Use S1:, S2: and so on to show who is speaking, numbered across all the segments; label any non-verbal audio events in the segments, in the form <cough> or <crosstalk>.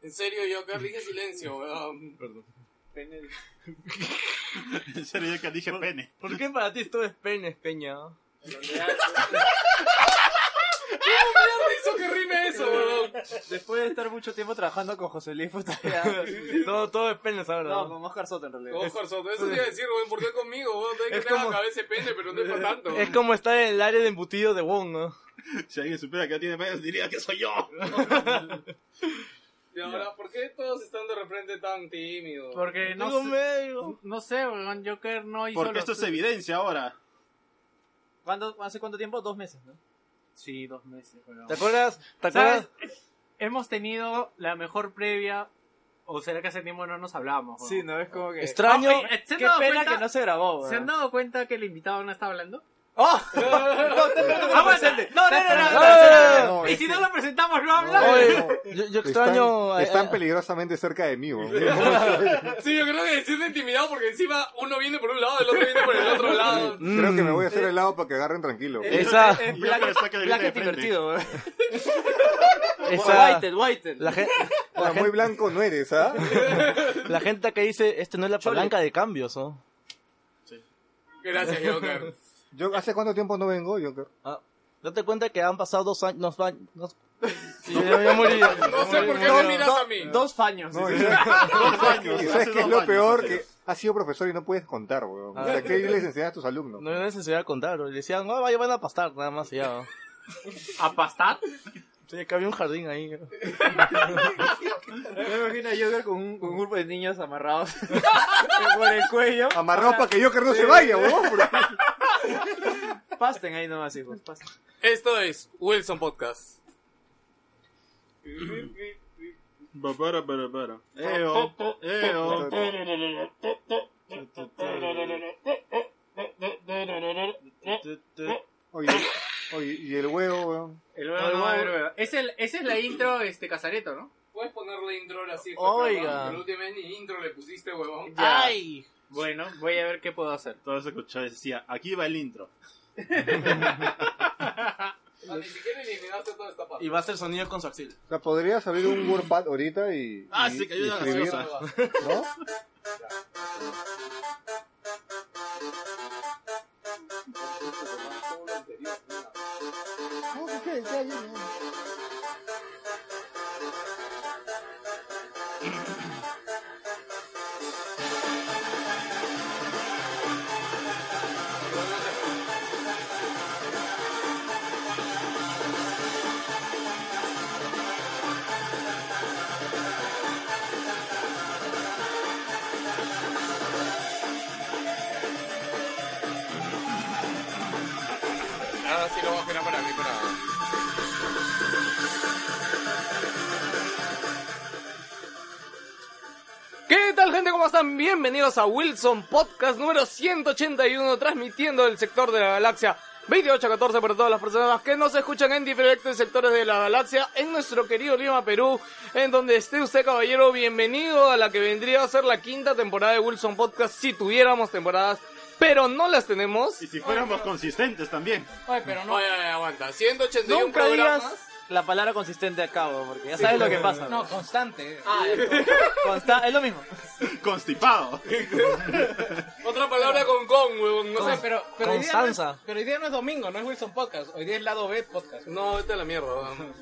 S1: En serio, yo acá dije silencio,
S2: <laughs>
S1: weón.
S3: Perdón.
S2: Pene.
S4: En serio, yo que dije pene.
S2: ¿Por qué para ti esto es penes, Peña?
S1: En realidad, weón. ¿Cómo mierda hizo que rime eso, weón?
S5: Después de estar mucho tiempo trabajando con José Luis
S2: <laughs>
S5: Fortaleza.
S2: todo, todo es penes ahora.
S5: No,
S2: ¿no?
S5: con Oscar Soto en realidad.
S1: Ojo, Soto, eso te iba a decir, weón, ¿por qué conmigo, weón? Todavía que
S2: Es
S1: te haga
S2: como-
S1: cabeza de pene, pero no es por tanto.
S2: Es como estar en el área de embutido de Wong, ¿no?
S4: Si alguien supiera que ya tiene medios, diría que soy yo.
S1: Y ahora, ¿por qué todos están de repente tan tímidos?
S6: Porque no
S2: Digo,
S6: sé,
S2: medio.
S6: no sé, weón, Joker no hizo
S4: Porque
S6: lo
S4: esto es
S6: suyo.
S4: evidencia ahora.
S5: ¿Cuándo- ¿Hace cuánto tiempo? Dos meses, ¿no?
S6: Sí, dos meses, weón.
S2: ¿Te acuerdas? ¿Te acuerdas?
S6: ¿Sabes? Hemos tenido la mejor previa. O será que hace tiempo no nos hablamos. weón?
S5: Sí, no, es como que...
S2: Extraño.
S6: Ah, oye, ¿se han
S5: Qué
S6: dado
S5: pena
S6: cuenta-
S5: que no se grabó,
S6: ¿Se
S5: weón.
S6: han dado cuenta que el invitado no está hablando?
S5: ¡Oh!
S6: Aguanta. No, no, no, no, no,
S2: ¡Eh!
S6: no, Y si no lo presentamos, no habla.
S2: Oye, yo, yo extraño. eh, a-
S7: Están, están
S2: a-
S7: peligrosamente cerca de mí, weón.
S1: Sí, yo creo que se siente intimidado porque encima uno viene por un lado, el otro viene por el otro
S2: <laughs>
S1: lado.
S7: Creo que me voy a hacer el lado para que agarren tranquilo. weón.
S2: Esa.
S5: Es
S4: Yo
S5: Eh, black,
S4: por estar que
S5: black
S4: de
S5: es
S4: frente.
S5: divertido, weón.
S2: esa
S5: Whited, whited.
S2: la, gen-
S7: Ah, muy blanco no eres, ¿ah?
S2: la gente que dice: Este no es la palanca de cambios, ¿no?
S1: Gracias, Joker.
S7: Yo, ¿Hace cuánto tiempo no vengo? Yo creo-
S2: Ah, date cuenta que han pasado dos años. Nos van. Nos...
S1: <laughs>
S2: Sí, ya, ya <laughs> morí.
S1: No sé por qué
S5: No,
S1: me
S5: no,
S1: miras a mí.
S5: Dos años.
S7: No, y
S5: sí, sí.
S7: <laughs> sabes-
S4: Dos años.
S7: y
S4: hace
S7: sabes que es
S4: dos
S7: lo
S4: años,
S7: peor
S4: hace
S7: que has sido profesor y no puedes contar, weón. O sea, ¿qué les enseñas a tus alumnos?
S2: No les enseñaba a contar, le decían, no, vaya, van a pastar, nada más, y ya. ¿no?
S6: ¿A pastar?
S2: Sí, que había un jardín ahí.
S5: Me imagino a Joker con un, con un grupo de niños amarrados por el cuello.
S7: Amarrado para que Joker no se vaya, weón. porque-
S5: Pasten ahí nomás, hijos. Pasten.
S1: Esto es Wilson Podcast.
S4: Babara, babara.
S6: Eh, oh,
S4: Eo, eo.
S7: Oye, oye, y el huevo, weón.
S6: El huevo, no, el huevo. Es el, esa es la intro, este, Casareto, ¿no?
S1: Puedes ponerle intro ahora sí.
S2: Oiga.
S1: Pero la última vez ni intro le pusiste, huevón.
S2: ¡Ay!
S6: Bueno, voy a ver qué puedo hacer.
S4: Todo eso escuchaba y decía, aquí va el intro.
S1: Ah, Ni siquiera eliminaste toda esta parte.
S2: Y va a hacer sonido con su axil.
S7: O sea, podrías abrir un WordPad ahorita y.
S4: Ah,
S7: y-
S4: se cayó
S7: y
S4: la
S7: escribir,
S4: gaseosa.
S7: ¿No?
S1: Ahora sí lo voy a girar para mí, para. ¿Qué tal gente? ¿Cómo están? Bienvenidos a Wilson Podcast número 181, transmitiendo del sector de la galaxia 2814 para todas las personas que nos escuchan en diferentes sectores de la galaxia en nuestro querido Lima, Perú, en donde esté usted caballero, bienvenido a la que vendría a ser la quinta temporada de Wilson Podcast si tuviéramos temporadas, pero no las tenemos.
S4: Y si fuéramos consistentes también.
S6: Oye, pero
S1: No, ya, ya, aguanta. 181
S5: Nunca
S1: programas.
S5: digas la palabra consistente a cabo, porque ya sabes lo que pasa.
S6: No,
S5: constante.
S6: Ah,
S5: Consta es lo
S1: <laughs>
S5: mismo.
S4: Constipado.
S1: Otra palabra con con, huevón. No, sé,
S6: pero,
S2: Constanza.
S6: pero hoy día no es domingo, no es Wilson Podcast. Hoy día es lado B Podcast.
S1: no, esta es la mierda. huevón.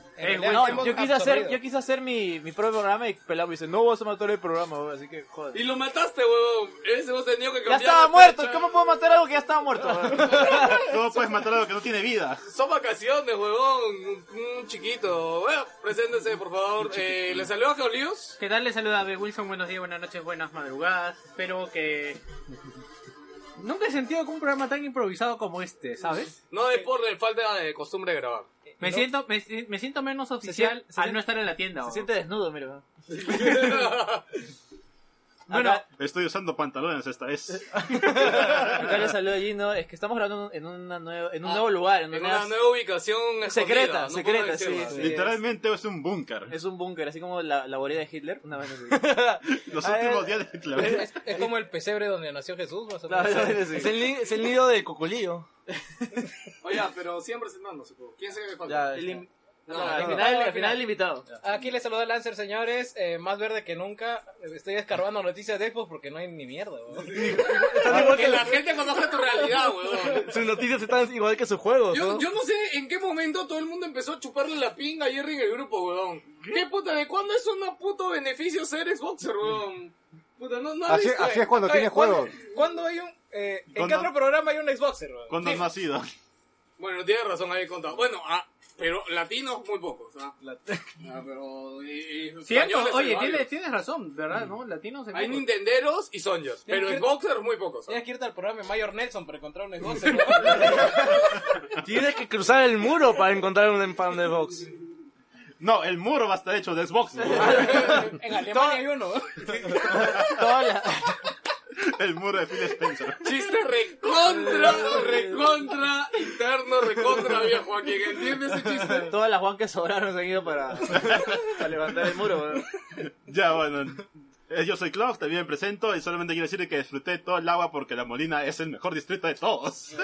S5: No, yo quise hacer, yo quise hacer mi, mi propio programa y Pelado me dice, no vas a matar el programa, weón", así que joder.
S1: Y lo mataste, huevón. Ese hemos tenido que
S5: Ya
S1: cambiar.
S5: estaba
S1: de
S5: muerto,
S1: fecha.
S5: ¿cómo puedo matar algo que ya estaba muerto? <laughs> weón?
S4: ¿Cómo puedes matar algo que no tiene vida?
S1: Son vacaciones, huevón. Un, un chiquito. Bueno, preséntese, por favor. Eh, ¿Le salió a Olius?
S6: ¿Qué tal? Les saluda B. Wilson, buenos días, buenas noches, buenas madrugadas. Espero que... Nunca he sentido que un programa tan improvisado como este, ¿sabes?
S1: No es por eh, falta de costumbre de grabar.
S6: Me siento me, si- me siento menos oficial
S5: siente- se
S6: al
S5: siente-
S6: no estar en la tienda.
S5: Se
S6: ¿o?
S5: siente desnudo, mira. weón.
S6: Bueno,
S5: Acá-
S4: Estoy usando pantalones esta
S5: Eh,
S4: vez.
S5: Acá le saludo a Gino, es que estamos grabando en, una nueva- en un nuevo lugar, en,
S1: En
S5: una,
S1: una nueva ubicación escondida,
S5: Secreta,
S1: no
S5: secreta,
S1: puedo decirla.
S5: sí, sí.
S4: Literalmente es un búnker.
S5: es un búnker, así como la, la guarida de Hitler, una vez así.
S4: <laughs> Los últimos días de Hitler.
S6: es como el pesebre donde nació Jesús. más o
S5: Una
S6: menos.
S5: vez así.
S2: Es el, ni- es el nido del cuculillo.
S1: Oye, pero siempre presentándose, huevón. ¿Quién se que falta?
S5: <laughs>
S2: Ya,
S5: El in-
S3: No,
S6: al
S3: no,
S6: final-
S3: no.
S6: al final el invitado.
S3: Aquí les saluda Lancer, señores. eh, más verde que nunca. Estoy escarbando noticias de Xbox porque no hay ni mierda, weón.
S1: que la gente conozca tu realidad, weón.
S6: <laughs>
S2: Sus noticias están igual que sus juegos,
S1: Yo,
S2: ¿no?
S1: yo no sé en qué momento todo el mundo empezó a chuparle la pinga a Jerry en el grupo, weón. ¿Qué puta? ¿De cuándo es un puto beneficio ser Xboxer, weón? Puta, no, no has
S7: Así-
S1: visto-
S7: así es cuando
S3: Oye,
S7: tienes
S3: ¿cuándo-
S7: juegos.
S3: ¿Cuándo hay un. eh, ¿En qué
S4: ¿Cuándo?
S3: otro programa hay un Xboxer, weón?
S4: Cuando
S3: Sí.
S4: no ha sido.
S1: Bueno, tienes razón ahí contado. Bueno, ah, pero latinos muy pocos, ¿ah? <laughs> Ah, pero... y- y
S6: Cierto,
S1: españoles hay
S6: oye,
S1: varios.
S6: tienes, tienes razón, ¿verdad? ¿No? Latinos en
S1: Hay nintenderos y sonjos, pero
S3: que-
S1: Xboxer muy pocos. ¿ah?
S3: Tienes que irte al programa de Mayor Nelson para encontrar un Xboxer, weón.
S2: Tienes que cruzar el muro para encontrar un fan de Vox.
S4: No, el muro va a estar hecho de Xbox.
S5: <laughs>
S3: en Alemania hay uno, weón.
S5: Todas las-
S4: El muro de Phil Spencer.
S1: Chiste recontra, recontra, interno, recontra viejo. A quien entiende ese chiste.
S5: Todas las Juan que sobraron se han ido para, <laughs> para levantar el muro. weón.
S4: Ya, bueno. eh, Yo soy Klaus, también me presento y solamente quiero decir que disfruté todo el agua porque la Molina es el mejor distrito de todos.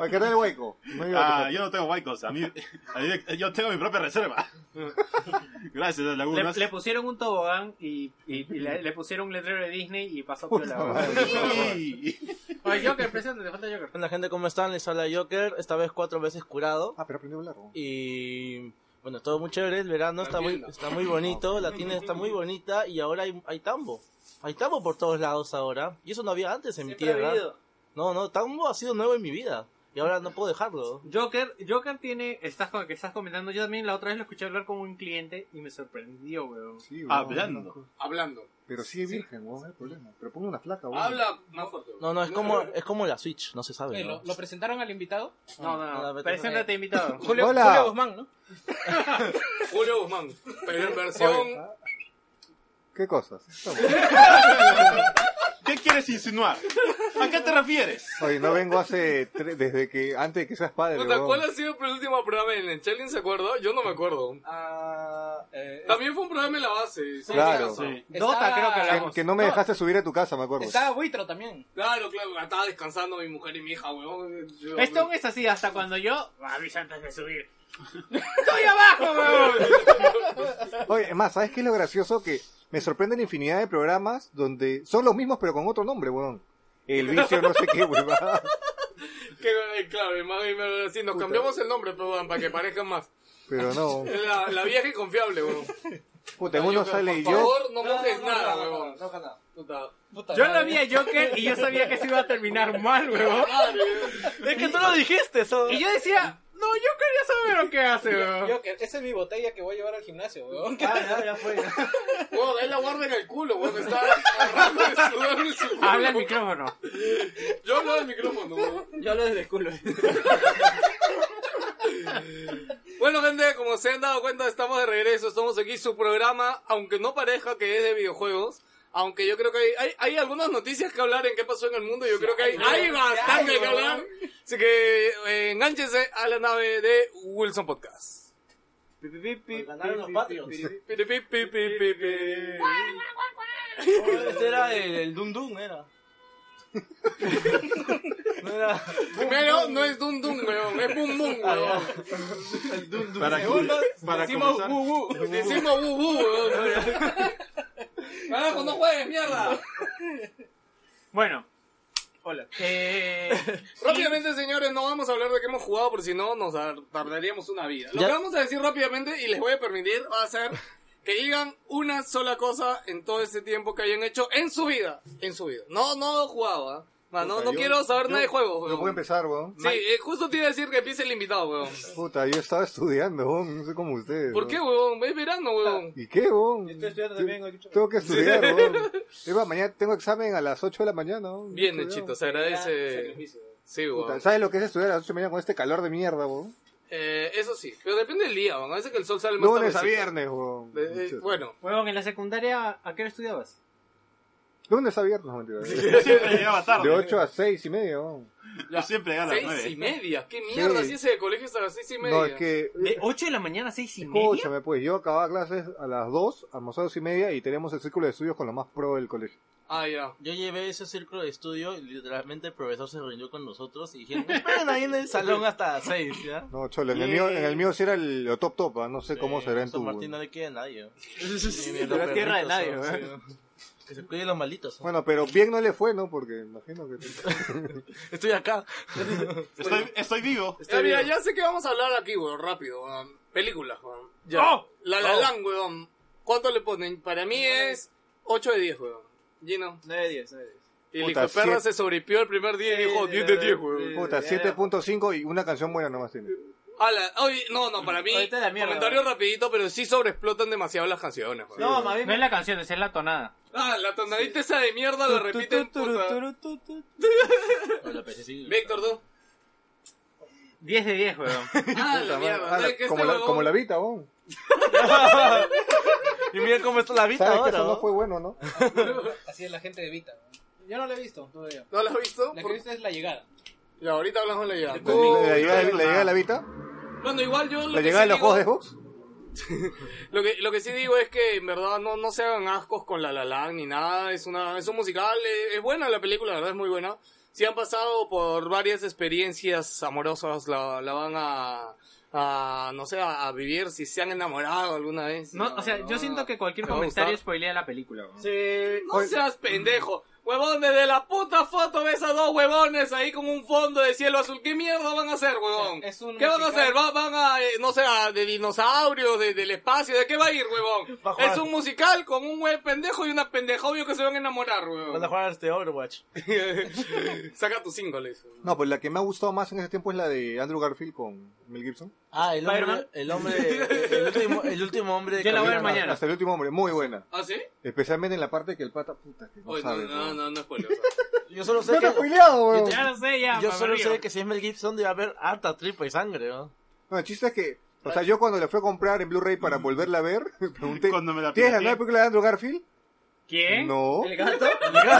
S7: ¿A qué tal el hueco? No digo
S4: Ah,
S7: que-
S4: yo no tengo huecos, a mí, a mí- yo tengo mi propia reserva. Gracias,
S6: Le,
S4: las lagunas.
S6: le pusieron un tobogán y, y- y le, le pusieron un letrero de Disney y pasó por la
S4: Y-
S6: Oye, Joker, preséntate, falta Joker.
S2: Hola gente, ¿cómo están? Les habla Joker, esta vez cuatro veces curado.
S7: Ah, pero aprendí a hablar. ¿no?
S2: Y bueno, todo muy chévere, el verano está muy,
S1: También, ¿no?
S2: está muy bonito, la tienda está muy bonita y ahora hay, hay tambo. Hay tambo por todos lados ahora. Y eso no había antes en mi
S5: Siempre ha
S2: tierra.
S5: habido.
S2: No, no, tambo ha sido nuevo en mi vida. Y ahora no puedo dejarlo.
S6: Joker, Joker tiene, estás con que estás comentando, yo también la otra vez lo escuché hablar con un cliente y me sorprendió, weón.
S7: Sí, weón, no,
S4: Hablando.
S1: Hablando.
S7: Pero sí es virgen, weón, no hay problema. Pero ponle una flaca, weón.
S1: Habla más fuerte.
S2: No, no, es como, es como la Switch, no se sabe.
S3: Oye,
S2: ¿no?
S3: ¿lo, lo presentaron al invitado?
S6: No,
S2: Ah,
S6: no, no,
S2: vete.
S6: preséntate invitado.
S3: Julio,
S7: Hola.
S3: Julio Guzmán, ¿no?
S1: Julio Guzmán. Pero en
S7: Oye,
S1: versión.
S7: ah, ¿Qué cosas?
S4: ¿Qué quieres insinuar? ¿A qué te refieres?
S7: Oye, no vengo hace tre- desde que antes de que seas padre,
S1: Puta,
S7: weón.
S1: ¿Cuál ha sido pues, el último programa en el Challenge? ¿Se acuerda? Yo no me acuerdo.
S3: Ah, eh,
S1: También fue un programa en la base. sí,
S7: Claro.
S1: sí.
S6: Dota creo que
S7: Que,
S6: hablamos.
S7: que no me
S3: No.
S7: dejaste subir a tu casa, me acuerdo.
S3: Estaba Buitro también.
S1: Claro, claro. Estaba descansando mi mujer y mi hija, weón. Yo-
S6: Esto aún es así, hasta cuando yo... Avisa antes de subir. ¡Estoy abajo, weón!
S7: Oye, es más, ¿sabes qué es lo gracioso? Que me sorprende la infinidad de programas donde son los mismos pero con otro nombre, weón. El vicio no sé qué, <laughs> weón.
S1: Que, eh, claro, y más- y más- sí, nos cambiamos el nombre, pero, weón, para que parezcan más.
S7: Pero no.
S1: La, la vieja y confiable, weón.
S7: Puta, en uno
S1: Yo, pero,
S7: sale
S1: Por
S7: yo.
S1: favor, no mojes nada,
S3: no,
S1: weón.
S3: no, no, no.
S1: Puta
S3: Puta
S6: Yo lo
S3: madre.
S6: vi a Joker y yo sabía que se iba a terminar mal, weón.
S1: madre,
S2: Es que tú lo dijiste, eso.
S6: Y yo decía, no, Joker ya sabe lo que hace, weón.
S3: Yo, que- esa es mi botella que voy a llevar al gimnasio, weón.
S1: weón. Ahí la guarda en el culo, weón. Está agarrando de sudor en su culo.
S6: Habla el micrófono.
S1: Yo hablo del micrófono, weón.
S3: Yo hablo desde el culo.
S1: Bueno, gente, como se han dado cuenta, estamos de regreso. Estamos aquí. Su programa, aunque no parezca que es de videojuegos, aunque yo creo que hay, hay, hay algunas noticias que hablar en qué pasó en el mundo. Yo creo que hay, hay bastante que hablar. Así que eh, enganchense a la nave de Wilson Podcast.
S2: Ganaron los patrios.
S1: Piri, pi, pi, pi, pi, pi.
S2: Este era el, el Dum Dum, era. No era.
S1: Primero, no es Dum Dum, weón, es Bum Bum,
S7: Ah,
S1: weón.
S4: Para, para
S3: Decimos
S4: comenzar,
S3: "Wu, wu".
S1: Decimos bu bu, weón. Carajo, no juegues, mierda.
S6: Bueno. Hola. Eh,
S1: Rápidamente, señores, no vamos a hablar de que hemos jugado, por si no, nos ar- tardaríamos una vida. Lo
S2: Ya.
S1: que vamos a decir rápidamente, y les voy a permitir, va a ser que digan una sola cosa en todo este tiempo que hayan hecho en su vida. En su vida. No, no jugaba. no,
S7: Puta,
S1: no
S7: yo-
S1: quiero saber
S7: yo-
S1: nada de juegos,
S7: Yo puedo
S1: weón.
S7: empezar, weón.
S1: Sí, eh, justo te iba a decir que empiece el invitado, weón.
S7: Puta, yo estaba estudiando, weón. No sé cómo ustedes.
S1: ¿Por
S7: weón.
S1: qué, weón? Es verano, weón.
S7: ¿Y qué, weón?
S3: Estoy estudiando también, oye,
S7: Tengo que estudiar,
S3: <laughs>
S7: weón. Es más, mañana tengo examen a las 8 de la mañana, weón.
S1: Bien,
S7: Estudiado.
S1: Nachito, se
S6: <laughs>
S1: agradece.
S3: Sacrificio, weón.
S1: Sí,
S7: Puta,
S1: weón.
S7: ¿Sabes lo que es estudiar a las 8 de la mañana con este calor de mierda, weón?
S1: Eh, eso sí, pero depende del día, weón. A veces que el sol sale más
S7: Lunes a
S1: tardecito.
S7: viernes, weón.
S1: Eh, eh,
S7: Muchas-
S1: bueno,
S6: Weón, en la secundaria, ¿a qué hora estudiabas?
S7: Lunes a viernes, mentira.
S4: yo siempre llegaba
S7: De
S4: tarde.
S7: 8 a 6 y media, weón.
S4: Yo siempre gano a las
S1: Seis y
S4: 9.
S1: media. ¿Qué mierda?
S7: Sí.
S1: Si ese colegio hasta las seis y media.
S7: No, es que...
S6: ¿De 8 de la mañana a 6 y media?
S7: Escúchame, pues, yo acababa clases a las 2, almorzaba a las 2 y media y teníamos el círculo de estudios con lo más pro del colegio.
S1: Ah, ya.
S2: Yo llevé ese círculo de estudio y literalmente el profesor se reunió con nosotros y dijeron, esperen ahí en el salón hasta las seis, ¿ya?
S7: No, cholo, en el mío, en el mío sí era el lo top top, ¿ah? no sé cómo
S2: Eh,
S7: será en
S2: San
S7: tu...
S2: Martín no le queda a nadie. Ni
S6: Sí,
S2: los
S5: la tierra de nadie,
S2: perritos,
S5: ¿verdad?
S2: sí. Que se cuiden los malitos. ¿no?
S7: Bueno, pero bien no le fue, ¿no? Porque imagino que...
S2: Estoy acá.
S4: Estoy, estoy vivo.
S1: Ya, mira, ya sé que vamos a hablar aquí, weón, rápido. weón. Películas, weón. Ya.
S4: ¡Oh!
S1: La La Land, weón. ¿Cuánto le ponen? Para mí es 8 de 10, weón. Gino.
S3: 9 de 10, 9 de 10.
S1: Y el hijo
S7: Puta,
S1: de perra
S7: siete.
S1: se sobrepió el primer día y dijo
S3: Sí,
S1: 10 de 10,
S3: sí.
S1: weón.
S7: Puta,
S3: ya, ya.
S7: 7.5 y una canción buena nomás tiene.
S1: Ala, oye, no, no, para mí,
S5: Ahorita la mierda,
S1: comentario rapidito, pero sí sobreexplotan demasiado las canciones, weón.
S5: No, más bien.
S6: No es la canción, es la tonada.
S1: Ah, la tonadita esa de mierda la repiten, puta.
S2: Hola, pececillo.
S1: Víctor, tú.
S7: <laughs>
S6: 10 de 10, weón.
S1: Ah, la mierda.
S7: Ah,
S1: ¿no? Es que
S7: como,
S1: este
S7: la,
S1: huevón-
S7: como la Vita, ¿no?
S2: Y mira cómo está la vida
S7: Sabes que
S2: ahora.
S7: eso no
S2: ¿no?
S7: fue bueno, ¿no?
S3: Así es la gente de Vita. Yo no la he visto todavía.
S1: ¿No la has visto?
S3: La que he
S1: Por-
S3: visto es la llegada.
S1: Ya, ahorita hablamos de la llegada.
S7: ¿Le llega, le llega la Vita?
S1: Bueno, igual yo lo
S7: ¿Le
S1: que
S7: llega
S1: sí
S7: a los
S1: digo-
S7: juegos de Xbox?
S1: Lo que, lo que sí digo es que en verdad no, no se hagan ascos con La La Land ni nada, es, una, es un musical, eh, es, buena la película, la verdad es muy buena. Si han pasado por varias experiencias amorosas, la, la van a, a, no sé, a, a vivir si se han enamorado alguna vez.
S6: No,
S1: la-
S6: o sea,
S1: la
S6: yo
S1: van a-
S6: siento que cualquier
S1: te va a
S6: comentario
S1: gustar.
S6: spoilea la película, weón.
S3: Sí.
S1: No seas pendejo, huevón, desde la puta foto ves a dos huevones ahí como un fondo de cielo azul. ¿Qué mierda van a hacer, huevón?
S3: Es un
S1: ¿Qué van a
S3: musical.
S1: hacer? Va- ¿Van a, eh, no sé, a- de dinosaurios, de- del espacio? ¿De qué va a ir, huevón?
S2: Va a jugar.
S1: Es un musical con un güey pendejo y una pendeja, obvio que se van a enamorar,
S2: Van a
S1: huevón.
S2: jugar este Overwatch.
S1: Saca tus singles.
S7: No, pues la que me ha gustado más en ese tiempo es la de Andrew Garfield con Mel Gibson.
S2: Ah, el
S6: Spider-Man.
S2: hombre, el hombre, el último, el último hombre. de
S6: Yo la voy a ver
S2: Camino.
S6: mañana.
S7: Hasta el último hombre, muy buena.
S1: ¿Ah, sí?
S7: Especialmente en la parte que el pata puta que no
S1: Oye, no,
S7: sabe.
S1: no,
S7: weón.
S1: no, no es spoiler.
S2: <laughs> Yo solo sé
S7: ¡No te has
S2: que,
S7: spoileado, weón!
S6: Ya lo sé, ya.
S2: yo
S6: pa'
S2: solo
S6: arriba.
S2: sé que si es Mel Gibson debe haber harta tripa y sangre, ¿no?
S7: No, el chiste es que, o sea, yo cuando la fui a comprar en Blu-ray para volverla a ver, <laughs> me pregunté,
S4: Cuando me la
S7: ¿tienes la
S4: pirateé.
S7: nueva película de Andrew Garfield?
S6: ¿Quién?
S7: No,
S3: El
S6: <laughs>
S3: gato.
S2: Otra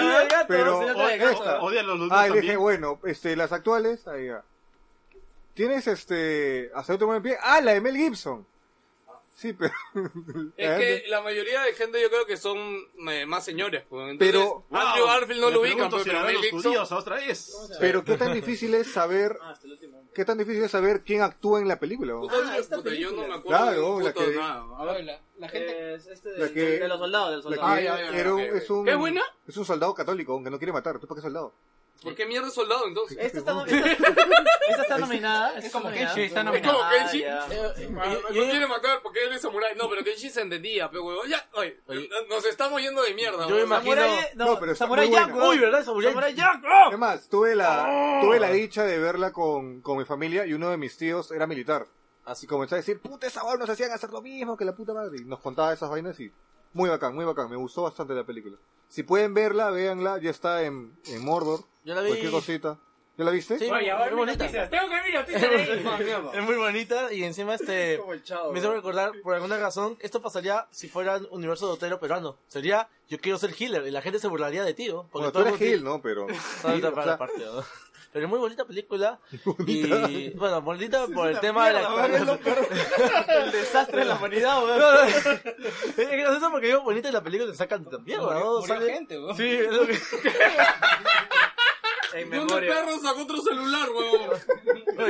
S2: vez el gato,
S7: pero
S2: si no te-
S4: O-
S7: esta.
S4: Odia a los dos
S7: Ah, y le dije,
S4: también.
S7: bueno, este, las actuales, ahí va. ¿Tienes este, hasta otro buen pie? Ah, la de Mel Gibson. Sí, pero... <laughs>
S2: Eh,
S1: Es que la mayoría de gente yo creo que son eh, más señores. huevón. Entonces,
S7: Pero-
S1: Andrew Garfield no
S4: Me
S1: lo ubican, pues, pero
S4: pregunto si la
S1: pero Mel
S4: ven los
S1: Gibson...
S4: judíos otra vez.
S7: <laughs> Pero qué tan difícil es saber,
S6: Ah, este
S7: qué tan difícil es saber quién actúa en la película. weón?
S1: Puta,
S3: esta
S1: puta, yo no me
S3: película.
S1: acuerdo
S7: Claro,
S1: de
S7: la
S1: un puto
S7: que-
S1: nada. Eh,
S3: A ver, la, la gente.
S8: Es este
S7: La
S8: de,
S7: que-
S8: de los soldados, de los
S7: La que
S8: soldados.
S1: Ah, ya, ya,
S7: era un-
S1: ok, ok.
S7: es un,
S1: ¿Qué buena?
S7: Es un soldado católico, aunque no quiere matar. ¿Tú para qué soldado?
S1: ¿Por qué mierda es soldado entonces?
S8: Esta
S7: Este
S8: está, nom- esta-
S7: <laughs>
S8: esta está nominada. Es como
S6: Kenshi, está
S1: Es
S6: nominada.
S1: como Kenshi. Ah,
S2: yo-
S1: No
S2: yo-
S1: quiere matar porque él es samurái. No, pero Kenshi se entendía, pero huevón. Ya, oye,
S2: Oye.
S1: nos estamos yendo de mierda.
S2: Yo
S1: huevón.
S2: imagino-
S7: No, pero está
S8: Samurai
S7: muy
S8: Jack,
S7: buena.
S8: weón.
S2: Uy, ¿verdad? Samurai, Jack.
S6: ¡oh!
S7: Es más, tuve
S1: Oh.
S7: la, tuve la dicha de verla con, con mi familia y uno de mis tíos era militar. Así comenzó a decir, puta, esa hueá nos hacían hacer lo mismo que la puta madre. Y nos contaba esas vainas y muy bacán, muy bacán. Me gustó bastante la película. Si pueden verla, véanla. Ya está en, en Mordor.
S2: Yo la vi.
S7: Cualquier cosita. ¿Ya la viste?
S2: Sí,
S6: Oye, ahora
S2: muy
S6: mira
S2: bonita.
S6: noticias. Tengo que ver noticias de ahí.
S2: Es muy bonita y encima este
S3: Como el chavo.
S2: me hizo recordar por alguna razón esto pasaría si fuera un universo de Otero peruano. Sería yo quiero ser healer y la gente se burlaría de ti, ¿no?
S7: Bueno, tú
S2: todo el
S7: eres
S2: mundo-
S7: Gil, ¿no? Pero...
S2: No,
S7: sí,
S2: no,
S7: o
S2: para
S7: sea,
S2: la parte, ¿no? Pero es muy bonita
S7: <laughs>
S2: película. Y bueno, bonita por el tema de la <laughs>
S8: El desastre de la humanidad,
S2: No,
S8: weón.
S2: no, es es gracioso porque digo bonita y la película te sacan de mierda,
S3: Murió-
S2: ¿no?
S3: murió
S2: Sale-
S3: gente, weón.
S2: Sí, es lo que...
S6: En
S1: ¿De ¿Dónde
S6: memoria.
S1: perro sacó otro celular, huevón?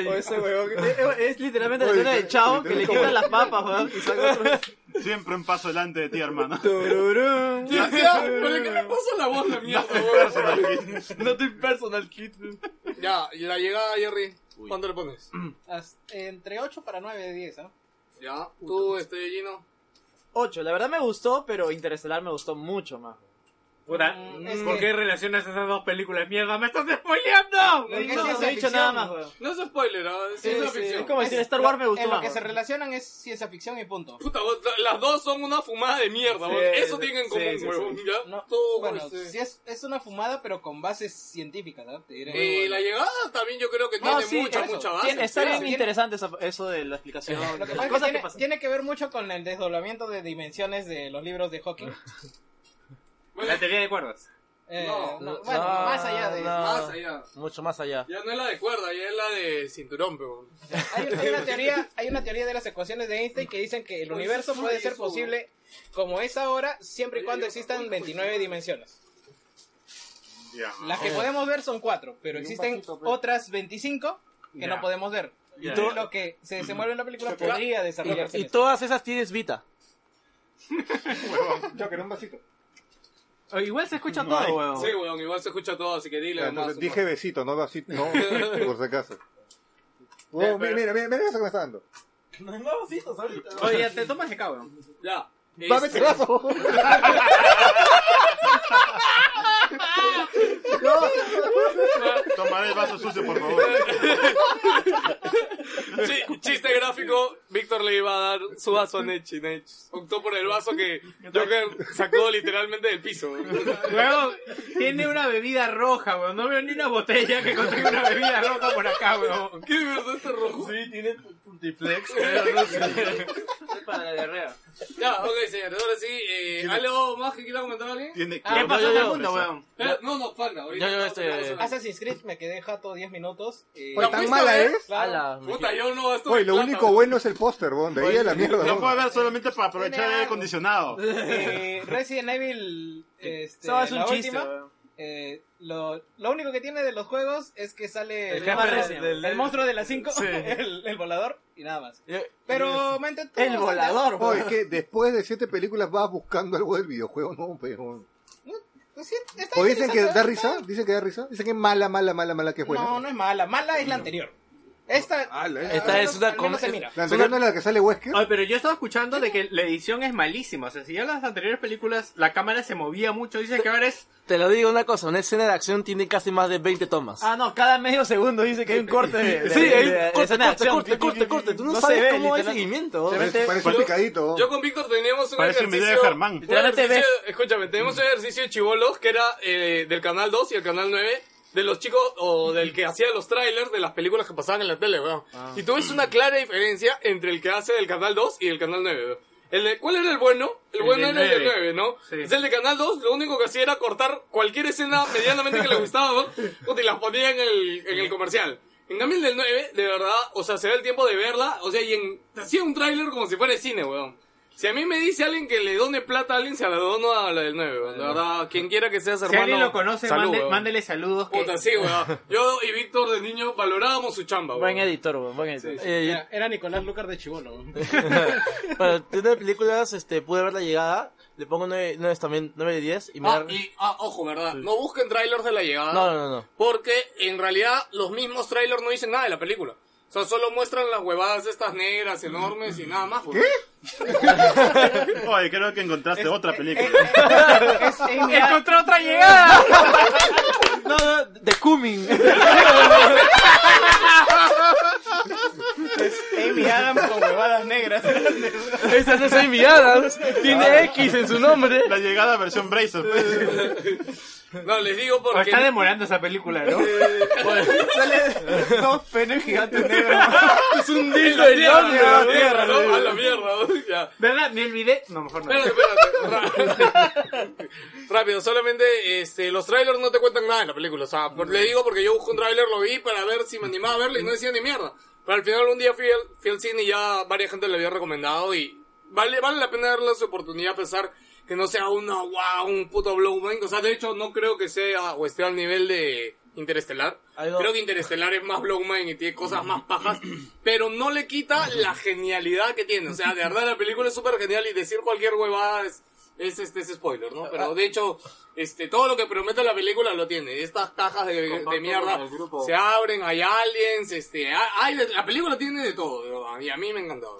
S8: O ese weón.
S6: <laughs>
S8: Es, es literalmente la
S7: Oye,
S8: escena de Chao que le quitan las papas,
S7: <laughs>
S8: weón. Y saca otro.
S4: Siempre un paso delante de ti, hermano.
S1: Sí, o sea, ah, ¿Pero qué le pasó la voz la mierda, huevón?
S2: No te personal kit.
S1: Ya, y la llegada, Jerry. ¿Cuánto le pones?
S3: As- Entre 8 para 9 de 10, ¿ah?
S1: Ya, tú, este, Gino.
S8: 8. La verdad me gustó, pero Interestelar me gustó mucho más.
S6: Puta,
S3: Mm, es
S6: ¿por
S3: que-
S6: qué relacionas esas dos películas? ¡Mierda, me estás spoileando!
S3: No, es que
S8: No,
S3: sí
S8: no
S3: ciencia
S8: he dicho
S3: ficción.
S8: nada más, weón.
S1: No es spoiler, ¿ah? es ciencia ficción.
S8: Es como decir Star Wars me gustó
S3: En lo
S8: más.
S3: que se
S8: weón.
S3: relacionan es ciencia ficción y punto.
S1: Puta, vos, la- las dos son una fumada de mierda, huevón.
S6: Sí,
S1: Eso
S6: sí,
S1: tienen en
S6: sí,
S1: común,
S6: sí,
S1: huevón. Ya,
S3: No,
S1: tú,
S3: bueno,
S1: este.
S3: sí es, es una fumada, pero con bases científicas, ¿ah? Te diré.
S1: Y Eh, la llegada también yo creo que
S8: No,
S1: tiene
S8: sí,
S1: mucha,
S8: eso.
S1: mucha base.
S8: Tiene- Está bien
S3: Tiene-
S8: interesante esa- eso de la explicación.
S3: Lo que pasa
S8: de
S3: es
S8: las
S3: que
S8: cosas que
S3: tiene,
S8: pasan.
S3: tiene que ver mucho con el desdoblamiento de dimensiones de los libros de Hawking.
S1: Bueno,
S6: La teoría de cuerdas.
S3: Eh,
S1: No,
S3: no,
S2: no,
S3: bueno,
S2: no,
S3: más allá de...
S2: no.
S1: Más allá.
S2: Mucho más allá.
S1: Ya no es la de cuerda, ya es la de cinturón, pero.
S3: Hay, hay una teoría, hay una teoría de las ecuaciones de Einstein que dicen que el universo puede ser posible como es ahora, siempre y cuando existan 29 dimensiones.
S4: Ya.
S3: Las que podemos ver son cuatro, pero existen otras 25 que
S4: Ya.
S3: no podemos ver.
S4: Ya,
S3: Todo
S4: ya.
S3: lo que se desenvuelve en la película podría desarrollarse.
S2: Y
S3: en
S2: todas esas tienes Vita.
S7: Yo quería un vasito.
S6: O Igual se escucha
S4: No hay.
S6: todo, weón.
S1: Sí, weón, igual se escucha todo, así que dile.
S7: Ya,
S1: nomás,
S7: entonces dije besito, no vasito, no, por si acaso. Oh,
S4: Eh,
S7: mira,
S4: pero-
S7: mira, mira, mira eso que me está dando.
S6: Oye, ya te tomas de acá, weón.
S1: Ya.
S7: ¡Dame
S1: Este,
S7: pedazo!
S4: Toma el vaso sucio, por favor.
S1: Este, chi- chiste gráfico, Víctor le iba a dar su vaso a Nechi, Nech. Optó por el vaso que Joker sacó literalmente del piso.
S6: Weón, tiene una bebida roja, weón. No veo ni una botella que contenga una bebida roja por acá, weón.
S1: <laughs> ¿Qué de verdad está rojo?
S2: Sí, tiene Puntiflex.
S8: para la diarrea.
S1: Ya, ok, señores, ahora sí. Eh, ¿Algo más que quiera comentar alguien?
S4: Tiene que...
S6: ¿Qué
S2: no,
S6: pasó
S2: yo,
S6: en el
S2: yo,
S6: mundo,
S4: eso.
S6: weón?
S1: Eh, no, no, falta. Ahorita
S2: Yo, yo,
S1: no,
S2: este-
S1: no, eso no.
S3: Assassin's Creed me quedé jato 10 minutos. eh,
S1: ¿La
S7: Oye, tan
S1: fuiste
S7: mala
S1: a ver?
S7: es.
S3: claro.
S2: Ala, me
S1: Puta, yo no estoy.
S7: Oye, lo único bueno es el póster, bon, de ahí a la mierda.
S4: Lo
S7: ¿no?
S4: puedo ver solamente para aprovechar el aire acondicionado.
S3: Eh, Resident Evil, este,
S5: Eso es un
S3: la
S5: chiste,
S3: última,
S5: weón.
S3: eh, lo, lo único que tiene de los juegos es que sale
S5: El
S3: el,
S5: jefe
S3: monstruo-
S5: del- del-
S3: el monstruo de las 5,
S5: Sí.
S3: <laughs> el, el volador y nada más.
S2: Eh,
S3: Pero me entretuvo
S2: El
S3: bastante.
S2: volador,
S7: Oye, es que después de siete películas vas buscando algo del videojuego, no, pero.
S3: Pues sí, está
S7: O dicen que
S3: interesante.
S7: da risa, dicen que da risa, dicen que es mala, mala, mala, mala, que es buena.
S3: No, no es mala, mala es la anterior. Esta,
S6: Ah,
S7: Ala, eh.
S2: Esta
S3: al
S2: es
S3: menos-
S2: una
S3: al menos se
S2: com-
S3: mira.
S7: La anterior no es la que sale Wesker.
S6: Oye, pero yo estaba escuchando de que la edición es malísima. O sea, si ya las anteriores películas la cámara se movía mucho, dicen que ahora es.
S2: Te lo digo una cosa, una escena de acción tiene casi más de 20 tomas.
S5: Ah, no, cada medio segundo dice que hay un corte de, de-
S2: Sí,
S5: de-
S2: hay
S5: de- de
S2: corte,
S5: escena de
S2: corte,
S5: acción.
S2: corte, corte, corte. Tú no,
S5: se
S2: sabes
S5: ve,
S2: cómo hay
S5: literal-
S2: seguimiento. Este,
S7: Parece, parece un
S1: yo-
S7: picadito.
S1: Yo con Víctor teníamos un
S4: Parece un
S1: ejercicio.
S4: video de Germán.
S1: un
S5: Literalmente
S1: ejercicio- Escúchame, teníamos un ejercicio de chivolos que era eh, del canal 2 y el canal 9. De los chicos o del que hacía los trailers de las películas que pasaban en la tele, weón. Y tú ves una clara diferencia entre el que hace del canal 2 y del canal 9, weón. El de- ¿Cuál era el bueno? El,
S6: El
S1: bueno
S6: del
S1: era el del 9,
S6: 9,
S1: ¿no?
S6: sí.
S1: Es el de Canal 2, lo único que hacía era cortar cualquier escena medianamente que le gustaba, ¿no? Puta, y las ponía en el, en el comercial. En cambio, el del 9, de verdad, o sea, se da el tiempo de verla, o sea, y en, hacía un tráiler como si fuera de cine, weón. Si a mí me dice alguien que le done plata a alguien, se la dono a la del 9, weón. De verdad, quien quiera que seas
S6: Si
S1: hermano.
S6: alguien lo conoce,
S1: salud,
S6: mande-
S1: weón.
S6: mándele saludos. que-
S1: Puta, sí,
S6: <laughs>
S1: weón. Yo y Víctor de niño valorábamos su chamba,
S2: Buen
S1: weón.
S2: editor, weón, buen editor. Eh,
S3: Era, era Nicolás Lucar de Chibolo.
S2: <laughs> bueno, tiene películas, este, pude ver la llegada. Le pongo 9, también, 9 de 10. Y me
S1: Ah,
S2: da-
S1: y, ah, ojo, ¿verdad? No busquen trailers de la llegada.
S2: No, no, no, no.
S1: Porque en realidad los mismos trailers no dicen nada de la película. O sea, solo muestran las huevadas estas negras enormes y nada más. pues. ¿Qué?
S4: Oye, creo que encontraste otra película.
S3: es Amy Ad-
S6: ¡Encontré otra llegada!
S2: No, no, The <laughs> Cumming.
S3: Amy Adams con huevadas negras.
S2: Esas no son enviadas. Tiene X en su nombre.
S4: La llegada versión Bracer. pues.
S1: No, les digo
S6: O
S1: porque...
S6: está demorando esa película, ¿no?
S5: Dos penes gigantes negros.
S1: es un dildo de
S5: León,
S1: mierda, a la
S5: de
S1: mierda,
S5: la
S1: ¿no? A la mierda, ¿no? ya.
S6: ¿Verdad? Me olvidé. No, mejor no.
S1: Espérate, espérate. <laughs> Ra- Rápido, solamente este, los trailers no te cuentan nada de la película. O sea, por- le digo porque yo busco un trailer, lo vi para ver si me animaba a verlo y no decía ni mierda. Pero al final un día fui al, fui al cine y ya varias gente le había recomendado y vale, vale la pena darle su oportunidad a pesar que no sea una wow, un puto blowman. O sea, de hecho no creo que sea o esté al nivel de Interestelar.
S2: Algo-
S1: Creo que Interestelar es más Blowman y tiene cosas más pajas, pero no le quita la genialidad que tiene. O sea, de verdad la película es súper genial y decir cualquier huevada es, es, este, es spoiler, ¿no? Pero de hecho, este, todo lo que promete la película lo tiene. Estas cajas de, de mierda se abren, hay aliens, este, ha- hay de- la película tiene de todo, de verdad, y a mí me encantó.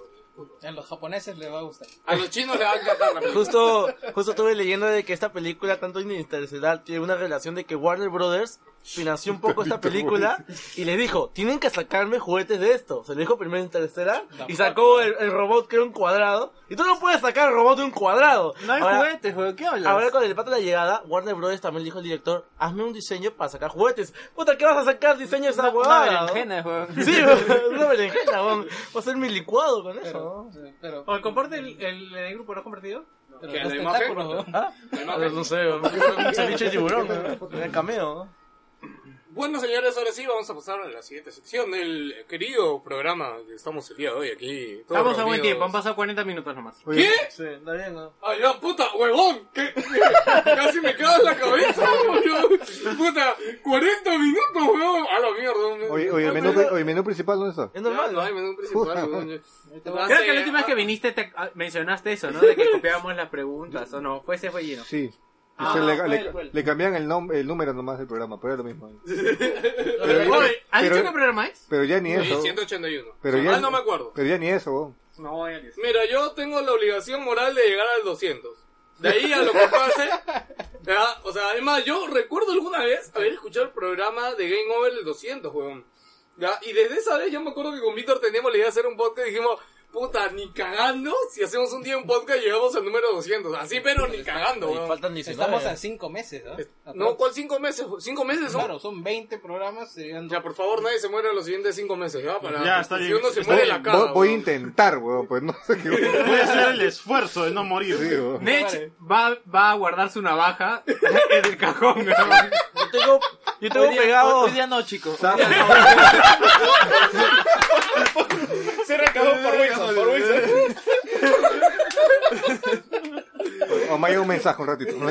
S3: A los japoneses les va a gustar.
S1: A los chinos les va a encantar la película.
S2: Justo, justo estuve leyendo de que esta película, tanto en Interestelar, tiene una relación de que Warner Brothers financió un poco esta película y les dijo, tienen que sacarme juguetes de esto. Se le dijo primero Interestelar y sacó el, el robot que era un cuadrado. Y tú no puedes sacar el robot de un cuadrado.
S5: No hay
S2: Ahora-
S5: juguetes, weón. ¿Qué hablas?
S2: Ahora con el pato de la llegada, Warner Brothers también le dijo al director, hazme un diseño para sacar juguetes. Puta, ¿qué vas a sacar diseño de esa
S5: una
S2: huevada? no?
S5: berenjena, weón.
S2: <laughs> Sí, weón, una berenjena, weón. Voy a hacer mi licuado con eso.
S7: Oh.
S3: Pero
S6: ¿O comparte el, el, el grupo? ¿Lo has compartido?
S3: Que la imagen-
S6: ¿Ah?
S3: la imagen.
S2: No sé, un ceviche
S5: <laughs>
S2: de tiburón, ¿no? Tenía cameo, ¿no?
S1: Bueno, señores, ahora sí vamos a pasar a la siguiente sección del querido programa que estamos el día de hoy aquí. todos
S6: Estamos a buen
S1: reunidos.
S6: tiempo, han pasado 40 minutos nomás.
S1: ¿Qué?
S2: Sí, está bien, ¿no?
S1: ¡Ay, la puta, huevón! ¿Qué? <laughs> Casi me cago en la cabeza, huevón. Puta, 40 minutos, huevón. A la mierda.
S7: Oye, oye, el menú, pri- oye, el menú principal, ¿dónde está?
S2: Es
S1: normal,
S2: normal,
S1: no
S2: ¿no?
S1: hay menú principal, huevón.
S6: Creo que la última vez que viniste te ah, mencionaste eso, ¿no? De que copiábamos las preguntas, ¿o no? Fue ese fue lleno.
S7: Sí.
S6: Ah,
S7: Ese le, le-
S6: fue él.
S7: le cambian el, nom- el número nomás del programa, pero es lo mismo.
S6: Oye, ¿Has
S7: pero-
S6: dicho qué programa es?
S7: Pero ya ni
S1: Sí,
S7: eso.
S1: 181.
S7: Pero ya-
S1: Ah, no me acuerdo.
S7: Pero ya ni eso, weón.
S6: No, ya
S1: Mira, yo tengo la obligación moral de llegar al 200. De ahí a lo que pase. ya, O sea, además, yo recuerdo alguna vez haber escuchado el programa de Game Over el 200, weón. Ya, Y desde esa vez yo me acuerdo que con Víctor teníamos la idea de hacer un podcast y dijimos, puta, ni cagando, si hacemos un día un podcast llegamos al número 200. Así, pero ni cagando,
S2: Y
S1: weón.
S2: faltan 19.
S3: Estamos a 5 meses, ¿no?
S1: Eh, No, ¿cuál cinco meses? ¿Cinco meses son?
S3: Claro, son 20 programas, serían
S1: Ya, por favor, nadie se muera los siguientes cinco meses, ¿ya? Para,
S4: Ya, está
S1: si
S4: bien.
S1: uno se
S4: Está
S1: muere
S4: bien.
S1: la cara.
S7: voy, voy a
S1: weón.
S7: intentar, weón, pues no sé qué. weón.
S4: Voy a hacer el esfuerzo de no morir.
S7: Sí, weón.
S6: Nech va, va a guardar su navaja <laughs> en el cajón, weón.
S2: Yo tengo, yo tengo pegado. Hoy día no, chicos.
S3: Se recabó por Wilson, por Wilson.
S7: O me llega un mensaje un ratito. ¿no?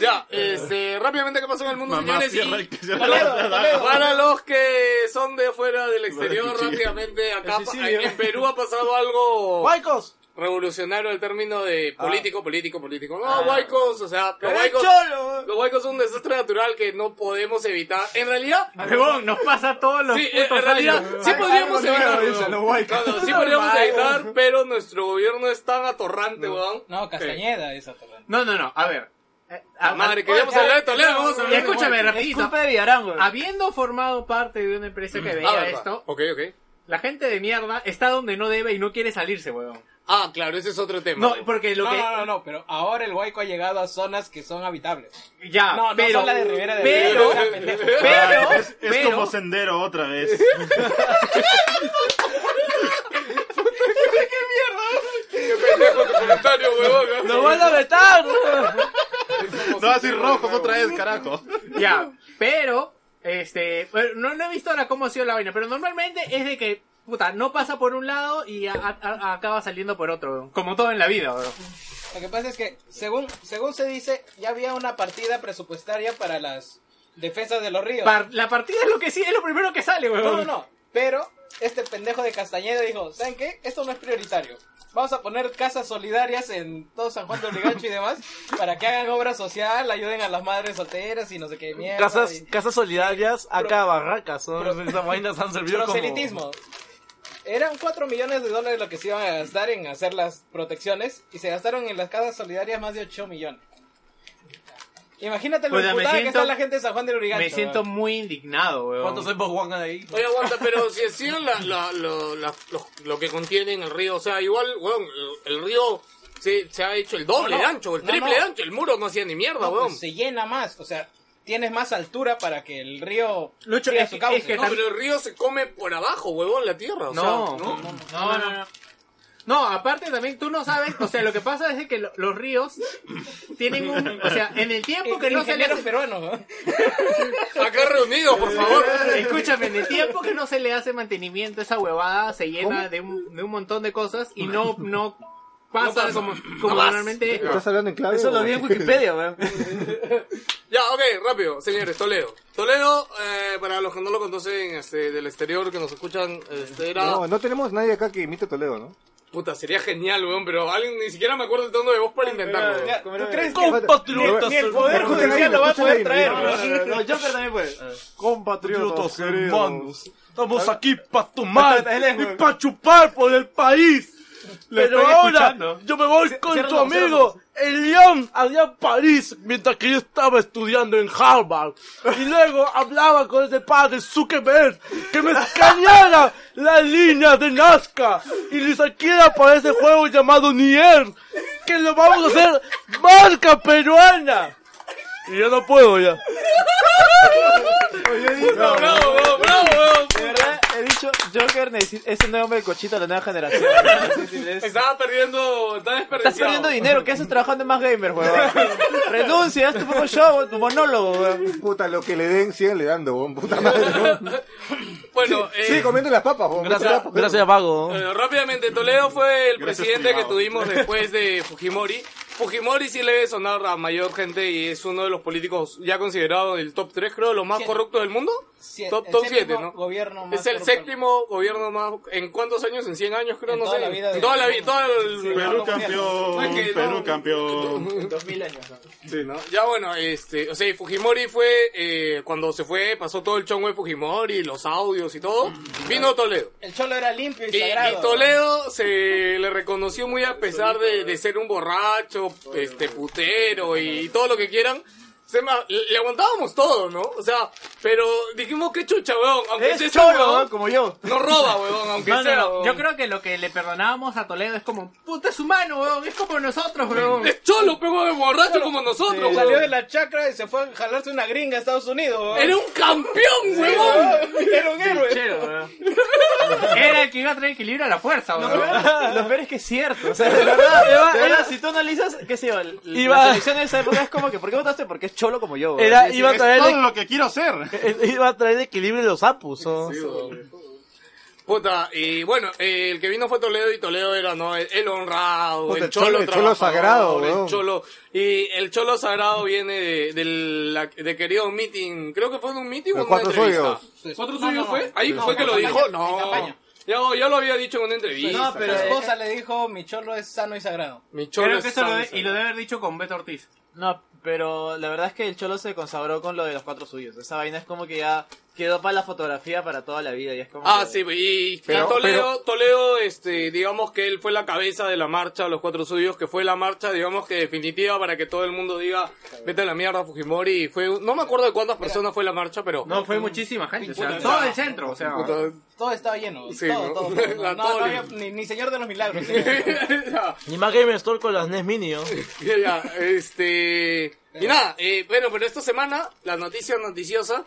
S1: Ya, este, rápidamente, ¿qué pasó en el mundo,
S4: Mamá,
S1: señores?
S4: cierra
S1: Y
S4: el- cierra la-
S1: para los que son de fuera del exterior,
S4: cuchillo.
S1: rápidamente, acá en Perú ha pasado algo
S2: ¡Guaycos!
S1: revolucionario el término de político, político, político. No, huaycos, o sea, los huaycos,
S2: ¡Eh, ¡Cholo!
S1: los huaycos son un desastre natural que no podemos evitar. En realidad,
S6: Huevón, nos pasa todos los
S1: Sí, en
S6: putos
S1: realidad
S6: años.
S1: sí podríamos
S2: algo nuevo,
S1: evitar.
S2: dice, los
S1: weón.
S2: huaycos.
S1: No,
S7: <laughs>
S1: no, sí podríamos evitar, pero nuestro gobierno es tan atorrante, weón.
S3: No, Castañeda esa torre.
S6: No, no, no, a ver. Eh, a-
S1: La Ah, madre,
S6: a-
S1: queríamos
S6: Oye,
S1: hablar de Toledo, vamos a hablar
S6: Y
S1: de
S6: escúchame,
S8: Es
S6: rapidito.
S8: culpa de Villarán, güey.
S6: Habiendo formado parte de una empresa que
S1: Ah,
S6: veía
S1: verdad.
S6: esto,
S1: Ok, ok.
S6: la gente de mierda está donde no debe y no quiere salirse, huevón.
S1: Ah, claro, ese es otro tema.
S6: No,
S1: weón.
S6: porque lo
S3: No,
S6: que...
S3: no, no, no, pero ahora el Huayco ha llegado a zonas que son habitables.
S6: Ya,
S3: No, no
S6: pero...
S3: son la de Rivera de
S6: pero...
S3: Rivera, pendejo.
S1: <laughs>
S6: Pero...
S4: Ah, es, es
S6: pero-
S4: como sendero otra vez.
S1: Qué pendejo tu comentario, huevón. ¿eh?
S2: ¡Nos van a vetar!
S4: No, así rojos otra vez, carajo.
S6: <laughs> Ya, pero, este, bueno, no, no he visto ahora cómo ha sido la vaina, pero normalmente es de que, puta, no pasa por un lado y a- a- a- acaba saliendo por otro, weón. como todo en la vida, weón.
S3: Lo que pasa es que, según, según se dice, ya había una partida presupuestaria para las defensas de los ríos.
S6: Par- la partida es lo que sí, es lo primero que sale, weón.
S3: No, no, no. Pero este pendejo de Castañeda dijo, ¿saben qué? Esto no es prioritario. Vamos a poner casas solidarias en todo San Juan de Obligacho y demás para que hagan obra social, ayuden a las madres solteras y no sé qué mierda.
S2: Casas,
S3: y-
S2: casas solidarias, acá barracas. ¿no? Esas vainas han servido como.
S3: Proselitismo. Eran 4 millones de dólares lo que se iban a gastar en hacer las protecciones y se gastaron en las casas solidarias más de 8 millones. Imagínate lo
S6: Oiga, me
S3: imputada que
S6: siento-
S3: está la gente de San Juan de Obligacho.
S6: Me siento
S3: weón.
S6: muy indignado, weón.
S2: ¿Cuántos Xbox One hay ahí?
S1: Oye, aguanta, pero si decían la, la- lo, la- lo, lo que contienen el río, o sea, igual, weón, el, el río se, se ha hecho el doble
S3: No, no.
S1: de ancho, el
S3: No,
S1: triple
S3: no.
S1: de ancho, el muro no hacía ni mierda,
S3: No, pues,
S1: weón.
S3: se llena más, o sea, tienes más altura para que el río
S6: Lucho,
S3: siga
S6: es
S3: su
S6: que-
S3: cauce.
S6: es que
S1: No, pero el río se come por abajo, huevón, la tierra. o sea,
S6: No,
S1: ¿no?
S6: no, no, no, no. No, aparte también tú no sabes, o sea, lo que pasa es de que lo- los ríos tienen un, o sea, en el <laughs> tiempo que no se le
S3: Ingenieros
S6: hace, <laughs>
S3: peruanos, ¿no?
S1: Acá reunidos, por favor.
S6: escúchame, en el tiempo que no se le hace mantenimiento esa huevada se llena de un, de un montón de cosas y <laughs> no no pasa,
S1: pasa.
S6: como, como
S1: vas.
S6: normalmente es.
S7: ¿Estás hablando en clave?
S8: Eso lo
S7: weón?
S8: vi en
S5: <laughs>
S8: Wikipedia, weón.
S1: Ya, ok, rápido, señores, Toledo. Toledo, eh, para los que no lo conocen este, del exterior, que nos escuchan, este, era...
S7: No, no tenemos nadie acá que imite a Toledo, ¿no?
S1: Puta, sería genial, weón, pero alguien ni siquiera me acuerdo el tono de voz
S3: Eh,
S1: para intentarlo. weón.
S3: Mira, ¿Tú crees que
S2: Compatriotas,
S3: ni el poder
S7: Escuchen
S3: judicial
S7: ahí,
S3: lo va a
S7: escuchen
S3: poder
S7: ahí,
S3: traer?
S7: mira.
S3: weón?
S8: No, Joker también, pues.
S2: compatriotas,
S7: compatriotas,
S2: hermanos.
S7: hermanos.
S2: Estamos aquí para <laughs> tomar y para chupar por el país. Pero
S6: estoy
S2: ahora
S6: escuchando.
S2: yo me voy con
S8: cierra
S2: tu
S8: los ojos,
S2: amigo Elian allá a París mientras que yo estaba estudiando en Harvard. Y luego hablaba con ese padre Zuckerberg que me escaneara
S8: <laughs>
S2: la línea de Nazca y ni siquiera para ese juego llamado Nier que lo vamos a hacer marca peruana. Y yo no puedo ya.
S1: Bravo, bravo, bravo, weón.
S8: De verdad, he dicho
S5: Jo- Joker neces- es el nuevo melcochito de la nueva generación.
S1: Estaba perdiendo, estaba
S5: Estás
S1: desperdiciando.
S5: perdiendo dinero, ¿qué haces trabajando en más gamer, weón? Renuncia, haz tu propio show, tu monólogo, weón.
S7: Puta, lo que le den, siguen le dando, weón. Puta madre.
S1: Bueno, eh,
S7: Sigue comiendo las papas, weón.
S2: Gracias, gracias Vago.
S1: Bueno, rápidamente, Toledo fue el
S4: Gracias,
S1: presidente que
S4: privado.
S1: tuvimos después de Fujimori. Fujimori sí le debe sonar a mayor gente y es uno de los políticos ya considerado el top 3, creo, los más
S3: Sí.
S1: corruptos del mundo.
S3: Sí,
S1: top
S3: el
S1: top
S3: séptimo
S1: 7, ¿no?
S3: Gobierno más
S1: Es el
S3: corrupto.
S1: séptimo gobierno más... ¿En cuántos años? ¿En 100 años? Creo,
S3: En
S1: no
S3: toda
S1: sé.
S3: la vida de-
S1: En toda la vida, todo el-
S3: Sí,
S4: Perú
S3: no, no,
S4: campeón,
S1: no, no, no.
S4: Perú campeón. <laughs>
S3: En 2000 años. ¿no?
S1: Sí, ¿no? Ya bueno, este, o sea, y Fujimori fue, eh, cuando se fue, pasó todo el chongo de Fujimori, los audios y todo, vino Toledo.
S3: El cholo era limpio y
S1: Y,
S3: sagrado.
S1: y Toledo se le reconoció muy a pesar de, de ser un borracho, este putero y todo lo que quieran. Se ma- le le aguantábamos todo, ¿no? O sea, pero dijimos que chucha, weón. Aunque
S5: Es
S1: sea ese
S5: choro,
S1: huevón,
S5: weón, como yo.
S1: no roba,
S6: <laughs>
S1: weón, aunque
S6: No, no,
S1: sea.
S6: no.
S1: huevón.
S6: Yo creo que lo que le perdonábamos a Toledo es como, puta, es humano, weón. Es como nosotros,
S5: <laughs>
S6: weón.
S1: Es cholo, pero es borracho como nosotros,
S3: Salió
S1: weón.
S3: de la chacra y se fue a jalarse una gringa a Estados
S6: <laughs>
S3: Unidos. weón.
S1: Era un campeón, weón.
S3: Era un héroe.
S6: Chero, weón. Era el que iba a traer equilibrio a la fuerza, weón.
S5: Lo peor es que es cierto. O sea,
S6: <laughs>
S5: de verdad, Eva, Eva, si tú analizas, qué sé yo, el-
S2: Iba-
S5: la
S6: <laughs>
S5: selección de esa época es como que, ¿por qué votaste? Porque es cholo como yo. weón.
S2: Era,
S5: Sí, sí.
S2: iba, a
S4: Es
S2: traer,
S4: todo lo que quiero ser.
S7: <laughs>
S2: de- iba a traer de equilibrio los apus. ¿no?
S1: Puta, y bueno, eh, el que vino fue Toledo y Toledo era, ¿no? El, el honrado,
S7: Puta,
S1: el
S7: el
S1: cholo,
S7: cholo- el cholo
S1: trabajador,
S7: sagrado,
S1: el
S7: weón.
S1: cholo. Y el cholo sagrado viene de, del- la- de querido meeting, creo que fue de un meeting o
S7: Los
S1: una
S7: cuatro
S1: entrevista.
S7: suyos.
S1: ¿Cuatro
S3: No,
S1: suyos
S3: no,
S1: fue?
S3: no.
S1: Ahí
S3: No,
S1: fue que
S3: en
S1: lo
S3: campaña,
S1: dijo,
S3: en
S1: no.
S3: campaña.
S1: Ya, ya lo había dicho en una entrevista.
S3: No, pero
S1: creo.
S3: su esposa le dijo, mi cholo es sano y sagrado.
S1: Mi cholo
S6: Creo
S1: es
S6: que eso lo de-
S1: santo.
S6: y lo debe haber dicho con Beto Ortiz.
S5: No, pero la verdad es que el cholo se consagró con lo de los cuatro suyos. Esa vaina es como que ya quedó para la fotografía para toda la vida. Y es como
S1: Ah,
S5: que-
S1: sí, y, y
S7: Pero-
S1: Toledo, Toledo, este, digamos que él fue la cabeza de la marcha, los cuatro suyos, que fue la marcha, digamos que definitiva para que todo el mundo diga, vete a la mierda Fujimori, y fue, un- no me acuerdo de cuántas personas fue la marcha, pero... <laughs>
S6: No, fue muchísima gente. O sea,
S3: Puta,
S6: todo
S3: no.
S6: el centro, o sea.
S1: Puta.
S3: Todo estaba lleno.
S1: Sí,
S3: todo,
S1: ¿no? <laughs>
S3: todo, todo, todo.
S1: La
S3: No, no
S1: tole.
S3: había ni, ni señor de los milagros.
S2: Ni más Gamer Store con las NES Mini. ¿no?
S1: Ya, ya, este... Y nada, eh, bueno, pero esta semana, la noticia noticiosa,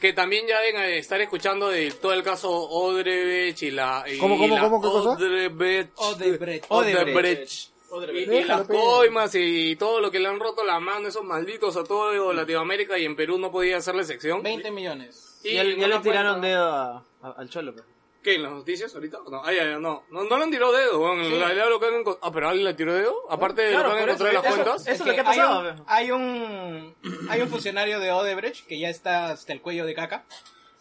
S1: que también ya deben eh, estar escuchando de todo el caso Odrebech y la... y
S7: ¿Cómo, cómo,
S1: la
S7: cómo, qué cosa?
S1: <laughs> Odebrecht-
S3: Odebrecht.
S1: Odebrecht. Y, y las coimas y todo lo que le han roto la mano esos malditos a todo Latinoamérica y en Perú no podía hacerle sección.
S3: 20 millones.
S5: Y ya, ya
S1: no
S5: le
S1: la
S5: tiraron
S1: cuenta-
S5: dedo a- a- al cholo. pe.
S1: ¿Qué? ¿En las noticias ahorita? No, ay, ay, no. no. No le han tirado dedo. Bueno, en realidad lo que han encontrado... Ah, pero alguien le tiró dedo. Aparte de
S5: Claro,
S1: lo que han
S5: por eso,
S1: encontrado en las
S5: eso-
S1: cuentas.
S5: eso- es lo que ha
S3: hay
S5: pasado,
S3: un-
S5: viejo.
S3: Hay un, hay un funcionario de Odebrecht que ya está hasta el cuello de caca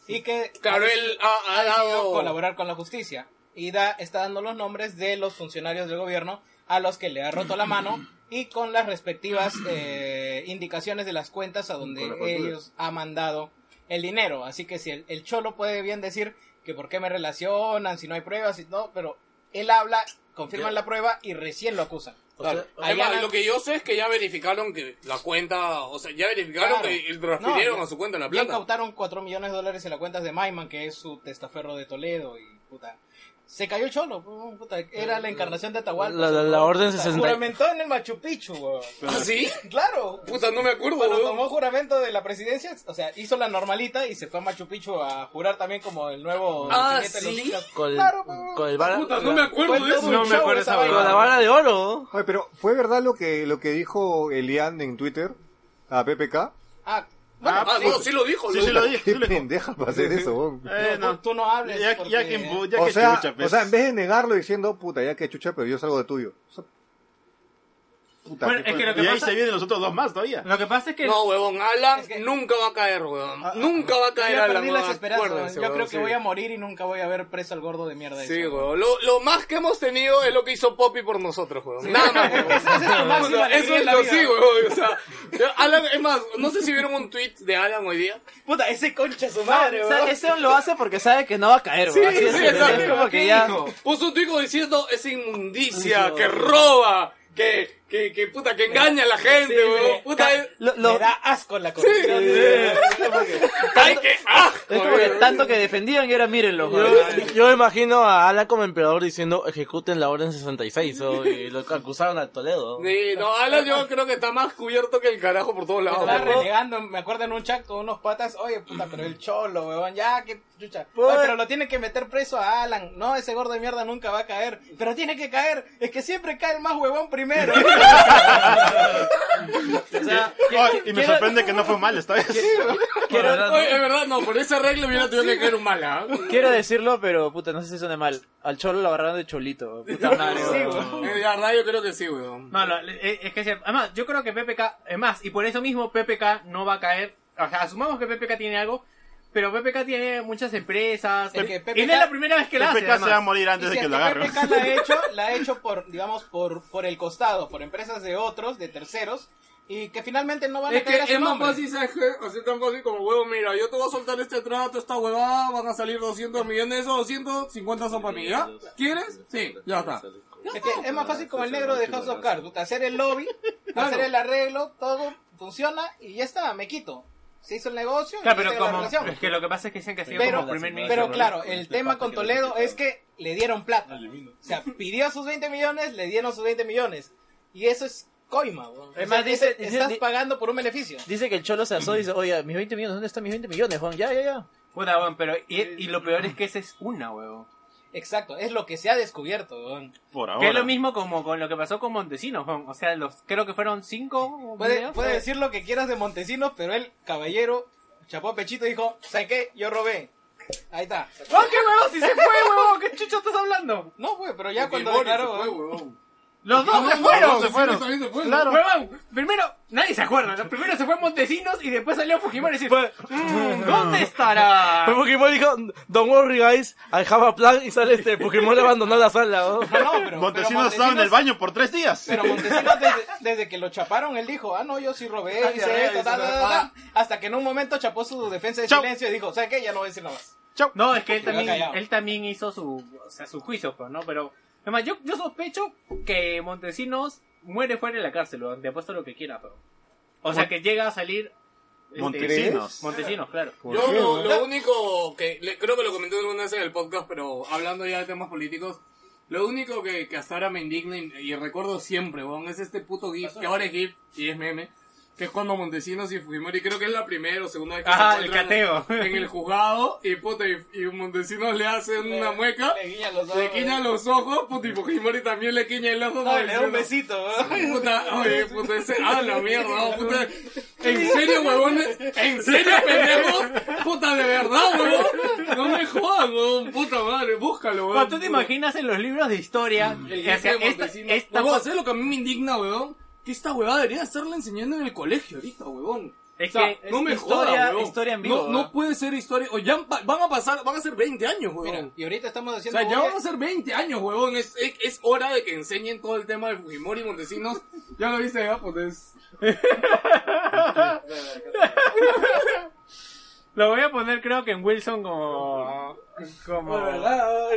S3: y que
S1: Claro,
S3: ha
S1: él ha, ha
S3: decidido
S1: dado...
S3: colaborar con la justicia y da, está dando los nombres de los funcionarios del gobierno a los que le ha roto la mano y con las respectivas eh, indicaciones de las cuentas a donde ellos ha mandado el dinero. Así que si el, el cholo puede bien decir que por qué me relacionan, si no hay pruebas y todo, pero él habla, confirman la prueba y recién lo acusan.
S1: Claro.
S3: Ahí
S1: Además,
S3: ganan-
S1: lo que yo sé es que ya verificaron que la cuenta... O sea, ya verificaron
S3: Claro.
S1: que el- transfirieron
S3: No, ya-
S1: a su cuenta la
S3: Ya
S1: plata.
S3: incautaron 4 millones de dólares en la cuenta de Maiman, que es su testaferro de Toledo y puta. Se cayó el cholo, pu- puta, era la encarnación de Atahualpa.
S2: La- la-
S3: se-
S2: la Orden
S3: puta,
S2: 60.
S3: Juramentó en el Machu Picchu, weón.
S1: ¿Ah, sí?
S3: Claro.
S1: Puta, no me acuerdo.
S3: Cuando
S1: weón.
S3: tomó juramento de la presidencia, o sea, hizo la normalita y se fue a Machu Picchu a jurar también como el nuevo...
S1: Ah,
S3: presidente de los
S1: ¿sí?
S3: incas.
S2: Con, el-
S3: Claro, pues, weón.
S2: con el vara-
S1: Puta, no me acuerdo
S3: Fue
S1: de eso.
S3: todo un
S6: No me
S3: show
S6: acuerdo
S3: esa
S6: esa
S3: vaina.
S2: con la vara de oro.
S7: Oye, pero ¿fue verdad lo que, lo que dijo Elian en Twitter a PPK?
S3: Ah, bueno,
S1: Ah, no, sí lo dijo.
S4: Sí, sí lo dije,
S7: Qué
S4: sí lo dije.
S7: pendeja para hacer eso, weón.
S4: Eh,
S3: no, tú- tú no hables
S4: Ya,
S3: porque-
S4: ya que, embu- ya
S7: O
S4: que
S7: sea,
S4: chucha, pues.
S7: o sea, en vez de negarlo diciendo, puta, ya que chucha, pero yo salgo de tuyo. O sea, puta,
S6: Bueno,
S7: qué
S6: es que lo
S4: y
S6: que
S4: ahí
S6: pasa,
S4: se vienen los otros dos más todavía.
S6: lo que pasa es que
S1: No, huevón, Alan
S3: Es que-
S1: nunca va a caer, huevón. nunca va a
S3: yo
S1: caer
S3: ya
S1: Alan.
S3: perdí las
S1: huevón.
S3: esperanzas. weón.
S1: Acuérdense,
S3: Yo creo
S1: huevón,
S3: que
S1: sí.
S3: voy a morir y nunca voy a ver preso al gordo de mierda. ese,
S1: Sí,
S3: weón.
S1: huevón. Lo, lo más que hemos tenido es lo que hizo Poppy por nosotros, huevón. Nada
S3: <laughs>
S1: más, huevón.
S3: Esa es tu máxima
S1: Puta,
S3: alegría
S1: Eso es
S3: en la
S1: lo
S3: vida.
S1: sí, huevón. O sea, yo- Alan, es más, no sé si vieron un tweet de Alan hoy día.
S3: Puta, ese concha su
S5: O sea, ese hombre lo hace porque sabe que no va a caer.
S1: Sí,
S5: weón. Así
S1: sí,
S5: de simple.
S1: exacto.
S5: es como
S1: ¿Qué
S5: que ya.
S1: dijo? Puso un tweet diciendo, es inmundicia, que roba, que, que, que puta, que engaña a la gente, huevón. Puta, es...
S5: Lo- lo-
S3: Me da asco la corrupción.
S1: ¡Ay, qué asco,
S5: es como que
S1: huevón.
S5: tanto que defendían y ahora mírenlo.
S2: Yo,
S5: weón.
S2: yo me imagino a Ala como emperador diciendo ejecuten la orden 66 o, y lo acusaron al Toledo.
S1: Sí, no, Alan yo creo que está más cubierto que el carajo por todos lados.
S3: Estaba
S1: huevón.
S3: renegando, me acuerdo en un chat con unos patas, oye puta, pero el cholo, weón, ya que Chucha. Ay, pero lo tienen que meter preso a Alan. No, ese gordo de mierda nunca va a caer. Pero tiene que caer. Es que siempre cae el más huevón primero.
S4: <laughs> Oh, y me sorprende que no fue mal esta vez.
S1: <laughs> Pero, oye, es verdad, no, por esa regla hubiera tenido que caer un ¿ah? mala.
S8: Quiero decirlo, pero puta, no sé si suena mal. Al cholo lo agarraron de cholito. Puta madre. weón.
S1: Eh, La verdad, yo creo que sí, weón.
S6: No, no, es es que es cierto. Además, yo creo que PPK, es más, y por eso mismo PPK no va a caer. O sea, asumamos que PPK tiene algo, pero PPK tiene muchas empresas.
S3: Es que
S6: Y
S3: PPK
S6: no es la primera vez que la hace.
S4: PPK se va a
S6: además.
S4: morir <laughs>
S3: Y
S4: antes
S3: si
S4: de
S3: es
S4: que
S3: que
S4: lo agarren.
S3: PPK la ha hecho, la ha hecho por, digamos, por, por el costado, por empresas de otros, de terceros, y que finalmente no van a
S1: Es que
S3: caer a su
S1: es más
S3: nombre.
S1: fácil, ¿sabes qué? Así tan fácil como, huevo, mira, yo te voy a soltar este trato, esta huevada, van a salir 200 millones, esos 250 son para mí, ¿ya? ¿Quieres? Sí, ya está.
S3: Es que es más fácil como el negro de House of Cards, puta, hacer
S6: <laughs>
S3: el lobby,
S1: Claro.
S3: hacer el arreglo, todo funciona y ya está, me quito. Se hizo el negocio,
S6: Claro,
S3: y
S6: pero
S3: tengo la
S6: como,
S3: relación.
S6: es que lo que pasa es que dicen que ha sido
S3: Pero-
S6: como este primer ministro.
S3: Pero
S6: ¿no?
S3: claro, el tema con Toledo es que le dieron plata. O sea, pidió sus 20 millones, le dieron sus 20 millones. Y eso es coima, weón. O sea,
S8: Además, dice- dice-
S3: estás
S8: di-
S3: pagando por un beneficio.
S8: Dice que el cholo se asó y dice, oye, mis 20 millones, ¿dónde están mis 20 millones, Juan? Ya, ya, ya.
S6: Puta, weón, pero y, y lo peor es que esa es una, weón.
S3: Exacto, es lo que se ha descubierto, weón.
S4: Por
S6: Que es
S4: ahora.
S6: lo mismo como con lo que pasó con Montesinos, weón. O sea, los creo que fueron cinco
S3: Puede,
S6: videos.
S3: puede decir lo que quieras de Montesinos, pero el caballero chapó a pechito y dijo, ¿sabes qué? Yo robé. Ahí está.
S6: ¡No, ¡Oh, qué huevón! ¡Si se fue, huevón! ¿Qué chucho estás hablando?
S3: No, güey, pero ya cuando
S1: Demonios,
S3: declaró,
S1: se fue,
S3: weón,
S1: huevón.
S6: ¡Los dos se
S1: No,
S6: fueron!
S1: no, se fueron. Sí, también se fueron.
S6: Claro. Huevón, primero, nadie se acuerda. ¿no? Primero se fue Montesinos y después salió Fujimori y decir, "Mm, ¿dónde estará?
S2: Pues Pokémon dijo, don't worry guys, I have a plan y sale este Pokémon abandonó la sala, ¿no?
S3: No, no, pero- pero
S4: Montesinos estaba en el baño por tres días.
S3: Pero Montesinos desde, desde que lo chaparon, él dijo, ah, no, yo sí robé, hice esto, ta, ta, ta, ta". hasta que en un momento chapó su defensa de
S4: Chao.
S3: silencio y dijo, ¿sabes qué? Ya no voy a decir nada más.
S6: No, es que él
S3: Quedó
S6: también,
S3: callado.
S6: él también hizo su, o sea, su juicio, pues, ¿no? Pero, además, yo, yo sospecho que Montesinos muere fuera de la cárcel, weón. Te apuesto lo que quiera, pero. O sea, que llega a salir. este,
S4: Montesinos.
S6: Montesinos, claro.
S1: Yo lo, lo único que, le- creo que lo comenté alguna vez en el podcast, pero hablando ya de temas políticos, lo único que, que hasta ahora me indigna y, y recuerdo siempre, weón, es este puto GIF, que ahora es GIF y es meme, que es cuando Montesinos y Fujimori, creo que es la primera o segunda vez que
S6: Ajá,
S1: se
S6: el
S1: encuentran
S6: cateo.
S1: en el juzgado y puta, y, y Montesinos le hace una
S3: Le-
S1: mueca,
S3: le guiña los ojos.
S1: le quiña los ojos, puta, y Fujimori también le quiña el ojo. como
S3: No, le da un
S1: diciendo,
S3: besito, weón.
S1: Puta, oye, puta, ese, ah,
S6: <laughs>
S1: la mierda, puta. En serio, huevones, en serio, pendejos, puta, de verdad, huevón. No me jodan, huevón, puta madre, búscalo, huevón.
S6: Cuando tú te imaginas en los libros de historia,
S1: El
S6: que hacía
S1: de
S6: esta,
S1: Mm. Montesinos.
S6: esta
S1: Huevón,
S6: cosa-
S1: ¿sabes lo que a mí me indigna, huevón? Que esta huevada debería estarla enseñando en el colegio ahorita, huevón.
S6: Es
S1: O sea,
S6: que
S1: no me
S8: historia-
S1: jodan, huevón.
S8: historia en
S1: No,
S8: vivo,
S1: no
S8: ¿verdad?
S1: puede ser historia. O ya han pa- van a pasar, van a ser 20 años,
S3: Mira,
S1: huevón.
S3: y ahorita estamos
S1: O
S3: haciendo...
S1: sea, ya
S3: bulla-
S1: van a ser 20 años, huevón. Es, es, es hora de que enseñen todo el tema de Fujimori y Montesinos. Ya lo viste, ya, pues es-
S6: lo voy a poner, creo que en Wilson como. como... <laughs>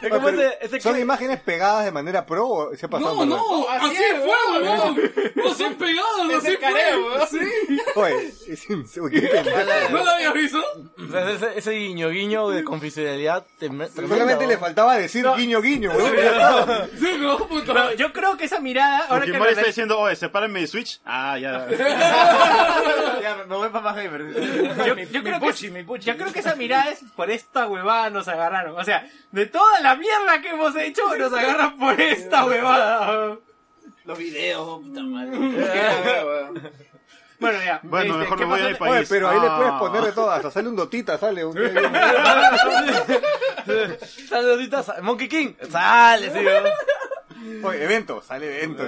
S8: Es como ese- ese
S7: ¿Son
S8: clip-
S7: imágenes pegadas de manera pro o se pasaron
S1: No,
S7: por
S1: no, Oh, así,
S3: Así es,
S1: fue, huevón. <laughs> No son pegados,
S3: Es
S1: así
S3: el careo,
S1: fue.
S3: huevón.
S1: Sí.
S7: la- Oye, es <laughs> en serio, qué pendejo.
S1: ¿No lo habías visto?
S2: O sea, ese, ese guiño guiño de confidencialidad trem- tremendo,
S7: Solamente
S2: ¿no?
S7: le faltaba decir guiño guiño, weón.
S1: Sí, no, puta.
S6: Pero yo creo que esa mirada, ahora que
S4: Fujimori
S6: lo-
S4: está diciendo, oye, sepárenme mi Switch. Ah, ya.
S8: Ya, no, no voy para más gamer.
S6: yo, yo creo que, yo creo que esa mirada es por esta huevada nos agarraron. O sea, de toda la mierda que hemos hecho, nos agarran por
S8: <laughs>
S6: esta huevada.
S8: Los videos,
S6: <laughs>
S8: puta madre.
S6: Bueno, ya.
S4: Bueno,
S6: este,
S4: mejor
S6: ¿qué
S4: me voy
S6: pasó?
S4: a mi
S7: Oye,
S4: país.
S7: pero ahí le
S4: Ah.
S7: puedes poner de todas. Hasta sale un dotita,
S4: <laughs>
S7: sale un...
S2: Sale ahorita, sa- Monkey King, sale, sí, ¿no?
S7: Oye, evento,
S4: <laughs>
S7: sale evento.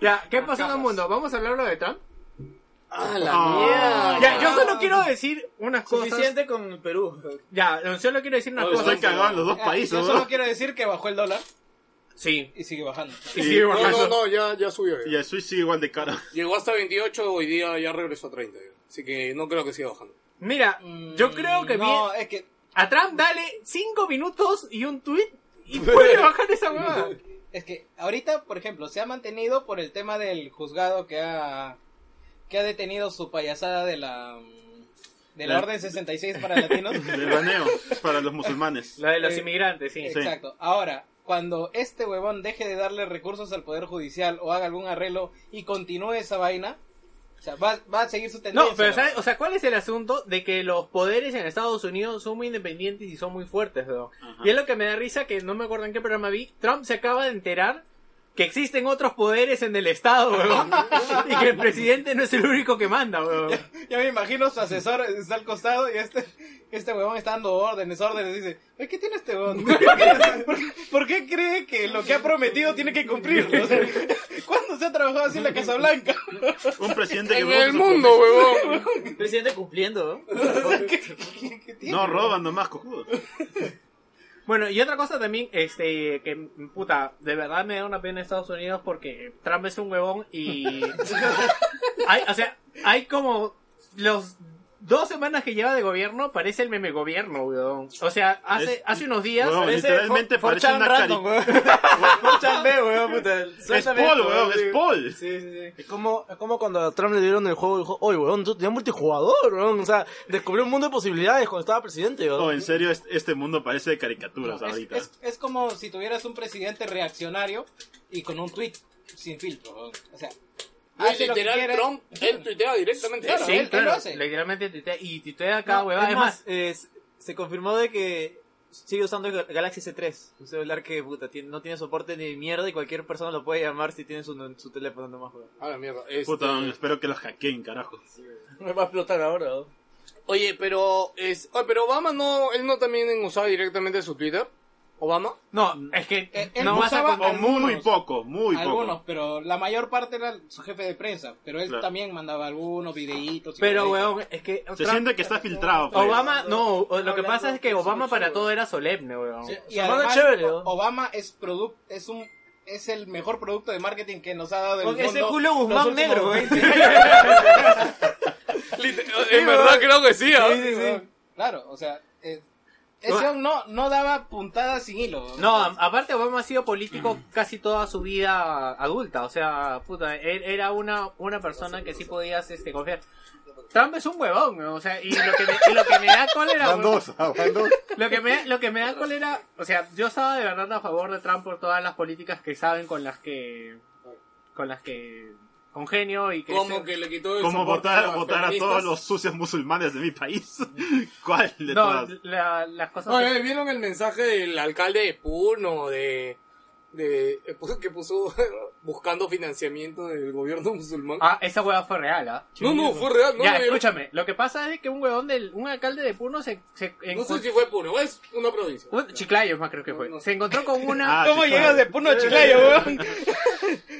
S6: Ya, ¿qué pasó en el mundo? ¿Vamos a hablarlo de Trump?
S1: Ah, la
S4: Ah.
S6: Ya, yo solo quiero decir unas cosas.
S8: Suficiente con el Perú.
S6: Ya, yo solo quiero decir unas
S1: Oye,
S6: cosas.
S4: Estoy cagado en los dos
S3: Ah,
S4: países,
S3: Yo
S4: ¿no?
S3: solo quiero decir que bajó el dólar
S6: Sí.
S3: y sigue bajando.
S6: Y sigue
S1: No, no,
S6: bajando.
S1: no, ya, ya subió. ya.
S4: Y el Switch sigue igual de cara.
S1: Llegó hasta 28, hoy día ya regresó a 30. ya. Así que no creo que siga bajando.
S6: Mira, yo creo que bien.
S3: Mm, No, es que...
S6: A Trump dale 5 minutos y un tweet y puede bajar esa huevada.
S3: Es que ahorita, por ejemplo, se ha mantenido por el tema del juzgado que ha que ha detenido su payasada de la mm, de la
S4: La-
S3: orden 66 para latinos.
S4: El baneo para los musulmanes.
S6: La de los inmigrantes, sí.
S4: Sí.
S3: Exacto. Ahora, cuando este huevón deje de darle recursos al poder judicial o haga algún arreglo y continúe esa vaina, O sea, va, va a seguir su tendencia.
S6: No, pero
S3: ¿no?
S6: ¿sabes? O sea, ¿cuál es el asunto de que los poderes en Estados Unidos son muy independientes y son muy fuertes, ¿no? Y es lo que me da risa que no me acuerdo en qué programa vi. Trump se acaba de enterar que existen otros poderes en el Estado, <laughs> weón. y que el presidente no es el único que manda, weón.
S3: Ya me imagino su asesor está al costado y este, este huevón está dando órdenes, órdenes. Dice, "Oye, ¿qué tiene este huevón? ¿Por qué, por qué- por qué cree que lo que ha prometido tiene que cumplirlo? O sea, ¿Cuándo se ha trabajado así en la Casa Blanca?
S4: Un presidente que
S1: En
S4: rompe
S1: el
S4: sus
S1: mundo,
S4: promesas.
S1: huevón.
S5: Presidente cumpliendo. ¿no?
S3: O sea, ¿qué- qué- qué tiene?
S4: No roban nomás, cojudo.
S6: Bueno, y otra cosa también, este, que puta, de verdad me da una pena Estados Unidos porque Trump es un huevón
S8: <laughs>
S6: y. hay, o sea, hay como. Los dos semanas que lleva de gobierno parece el meme gobierno, huevón. O sea, hace,
S4: Es-
S6: hace unos días.
S4: Huevón, literalmente <laughs>
S8: For-
S4: parece
S8: 4chan
S4: una
S8: random,
S4: caricatura.
S8: weón.
S2: <laughs>
S8: Forchan B, weón, puta.
S4: Es
S8: Suéltame
S4: Paul,
S8: esto,
S4: weón, es
S8: digo.
S4: Paul.
S8: Sí, sí, sí.
S2: Es como, es como cuando a Trump le dieron el juego, dijo, oye, weón, tú tenías multijugador, weón. O sea, descubrió un mundo de posibilidades cuando estaba presidente,
S4: No,
S2: weón.
S4: en serio, es- este mundo parece de caricaturas
S3: Es,
S4: ahorita.
S3: es- es como si tuvieras un presidente reaccionario y con un tweet sin filtro. huevón. O sea,
S1: <laughs> Ah,
S3: hace lo que
S1: literal,
S3: quiere.
S1: Trump, él tuitea directamente.
S3: Claro,
S1: eso.
S3: él- él lo hace.
S6: Literalmente tuitea y tuitea cada
S8: No,
S6: huevada.
S8: es
S6: Además,
S8: más, es- se confirmó de que sigue usando el Galaxy C3. Un celular que, puta, tiene- no tiene soporte ni mierda y cualquier persona lo puede llamar si tiene su, su teléfono nomás, weón.
S7: A la mierda. este,
S4: Puta, espero que los hackeen, carajo.
S2: Me va a explotar ahora, weón.
S1: Oye, pero es, oye, pero Obama no, él no también usaba directamente su Twitter. <laughs> Obama.
S6: no, es que.
S3: Eh, él
S6: no vas a
S3: usaba-
S6: con-
S4: O muy, muy
S3: Algunos.
S4: poco, muy
S3: Algunos,
S4: poco.
S3: pero la mayor parte era su jefe de prensa. Pero él
S4: Claro.
S3: también mandaba algunos videitos. y
S6: Pero,
S3: cosas.
S6: weón, es que.
S4: Se
S6: Trump-
S4: siente que está filtrado. pues.
S6: Obama, no, lo que pasa es que Obama para todo era solemne, weón.
S3: Sí, Y
S2: Su hermano
S3: además,
S2: es chévere, ¿no?
S3: Obama es produ- es un es el mejor producto de marketing que nos ha dado el
S8: Con
S3: mundo.
S8: ese Julio
S3: los
S8: Guzmán
S3: últimos <laughs>
S8: negro,
S3: 20
S1: en verdad creo que sí, ¿ah?
S3: años. Claro, o sea, eh, ese aún no no daba puntadas sin hilo.
S6: No, a- aparte Obama ha sido
S4: Mm.
S6: político casi toda su vida adulta, o sea, puta, él era una, una persona que sí podías este, confiar. Trump es un huevón, ¿no? o sea, y lo que me, y lo que me da
S4: <laughs>
S6: cólera,
S7: Van
S6: huevón,
S7: dos, ah, van dos.
S6: lo que me, lo que me da cólera, o sea, yo estaba de verdad a favor de Trump por todas las políticas que saben con las que, con las que congenio y que
S1: Como
S6: se-
S1: que le quitó el
S4: Como
S1: soporte
S4: votar,
S1: los
S4: votar a
S1: feministas.
S4: todos los sucios musulmanes de mi país. <laughs> ¿Cuál de
S6: no,
S4: todas?
S6: la- las cosas que-
S1: Oye, ¿eh? ¿vieron el mensaje del alcalde de Puno de, de eh, pues, que puso <laughs> buscando financiamiento del gobierno musulmán?
S6: Ah, esa hueá fue real, ¿ah?
S1: no, no, fue real, no
S6: ya,
S1: lo vieron.
S6: escúchame, lo que pasa es que un huevón del, un alcalde de Puno se, se
S1: No
S6: encont-
S1: sé si fue Puno, es una provincia.
S4: Pues,
S6: un- Chiclayo más creo que fue.
S1: No, no.
S6: Se encontró con una,
S4: <laughs> Ah, ¿Cómo Chiclayo. llegas de
S6: Puno a Chiclayo, weón?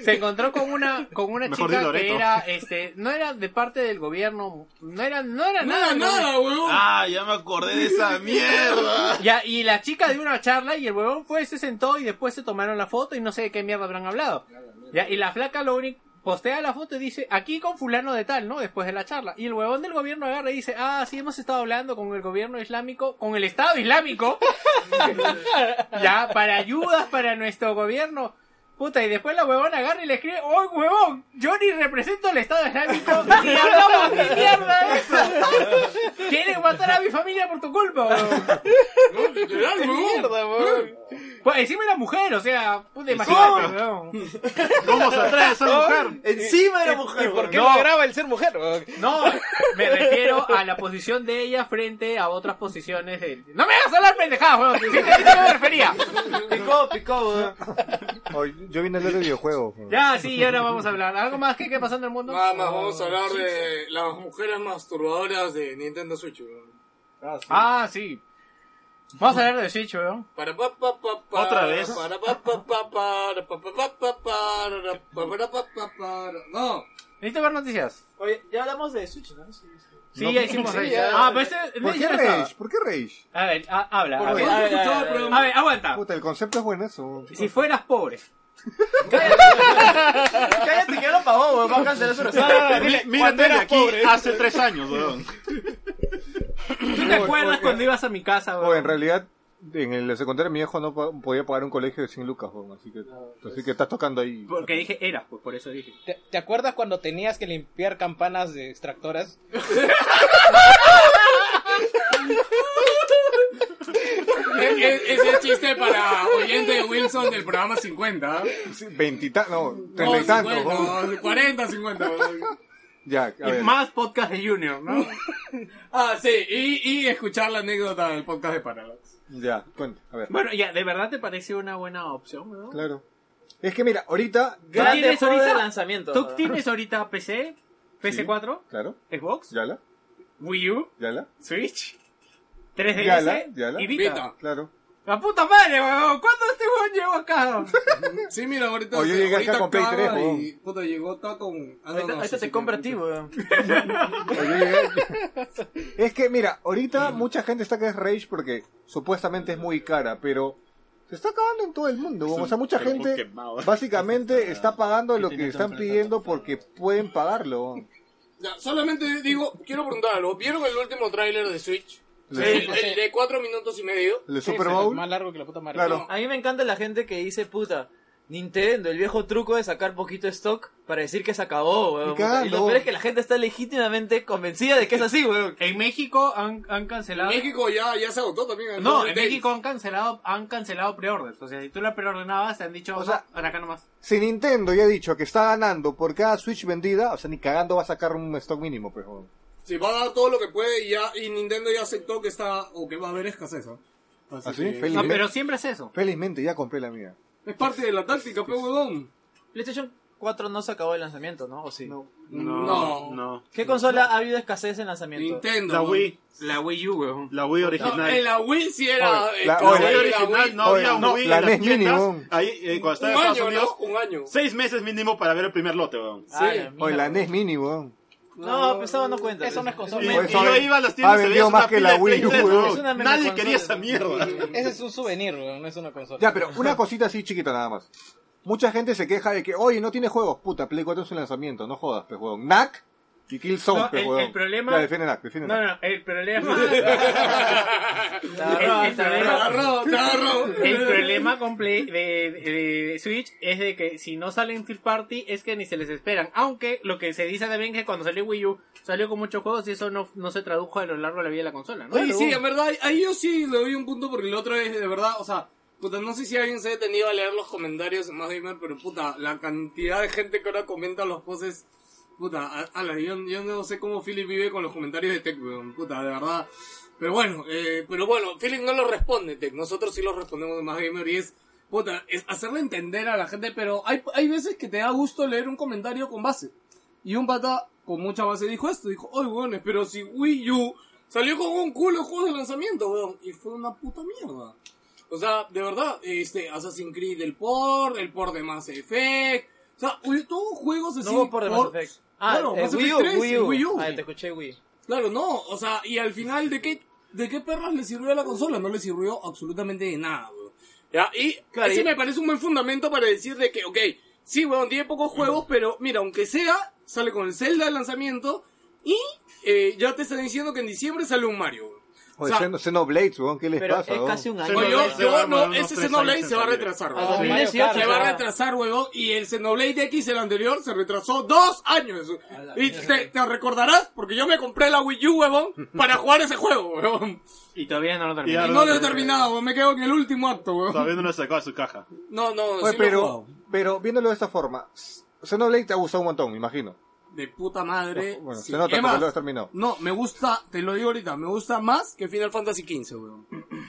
S6: se encontró con una, con una
S4: Mejor
S6: chica
S4: di Loreto.
S6: que era, este, no era de parte del gobierno, no era, no era
S1: Nada,
S6: nada.
S1: nada, huevón.
S4: Ah, ya me acordé de esa mierda.
S6: <laughs> Ya, y la chica dio una charla y el huevón fue, se sentó y después se tomaron la foto y no sé de qué mierda habrán hablado. Ya, y la flaca lo único, postea la foto y dice, aquí con fulano de tal, ¿no? Después de la charla. Y el huevón del gobierno agarra y dice, ah, sí, hemos estado hablando con el gobierno islámico, con el Estado Islámico. ya, para ayudas para nuestro gobierno. Puta, y después la huevón agarra y le escribe, ¡Oh, huevón! Yo ni represento al Estado Islámico, ni hablamos ni mierda de eso. Quieren matar a mi familia por tu culpa, huevón.
S1: No, literal, huevón.
S6: Pues encima era mujer, o sea, puta, imagínate, weón.
S4: ¿Cómo se atrae esa mujer?
S8: Encima era mujer,
S3: ¿Por
S8: weón.
S3: qué no graba el ser mujer? weón?
S6: No, me refiero a la posición de ella frente a otras posiciones del... ¡No me hagas hablar pendejadas, weón! Si te dije a qué me refería.
S8: Picó, picó, weón.
S7: Oye, yo vine a hablar de videojuegos. weón.
S6: Ya, sí, y ahora vamos a hablar. ¿Algo más que qué pasando en el mundo?
S1: Nada más, vamos a hablar de las mujeres masturbadoras de Nintendo Switch, huevón.
S6: Ah, sí. Vamos a hablar de Switch, weón.
S1: Para pa pa pa pa
S4: ¿Otra vez?
S1: Para pa pa pa para pa pa pa pa para pa para pa pa para No.
S6: ¿Necesito ver noticias?
S8: Oye, ya hablamos de Switch, ¿no? Sí, sí.
S6: Sí, ya hicimos
S1: sí,
S6: Rage.
S1: ya.
S6: Ah, pero este...
S7: ¿Por
S6: ya
S7: qué
S6: no estaba.
S7: Rage? ¿Por qué Rage?
S6: A ver, ha- habla. A
S1: Porque
S6: ver,
S1: no
S8: ay,
S1: escuchaba
S8: ay,
S1: el
S8: ay.
S1: programa.
S6: a ver, aguanta.
S7: Puta, el concepto es bueno eso.
S6: Si fueras pobre.
S8: Cállate, que ya lo pagó, weón. Va a cancelar su resumen.
S4: Mí- Mírate de aquí hace tres años, weón.
S6: ¿Tú te
S7: Oye,
S6: acuerdas
S7: oye.
S6: cuando ibas a mi casa,
S7: O en
S6: weón?
S7: realidad, en el secundario mi hijo no pa- podía pagar un colegio de 100 lucas, weón, así que, así que estás tocando ahí.
S6: Porque dije eras, pues por eso dije.
S3: <laughs> ¿Te, te acuerdas cuando tenías que limpiar campanas de extractoras?
S1: E- e- Ese chiste para oyente de Wilson del programa 50. ¿ah?
S7: Sí, Veintita, no,
S1: No,
S7: treinta y tantos.
S1: 50,
S7: weón.
S1: 40, 50.
S7: Ya, a
S6: Y
S7: ver.
S6: más podcast de Junior, ¿no?
S1: Ah, sí, y, y escuchar la anécdota del podcast de Parallax.
S7: Ya, cuenta, a ver.
S6: bueno, ya, ¿de verdad te parece una buena opción, no?
S7: Claro. Es que mira, ahorita.
S6: ¿Tú tienes
S5: juego
S2: Este
S5: de
S6: ahorita,
S5: lanzamiento.
S6: ¿Tú tienes ahorita PC, PS4,
S7: Claro.
S6: Xbox,
S7: Yala,
S6: Wii U,
S7: Yala,
S6: Switch,
S7: Ya
S6: 3DS
S7: la, ya la.
S6: y Vita.
S1: Vita.
S7: claro.
S6: ¡La puta madre, weón! ¿Cuándo este weón llegó acá?
S1: Sí, mira, ahorita.
S7: Oh, yo llegué acá
S1: ahorita
S7: con Play
S1: acaba
S7: 3,
S1: y, puta, llegó acá con. Ah, no, no,
S5: Ahorita, ahorita
S1: sí, sí,
S5: te compra a
S1: sí.
S5: ti, weón.
S7: Oye, oye, es que mira, ahorita mucha gente está que es rage porque supuestamente es muy cara, pero se está acabando en todo el mundo.
S4: Es un
S7: O sea, mucha
S4: carbón
S7: gente
S4: quemado. <laughs>
S7: básicamente está pagando lo que
S4: tiene
S7: están
S4: tanta
S7: pidiendo porque pueden pagarlo.
S1: Ya, solamente digo, quiero preguntar algo. ¿Vieron el último tráiler de Switch?
S7: Sí.
S1: El, el de cuatro minutos y medio.
S7: El de
S3: Sí,
S7: Super
S3: sí,
S7: Bowl.
S3: Más largo que la puta madre.
S7: Claro.
S5: A mí me encanta la gente que dice, puta, Nintendo, el viejo truco de sacar poquito stock para decir que se acabó, weón.
S7: Y cagando.
S5: Y lo peor es que la gente está legítimamente convencida de que es así, weón.
S6: En México han, han cancelado.
S1: México ya, ya se agotó también. el
S6: No,
S1: Golden
S6: en
S1: Days.
S6: México han cancelado, han cancelado preorders. O sea, si tú la preordenabas, te han dicho,
S7: O
S6: o
S7: sea-
S6: sea, para acá nomás.
S7: Si Nintendo ya ha dicho que está ganando por cada Switch vendida, o sea, ni cagando va a sacar un stock mínimo, pues. joder.
S1: Sí, va a dar todo lo que puede y ya, y Nintendo ya aceptó que está, o que va a haber escasez. ¿ah? Así
S7: ¿Ah, sí?
S1: que-
S6: No,
S7: Felizmente,
S6: pero siempre es eso.
S7: felizmente ya compré la mía.
S1: Es parte de la táctica, pe huevón.
S5: PlayStation 4 no se acabó el lanzamiento, ¿no? ¿O sí?
S1: No.
S4: no.
S5: ¿Qué consola ha habido escasez en lanzamiento?
S1: Nintendo.
S4: La
S1: weón.
S4: Wii,
S6: La Wii U, weón.
S4: la Wii
S1: No,
S4: original.
S1: en la Wii sí era.
S7: Oye,
S1: eh,
S7: la-
S1: claro,
S4: La Wii
S1: la
S4: original
S1: Wii-
S4: no
S7: Oye,
S4: había
S7: no,
S4: Wii en
S7: la
S4: las
S7: NES
S4: tiendas.
S7: mínimo.
S4: Ahí, eh, cuando estaba en
S1: Un
S4: Estados
S1: año,
S4: Unidos,
S1: ¿no? Un año.
S4: seis meses mínimo para ver el primer lote, weón.
S5: Ah,
S1: Sí.
S5: la mierda.
S7: O E la
S4: pues.
S7: NES Mini, weón.
S5: No, pensaba no cuenta.
S3: Eso no es
S4: Y,
S3: consola.
S7: Por
S4: y
S7: eso
S4: yo
S7: ven-
S4: iba a las
S7: ha
S4: tiendas y veía
S7: vendido
S4: una
S7: más que
S4: pila
S7: la
S4: de
S7: Wii
S4: Play
S7: U,
S4: 3,
S7: weón.
S4: weón.
S5: Es una mega
S4: Nadie
S5: consola.
S4: quería esa mierda.
S3: Ese es un souvenir, weón, no es una consola.
S7: Ya, pero una cosita así chiquita nada más. Mucha gente se queja de que, oye, no tiene juegos. Puta, Play 4 es un lanzamiento, no jodas, pues, weón. Knack y Killzone,
S6: No,
S7: pues,
S6: el-
S7: weón.
S6: el problema-
S7: Ya, defiende Knack, defiende
S6: No,
S7: Knack.
S6: no, el
S5: <laughs>
S6: problema. <laughs> el, el
S1: Te
S6: problema
S1: agarró, te
S6: <laughs>
S1: agarró.
S6: el problema con Play- de, de- de Switch es de que si no salen third party es que ni se les esperan. Aunque lo que se dice también es que cuando salió Wii U salió con muchos juegos y eso no, no se tradujo a lo largo de la vida de la consola, ¿no?
S1: Oye, sí, en verdad, ahí yo sí le doy un punto porque el otro es, de verdad, o sea, puta, no sé si alguien se ha detenido a leer los comentarios en Más Gamer, pero puta, la cantidad de gente que ahora comenta los poses, puta, a, ala, yo, yo no sé cómo Philip vive con los comentarios de Tech, weón, puta, de verdad. Pero bueno, eh, pero bueno, Philip no lo responde, Tech, nosotros sí lo respondemos en Más Gamer y es... Puta, es hacerle entender a la gente, pero hay, hay veces que te da gusto leer un comentario con base. Y un pata con mucha base dijo esto, dijo, oye, weones, pero si Wii U salió con un culo de juegos de lanzamiento, weón, y fue una puta mierda. O sea, de verdad, este, Assassin's Creed, el port, el port de Mass Effect, o sea, uy, todos juegos así.
S5: No hubo por de Mass
S1: ports.
S5: Effect. Ah,
S1: claro,
S5: eh,
S1: Mass
S5: Wii, U,
S1: Effect 3,
S5: Wii U.
S1: Wii U.
S5: Ah, te escuché Wii.
S1: Claro, no, o sea, y al final, ¿de qué, de qué perras le sirvió a la consola? No le sirvió absolutamente de nada, weón. ¿Ya? Y
S5: Claro,
S1: ese
S5: y-
S1: me parece un buen fundamento para decir de que, ok, sí, weón, tiene pocos juegos, pero mira, aunque sea, sale con el Zelda de lanzamiento y eh, ya te están diciendo que en diciembre sale un Mario, weón. O
S7: Oye,
S1: sea,
S7: Xeno- Xenoblades, weón, ¿qué les
S5: Pero
S7: pasa,
S5: es
S7: weón?
S5: casi un año.
S4: Pero
S1: oye,
S5: weón.
S1: yo,
S4: Xenoblade
S1: yo
S4: se va a
S1: no,
S4: demorar unos
S1: ese
S4: tres
S1: Xenoblade
S4: años Ah,
S1: se
S4: en
S1: va a
S4: salir.
S1: retrasar,
S5: A
S1: weón.
S5: 2018
S1: Se va a
S5: ya.
S1: retrasar, huevón. Y el Xenoblade X, el anterior, se retrasó dos años. Y te, te recordarás, porque yo me compré la Wii U, huevón, para jugar ese juego, huevón.
S6: Y todavía no lo
S4: Y
S6: terminé.
S4: ya
S1: Y no lo he terminado, huevón, me quedo en el último acto, huevón.
S4: Todavía no lo sacó de
S1: <laughs>
S4: su caja.
S1: No, no,
S7: Oye,
S1: sí lo he
S7: pero,
S1: jugado.
S7: pero viéndolo de esta forma, Xenoblade te ha gustado un montón, me imagino.
S1: De puta madre.
S7: Bueno,
S1: sí.
S7: se nota
S1: Es
S7: porque
S1: más,
S7: lo has terminado.
S1: No, me gusta, te lo digo ahorita, me gusta más que Final Fantasy XV, weón.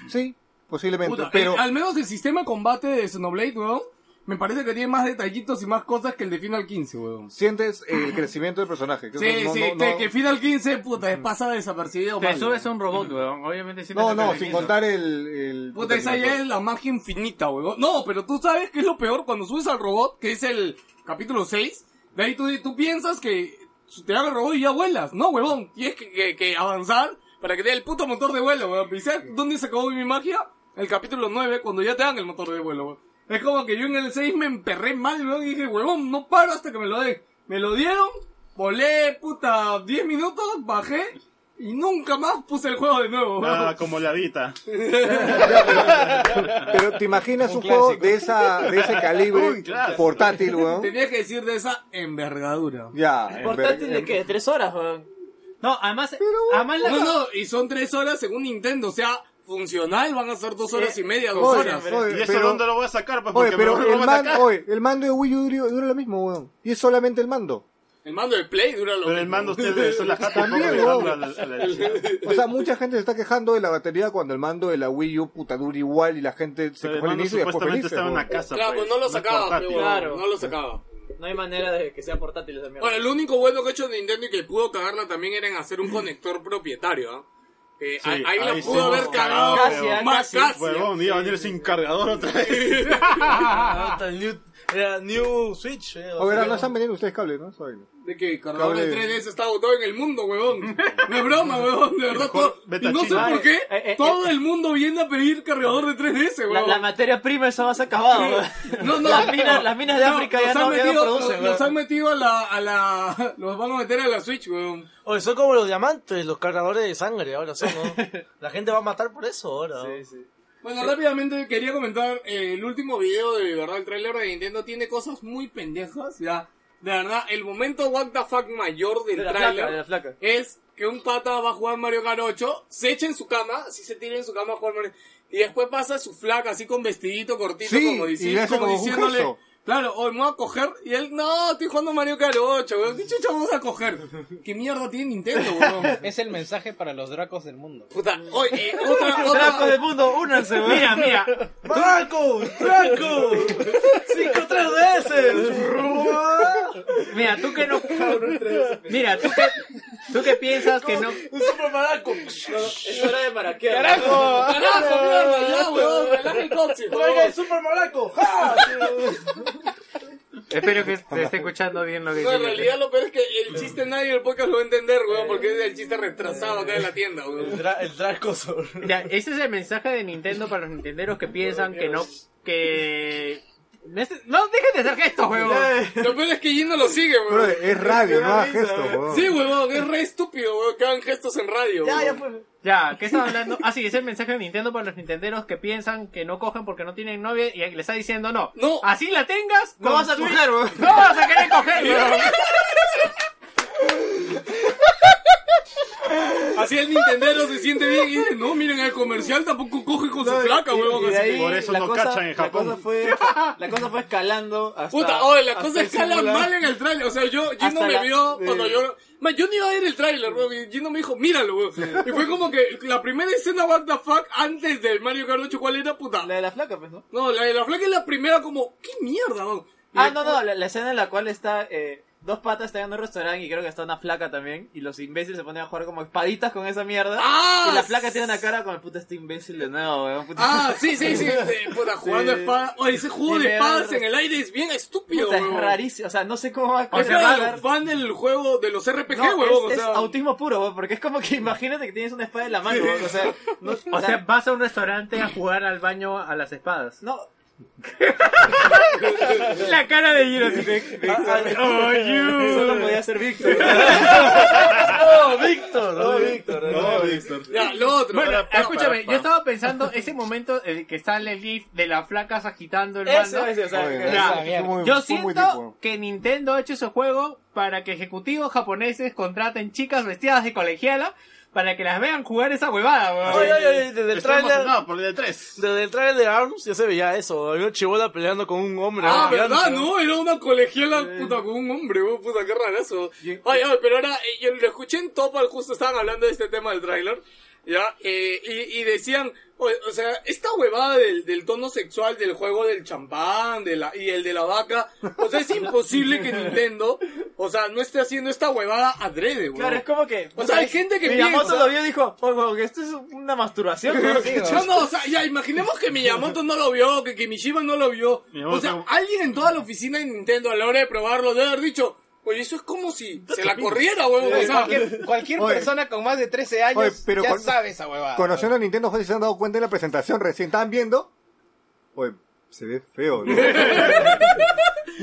S7: Sí, posiblemente,
S1: Puta,
S7: pero...
S1: eh, al menos el sistema de combate de Xenoblade, weón, me parece que tiene más detallitos y más cosas que el de Final 15, weón.
S7: Sientes el crecimiento del personaje. que
S1: Sí,
S7: eso no-
S1: sí,
S7: no-
S1: te-
S7: no- Mm.
S1: que Final 15, puta, pasa desapercibido.
S6: Te
S1: mal,
S6: subes a
S1: weón.
S6: un robot, weón. Obviamente sí te
S7: No,
S6: saca
S7: no,
S6: de
S7: sin
S6: quicio.
S7: contar el... el-
S1: Puta, esa ya es la magia infinita, weón. No, pero tú sabes que es lo peor cuando subes al robot, que es el capítulo 6. De ahí tú, tú piensas que te haga el robot y ya vuelas. No, weón, tienes que, que- que avanzar para que te dé el puto motor de vuelo, weón. ¿Y sabes dónde se acabó mi magia? El capítulo 9, cuando ya te dan el motor de vuelo, weón. Es como que yo en el 6 me emperré mal, weón, y dije, weón, no paro hasta que me lo den. Me lo dieron, volé, puta, 10 minutos, bajé, y nunca más puse el juego de nuevo, weón.
S4: Ah, como la Vita.
S7: Pero te imaginas un, juego de, esa, de ese calibre
S4: Un clásico.
S7: portátil, weón.
S1: Tenía que decir de esa envergadura.
S7: Ya. en
S5: ¿Portátil
S7: ver-
S5: de
S7: en-
S5: qué? ¿Tres horas, weón?
S6: No, además, además la-
S1: No, no, y son tres horas según Nintendo, o sea, funcional van a ser dos horas y media, dos
S7: Oye,
S1: horas.
S7: oye,
S4: ¿Y eso
S7: pero-
S4: dónde lo voy a sacar? Pues
S7: Oye,
S4: porque
S7: pero
S4: me lo
S7: el,
S4: van a
S7: man-
S4: sacar.
S7: oye, el mando de Wii U dura, dura lo mismo, weón. Y es solamente el mando.
S1: El mando del Play dura lo
S4: Pero el
S1: mismo.
S4: mando usted le hizo la jata y
S7: También,
S4: poco dejando
S7: huevón.
S4: a la- a la chica.
S7: O sea, mucha gente se está quejando de la batería cuando el mando de la Wii U puta dura igual y la gente se
S4: Pero
S7: quejó
S4: el
S7: al
S4: mando
S7: inicio y después
S4: supuestamente
S7: felices,
S4: estaba en
S7: huevón.
S4: la casa.
S1: Claro, pues no lo
S4: es
S1: sacaba,
S4: portátil.
S1: pero no lo sacaba.
S8: No hay manera de que sea portátil esa mierda.
S1: Ahora, el único bueno que ha hecho Nintendo y que pudo cagarla también era en hacer un conector propietario. ¿ah? Que
S4: Sí,
S1: ahí, ahí la
S4: ahí
S1: pudo
S4: sí
S1: haber
S4: hemos
S1: cagado
S4: cagado, pero-
S1: más casi.
S4: Huevón, iba a venir sin cargador otra vez.
S2: <laughs> Ah, hasta el new, era New Switch. eh,
S7: O verán, no están vendiendo ustedes cables, ¿no? Esa vaina.
S1: De que el cargador de
S7: Cable.
S1: 3DS está agotado en el mundo, huevón. No es broma, huevón, de verdad.
S4: Mejor
S1: todo-
S4: vete
S1: y
S4: a
S1: no sé
S4: China.
S1: por qué,
S8: eh, eh,
S1: todo el mundo viene a pedir cargador de 3DS,
S8: La,
S1: huevón.
S8: la materia prima está más acabada.
S1: No, no.
S8: Las minas, las minas de
S1: No,
S8: África
S1: los
S8: ya
S1: han
S8: no, ya no
S1: metido,
S8: producen.
S1: Los
S8: ¿no?
S1: han metido a la, a la... Los van a meter a la Switch, huevón.
S2: Oye, son como los diamantes, los cargadores de sangre ahora son, ¿no? La gente va a matar por eso ahora. ¿no?
S1: Bueno, rápidamente quería comentar eh, el último video de verdad, el tráiler de Nintendo tiene cosas muy pendejas, ya. De verdad, el momento what the fuck mayor del
S8: De la flaca, de la
S1: tráiler
S8: flaca.
S1: es que un pata va a jugar Mario Kart 8, se echa en su cama, si se tira en su cama a jugar Mario y después pasa su flaca así con vestidito cortito
S7: Sí,
S1: como, dici-
S7: y le hace
S1: como
S7: como un
S1: diciéndole,
S7: gesto.
S1: claro, hoy me voy a coger y él, no, estoy jugando Mario Kart 8, weón, ¿qué chucha vamos a coger? ¿Qué mierda tiene Nintendo, weón?
S3: <laughs> Es el mensaje para los dracos del mundo.
S1: Puta, hoy, eh, otra,
S8: Dracos
S1: otra,
S8: del mundo, únanse, weón.
S6: Mira, mira,
S2: ¡Draco! ¡Draco! ¡Cinco, tres veces!
S6: mira, tú que no. Mira, tú que, tú que piensas que no.
S2: ¡Un super maraco!
S8: Es hora de maraquear.
S1: carajo, mierda, ya, weón, relaja el coche,
S2: ¡Oiga,
S1: weón.
S2: el super maraco!
S6: Espero que te esté escuchando bien lo que
S1: No, en
S6: dices.
S1: realidad lo peor es que el chiste nadie del podcast lo va a entender, weón, porque es el chiste retrasado acá en la tienda, weón.
S2: el Draco sobre-
S6: Mira, ese es el mensaje de Nintendo para los nintenderos que piensan que no. que. No dejen de hacer gestos, huevón.
S1: Lo peor es que Gino lo sigue,
S7: Bro,
S1: weón.
S7: es radio, no hagas gesto, huevón.
S1: Sí, weón, es re estúpido, weón, que hagan gestos en radio, weón.
S6: Ya, ¿qué estaba hablando? Ah, sí, es el mensaje de Nintendo para los nintenderos que piensan que no cogen porque no tienen novia y le está diciendo no.
S1: No.
S6: Así la tengas,
S8: No vas a coger, weón.
S6: No vas a querer coger, huevón.
S1: Así el Nintendero se siente bien y dice, no, miren, el comercial tampoco coge con su flaca, weón.
S8: Y de
S1: así que-
S8: ahí,
S4: Por eso
S8: la
S4: no
S8: cosa-
S4: cachan en Japón.
S8: La cosa fue, la cosa fue escalando hasta.
S1: Puta, oye, la
S8: hasta
S1: cosa
S8: el
S1: escala
S8: singular.
S1: mal en el tráiler. O sea, yo, Gino
S8: Hasta
S1: me
S8: la-
S1: vio
S8: sí.
S1: cuando yo... Man, yo ni iba a ver el tráiler, weón. y Gino me dijo, míralo, weón. Y fue como que la primera escena, what the fuck, antes del Mario Kart 8, ¿cuál era, puta?
S8: La de la flaca, pues, ¿no?
S1: No, la de la flaca es la primera como, ¿qué mierda, weón? Y
S8: Ah,
S1: después-
S8: no, no, la, la escena en la cual está eh, dos patas están en un restaurante y creo que está una flaca también y los imbéciles se ponen a jugar como espaditas con esa mierda.
S1: ¡Ah!
S8: y la flaca tiene una cara como puta este imbécil de nuevo, weón. Puta,
S1: Ah, sí, sí, sí, sí, puta, jugando
S8: Sí.
S1: espadas. Oye, ese juego
S8: Sí,
S1: de
S8: me
S1: espadas
S8: da-
S1: en el aire es bien estúpido,
S8: <laughs> puta, es
S1: weón.
S8: rarísimo, o sea, no sé cómo va a
S1: O
S8: cómo va a
S1: sea,
S8: dar-
S1: fan del juego de los RPG,
S8: No,
S1: weón.
S8: es,
S1: o
S8: es
S1: sea,
S8: autismo puro, weón, porque es como que imagínate que tienes una espada en la mano, weón, o sea, no,
S6: O sea, vas a un restaurante a jugar al baño a las
S1: <laughs>
S6: espadas.
S8: no,
S6: La cara de Giro así de-
S4: Ah,
S8: Ah, <laughs> solo podía ser Víctor.
S2: <laughs> ¡No, Víctor! ¡No, Víctor! eh.
S4: No, Víctor.
S1: Ya, lo otro.
S6: Bueno,
S1: para- para-
S6: escúchame,
S1: para-
S6: yo estaba pensando ese momento en el que sale el GIF de las flacas agitando el
S8: Eso,
S6: mando.
S8: eso, o sea,
S7: Oye,
S8: que-
S7: esa
S6: Ya,
S7: mierda. Fue muy-
S6: Yo
S7: fue muy deep,
S6: siento
S7: huevón.
S6: que Nintendo ha hecho ese juego para que ejecutivos japoneses contraten chicas vestidas de colegiala para que las vean jugar esa huevada, huevón.
S2: Oye, oye, oye, desde el
S4: Está
S2: trailer...
S4: emocionado por el de 3.
S2: Desde el trailer de ARMS ya se veía eso. Había una chibola peleando con un hombre.
S1: Ah,
S2: ¿no?
S1: ¿verdad?
S2: Gigante,
S1: No, era una colegiala puta con un hombre, weón, puta, qué rarazo. Ay, ay, pero ahora, eh, yo lo escuché en Topal, justo estaban hablando de este tema del tráiler, ya, eh, y, y decían, o, o sea, esta huevada del, del tono sexual del juego del champán de la, y el de la vaca, o sea, es imposible que Nintendo, o sea, no esté haciendo esta huevada adrede, weón.
S8: Claro, es como que...
S1: O sea, hay gente que
S8: Miyamoto
S1: piensa-
S8: lo vio y dijo, oh, weón, que esto es
S7: <laughs>
S8: una masturbación, ¿no? Sí,
S1: No, no, o sea, ya imaginemos que Miyamoto no lo vio, que Kimishima no lo vio.
S4: Miyamoto
S1: O sea,
S4: fue-
S1: alguien en toda la oficina de Nintendo a la hora de probarlo debe haber dicho, oye, eso es como si se la corriera, huevón. O sea,
S3: Cualquier, cualquier
S7: Oye.
S3: persona con más de 13 años
S7: Oye, pero
S3: ya
S7: con-
S3: sabe esa huevada.
S7: Conociendo a Nintendo, José, se han dado cuenta en la presentación recién. ¿Estaban viendo? Oye, se ve feo, ¿no?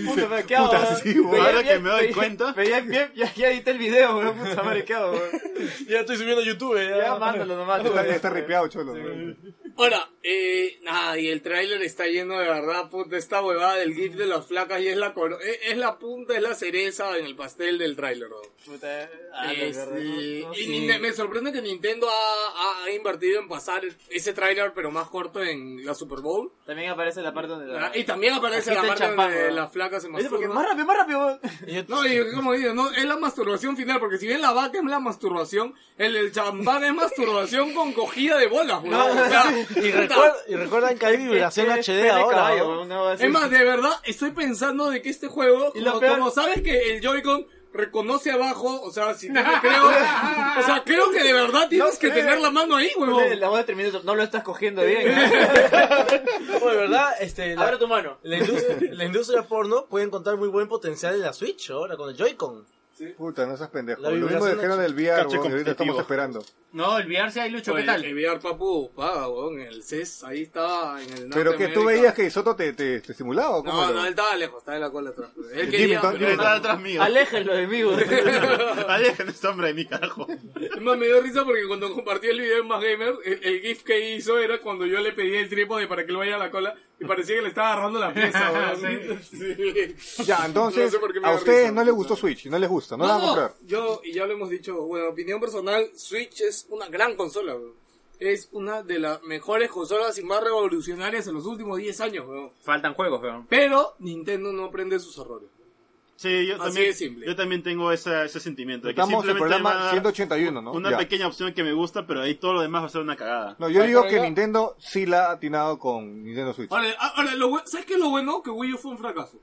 S8: Puta, pero ¿qué hago?
S7: Puta,
S8: weón?
S7: sí, weón.
S8: Veía
S4: Ahora
S8: bien-
S4: que me doy
S8: veía-
S4: cuenta.
S8: veía bien- ya, ya edité el video, weón, puta madre, ¿qué hago, weón?
S2: ¿no? Ya estoy subiendo a YouTube. Ya, <laughs>
S6: Ah,
S8: Ya mándalo nomás.
S7: Está,
S8: weón.
S7: está ripeado, cholo. ¿no?
S1: Ahora, eh, nada, y el tráiler está lleno de verdad, puta, esta huevada del GIF de las flacas y es la, coro- eh, es la punta, es la cereza en el pastel del tráiler, ¿no?
S5: Puta, ah,
S6: Eh,
S5: la
S1: Este,
S5: verdad, no- no
S1: y
S5: sé.
S1: Nintendo- me sorprende que Nintendo ha, ha- ha invertido en pasar ese tráiler, pero más corto, en la Super Bowl.
S5: También aparece la parte donde
S6: Ah,
S5: la...
S1: Y también aparece
S5: Agita
S1: la
S5: el
S1: parte
S5: champán,
S1: de
S5: weón.
S1: las flacas se
S5: Oye, porque
S1: masturban.
S5: más rápido, más rápido.
S1: No, y como digo, no, es la masturbación final, porque si bien la vaca es la masturbación, el del champán es masturbación con cogida de bolas, weón. O sea,
S2: Y,
S1: puta,
S2: recuer- y recuerdan que hay vibración
S5: Este,
S2: HD
S5: pene
S2: ahora.
S5: caballo,
S2: ¿no?
S5: una cosa
S1: Es
S5: así.
S1: más, de verdad, estoy pensando de que este juego,
S5: Y lo
S1: como,
S5: peor-
S1: como sabes que el Joy-Con reconoce abajo, o sea, si
S7: <laughs>
S1: tiene- creo, o sea, creo que de verdad tienes que tener la mano ahí, huevón.
S5: La voz termina, no lo estás cogiendo bien.
S2: Oye, ¿verdad? Este, la,
S5: Abre tu mano.
S2: la industria, la industria porno puede encontrar muy buen potencial en la Switch ahora con el Joy-Con.
S7: Puta, no seas pendejo.
S2: La
S7: Lo mismo
S2: vibración
S7: dijeron
S2: de
S7: del VR,
S4: cacho
S7: weón, y ahorita
S4: competitivo.
S7: estamos esperando.
S6: No, olvidarse ahí, Lucho,
S1: Oye,
S6: ¿qué
S5: eh,
S6: tal?
S1: Eviar Papu, paga, huevón, el CES, ahí estaba en el
S7: Pero que tú
S1: Norteamérica.
S7: veías que Isoto te, te, te simulaba, ¿o cómo
S1: No,
S7: lo-
S1: no, él estaba lejos, estaba en la cola atrás. pues. Él
S7: Jimmy,
S1: quería,
S7: entonces,
S1: pero-
S4: Jimmy está detrás mío.
S5: Aléjenlo de mí, güey.
S4: <laughs> Aléjate ese hombre de mi carajo.
S1: Es más, me dio risa porque cuando compartí el video en Más Gamer, el, el GIF que hizo era cuando yo le pedí el trípode para que lo vaya a la cola y parecía que le estaba agarrando la pieza. weón. <laughs> Sí. <laughs>
S7: Ya,
S1: No
S7: entonces,
S1: sé por qué me
S7: a
S1: da
S7: ustedes
S1: risa.
S7: no les gustó Switch, no les gusta, no, la van a comprar.
S1: Yo, y ya lo hemos dicho, bueno, opinión personal, Switch es una gran consola, weón. Es una de las mejores consolas y más revolucionarias en los últimos 10 años, weón.
S6: <laughs> Faltan juegos, weón.
S1: Pero Nintendo no aprende sus errores.
S4: Sí, yo
S1: Así
S4: también,
S1: de simple.
S4: yo también tengo esa- ese sentimiento. De que
S7: Estamos en el
S4: simplemente van a
S7: programa
S4: dar
S7: 181, ¿no?
S4: Una
S7: Ya.
S4: pequeña opción que me gusta, pero ahí todo lo demás va a ser una cagada.
S7: No, yo
S1: Ahí
S7: digo
S1: por
S7: que
S1: allá.
S7: Nintendo sí la ha atinado con Nintendo Switch.
S1: Ahora, ahora lo, bue- ¿sabes qué es lo bueno? Que Wii U fue un
S7: <laughs>
S1: fracaso.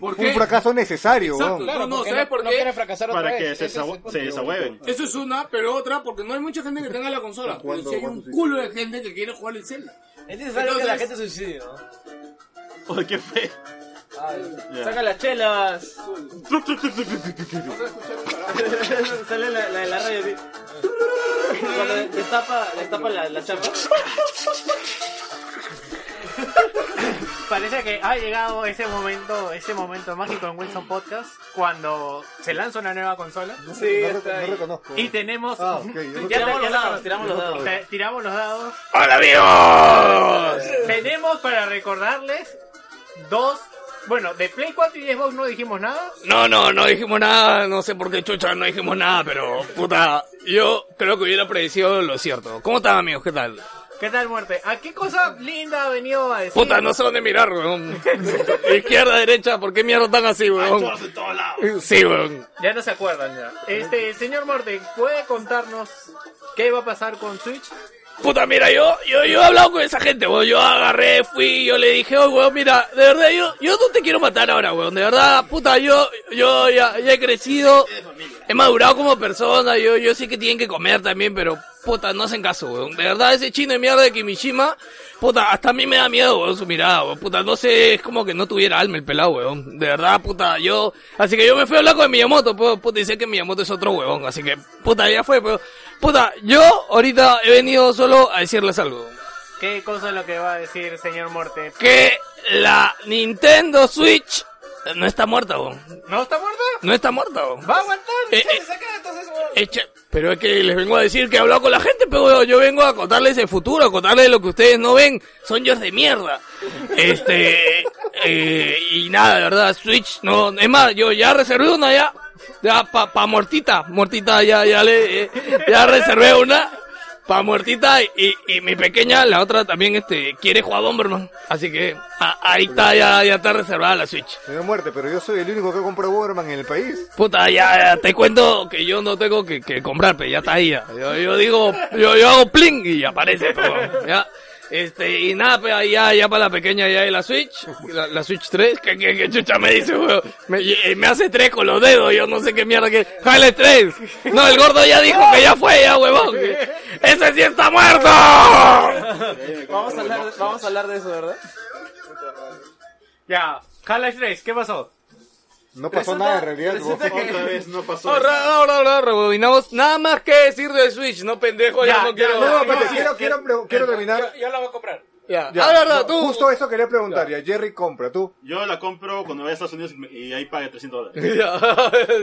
S1: Porque
S7: Fue un fracaso necesario,
S1: Exacto.
S7: weón.
S3: Claro,
S1: No, no,
S3: porque
S1: ¿sabes por
S3: no
S1: qué?
S3: quieren fracasar otra
S4: Para
S3: vez.
S4: que se,
S3: Ese es el
S4: desahue-
S3: punto.
S4: se desahueven.
S1: Eso es una, pero otra, porque no hay mucha gente que tenga la consola. Pero sí hay un culo de gente que quiere jugar el Zelda.
S2: Es necesario que la
S1: Entonces-
S2: gente suicide, ¿no?
S4: Oye, ¿Qué fue? Ya.
S5: Saca las chelas.
S4: Truc, truc, truc, truc, truc, truc, truc.
S5: <laughs> Sale la, la de la radio así. Cuando destapa, destapa la, la chapa.
S6: Parece que ha llegado ese momento, ese momento mágico en Wilson Podcast cuando se lanza una nueva consola
S5: Sí,
S7: no, rec- no reconozco.
S6: y tenemos
S7: Ah, ok, yo
S5: Tiramos
S6: Ya
S7: no-
S6: te- ya
S5: los
S6: te-
S5: dados, tiramos los dados.
S6: Te- tiramos los dados. ¡Hola amigos! Tenemos para recordarles dos, bueno, de Play 4 y Xbox no dijimos nada.
S1: No, no, no dijimos nada, no sé por qué chucha no dijimos nada, pero puta, yo creo que hubiera predecido lo cierto. ¿Cómo están amigos? ¿Qué tal?
S6: ¿Qué tal muerte? ¿A qué cosa linda ha venido a decir?
S1: Puta, no sé dónde mirar, <laughs> weón. Izquierda, derecha, ¿por qué mierda están así, weón?
S4: Todos en todos lados.
S1: Sí, weón.
S6: Ya no se acuerdan ya. Este, señor Morten, ¿puede contarnos qué va a pasar con Switch?
S1: Puta, mira, yo, yo, yo he hablado con esa gente, weón. Yo agarré, fui, yo le dije, oh, weón, mira, de verdad, yo, yo no te quiero matar ahora, weón. De verdad, puta, yo, yo ya, ya he crecido, he madurado como persona, yo, yo sé que tienen que comer también, pero, puta, no hacen caso, weón. De verdad, ese chino de mierda de Kimishima, puta, hasta a mí me da miedo, weón, su mirada, weón. Puta, no sé, es como que no tuviera alma el pelado, weón. De verdad, puta, yo, así que yo me fui a hablar con Miyamoto, pues, puta, dice que Miyamoto es otro weón, así que, puta, ya fue, pero, puta, yo ahorita he venido solo a decirles algo
S6: ¿Qué cosa es lo que va a decir señor Morte?
S1: que la Nintendo Switch no está muerta, weón.
S6: ¿No está muerto?
S1: No está muerta, weón.
S6: ¿Va a aguantar?
S1: <laughs> Eh,
S6: ¿Se
S1: eh.
S6: saca entonces, weón?
S1: Eh, che, pero es que les vengo a decir que he hablado con la gente, pero weón, yo vengo a contarles el futuro, a contarles lo que ustedes no ven. Son yo de mierda. Este. eh, y nada, de verdad, Switch no. Es más, yo ya reservé una ya. Ya, pa, pa muertita. Muertita, ya, ya le. eh, ya reservé una. Pa muertita y, y mi pequeña, la otra también, este, quiere jugar a Bomberman. Así que a- ahí está, ya, ya está reservada la Switch.
S7: Señor Muerte, pero yo soy el único que compró Bomberman en el país.
S1: Puta, ya, ya, te cuento que yo no tengo que, que comprar, pero ya está ahí. ya. Yo, yo digo, yo, yo hago pling y aparece todo. Ya. Este, y nada, pues ahí ya, ya para la pequeña ya hay la Switch, la, la Switch 3, que, que, que chucha me dice, weón. Me, y- me hace tres con los dedos, yo no sé qué mierda que... ¡Jale 3! No, el gordo ya dijo que ya fue, ya, huevón. que ¡Ese sí está muerto!
S5: Vamos a hablar, vamos a hablar de eso, ¿verdad?
S6: Ya, Half-Life 3, ¿qué pasó?
S7: No pasó nada en realidad.
S5: resulta
S7: weón.
S4: Otra vez no pasó.
S1: Ahora, ahora, ahora, rebobinamos. Nada más que decir de Switch, no pendejo, ya,
S6: Ya,
S1: no
S6: ya,
S1: quiero...
S7: No,
S6: ya,
S7: pero
S6: ya,
S7: quiero, quiero, pre- quiero terminar.
S3: Yo la voy a comprar.
S1: Ya.
S7: Ya,
S1: Ah, verdad,
S7: no,
S1: tú. <laughs>
S7: Justo eso quería preguntar. Ya, Jerry compra, tú.
S4: Yo la compro cuando vaya a Estados Unidos y me- y ahí pague 300 dólares.
S1: Ya.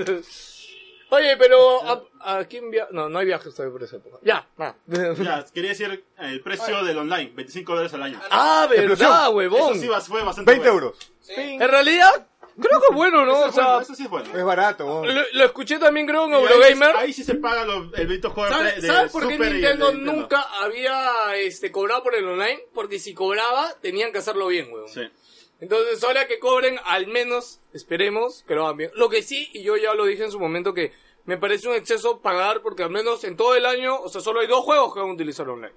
S1: Oye, pero ¿a, a quién via- No, no hay viajes todavía por esa época. Ya, nada.
S4: Ya, quería decir eh, el precio del online, 25 dólares al año.
S1: <laughs> Ah, verdad,
S7: Depresión.
S1: huevón.
S4: Eso sí va- fue bastante
S7: 20
S4: bueno.
S7: euros.
S1: En realidad, creo que es bueno, ¿no?
S4: Eso,
S1: O
S4: es bueno,
S1: sea,
S4: eso sí es bueno.
S7: Es barato. ¿no?
S1: lo, lo escuché también creo en
S4: Y ahí, sí-
S1: Eurogamer.
S4: ahí sí se paga los, el bendito juego de-
S1: ¿Sabes
S4: de
S1: sabes por qué
S4: Super y el de
S1: Nintendo
S4: Nintendo.
S1: nunca había este, cobrado por el online? Porque si cobraba, tenían que hacerlo bien, huevón.
S4: Sí.
S1: Entonces, ahora que cobren, al menos, esperemos que lo hagan bien. Lo que sí, y yo ya lo dije en su momento, que me parece un exceso pagar, porque al menos en todo el año, o sea, solo hay dos juegos que van a utilizar online.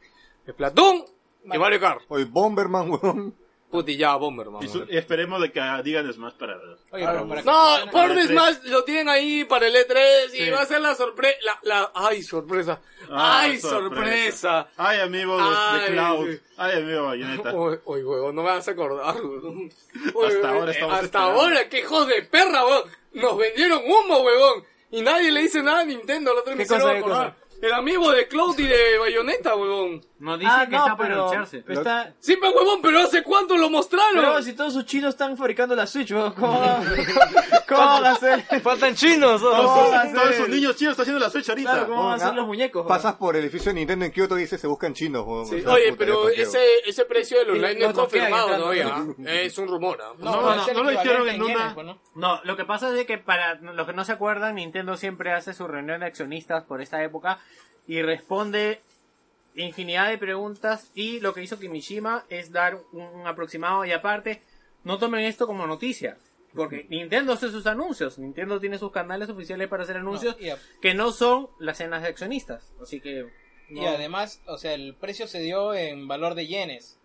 S1: Splatoon y Mario Kart.
S7: Oye, Bomberman, <laughs> weón.
S1: Puti, ya, Bomberman.
S4: Y, su- Ah,
S1: weón.
S4: y esperemos de que ah, digan Smash para...
S3: Oye, pero para que E
S1: No, por
S4: el E3.
S1: más lo tienen ahí para el E3 y
S4: Sí.
S1: va a ser la sorpresa. La, la- ay, sorpresa.
S4: Ah,
S1: ay, sorpresa.
S4: Ay, amigo de, de
S1: Ay,
S4: Cloud.
S1: sí. Oh,
S4: Ay, amigo Bayonetta.
S1: Oye, oye, huevón, no me vas a acordar. huevón. Oye,
S4: Hasta
S1: huevón,
S4: ahora estamos
S1: eh, Hasta
S4: esperando.
S1: ahora, qué hijos de perra, huevón. Nos vendieron humo, huevón. Y nadie le dice nada a Nintendo. El otro me
S8: ¿Qué cosa,
S1: hicieron
S8: qué
S1: acordar. El amigo de Cloud y de Bayonetta, huevón.
S6: No dice que está para anunciarse.
S8: Ah, pero está-
S1: Sí, pero huevón, pero ¿hace cuánto lo mostraron?
S8: pero si todos sus chinos están fabricando la Switch, weón, ¿cómo,
S6: <laughs>
S8: va- cómo van a hacer?
S2: Faltan chinos. ¿no?
S4: Todos,
S8: ¿Cómo va a
S4: todos
S8: ser?
S4: esos niños chinos están haciendo la Switch ahorita. Oh.
S8: Claro, ¿cómo van a hacer
S7: Oiga,
S8: los muñecos? weón?
S7: Pasas por el edificio de Nintendo en Kyoto y dices, se buscan chinos, weón.
S1: Sí,
S7: O sea,
S1: Oye,
S7: puta, ya
S1: pero
S7: contigo.
S1: ese, ese precio del online no es
S8: no confía,
S1: confirmado
S8: entrando.
S1: todavía. ¿ah? Es un rumor. ¿ah?
S4: No,
S3: puede
S4: no,
S3: ser
S4: no lo hicieron
S3: equivalente
S4: en una-
S3: yenes, pues, ¿no?
S6: No, lo que pasa es de que para los que no se acuerdan, Nintendo siempre hace su reunión de accionistas por esta época y responde infinidad de preguntas y lo que hizo Kimishima es dar un aproximado y aparte, no tomen esto como noticia. Porque Nintendo hace sus anuncios, Nintendo tiene sus canales oficiales para hacer anuncios
S3: y a-
S6: que no son las cenas de accionistas. Así que...
S3: Y además, o sea, el precio se dio en valor de yenes,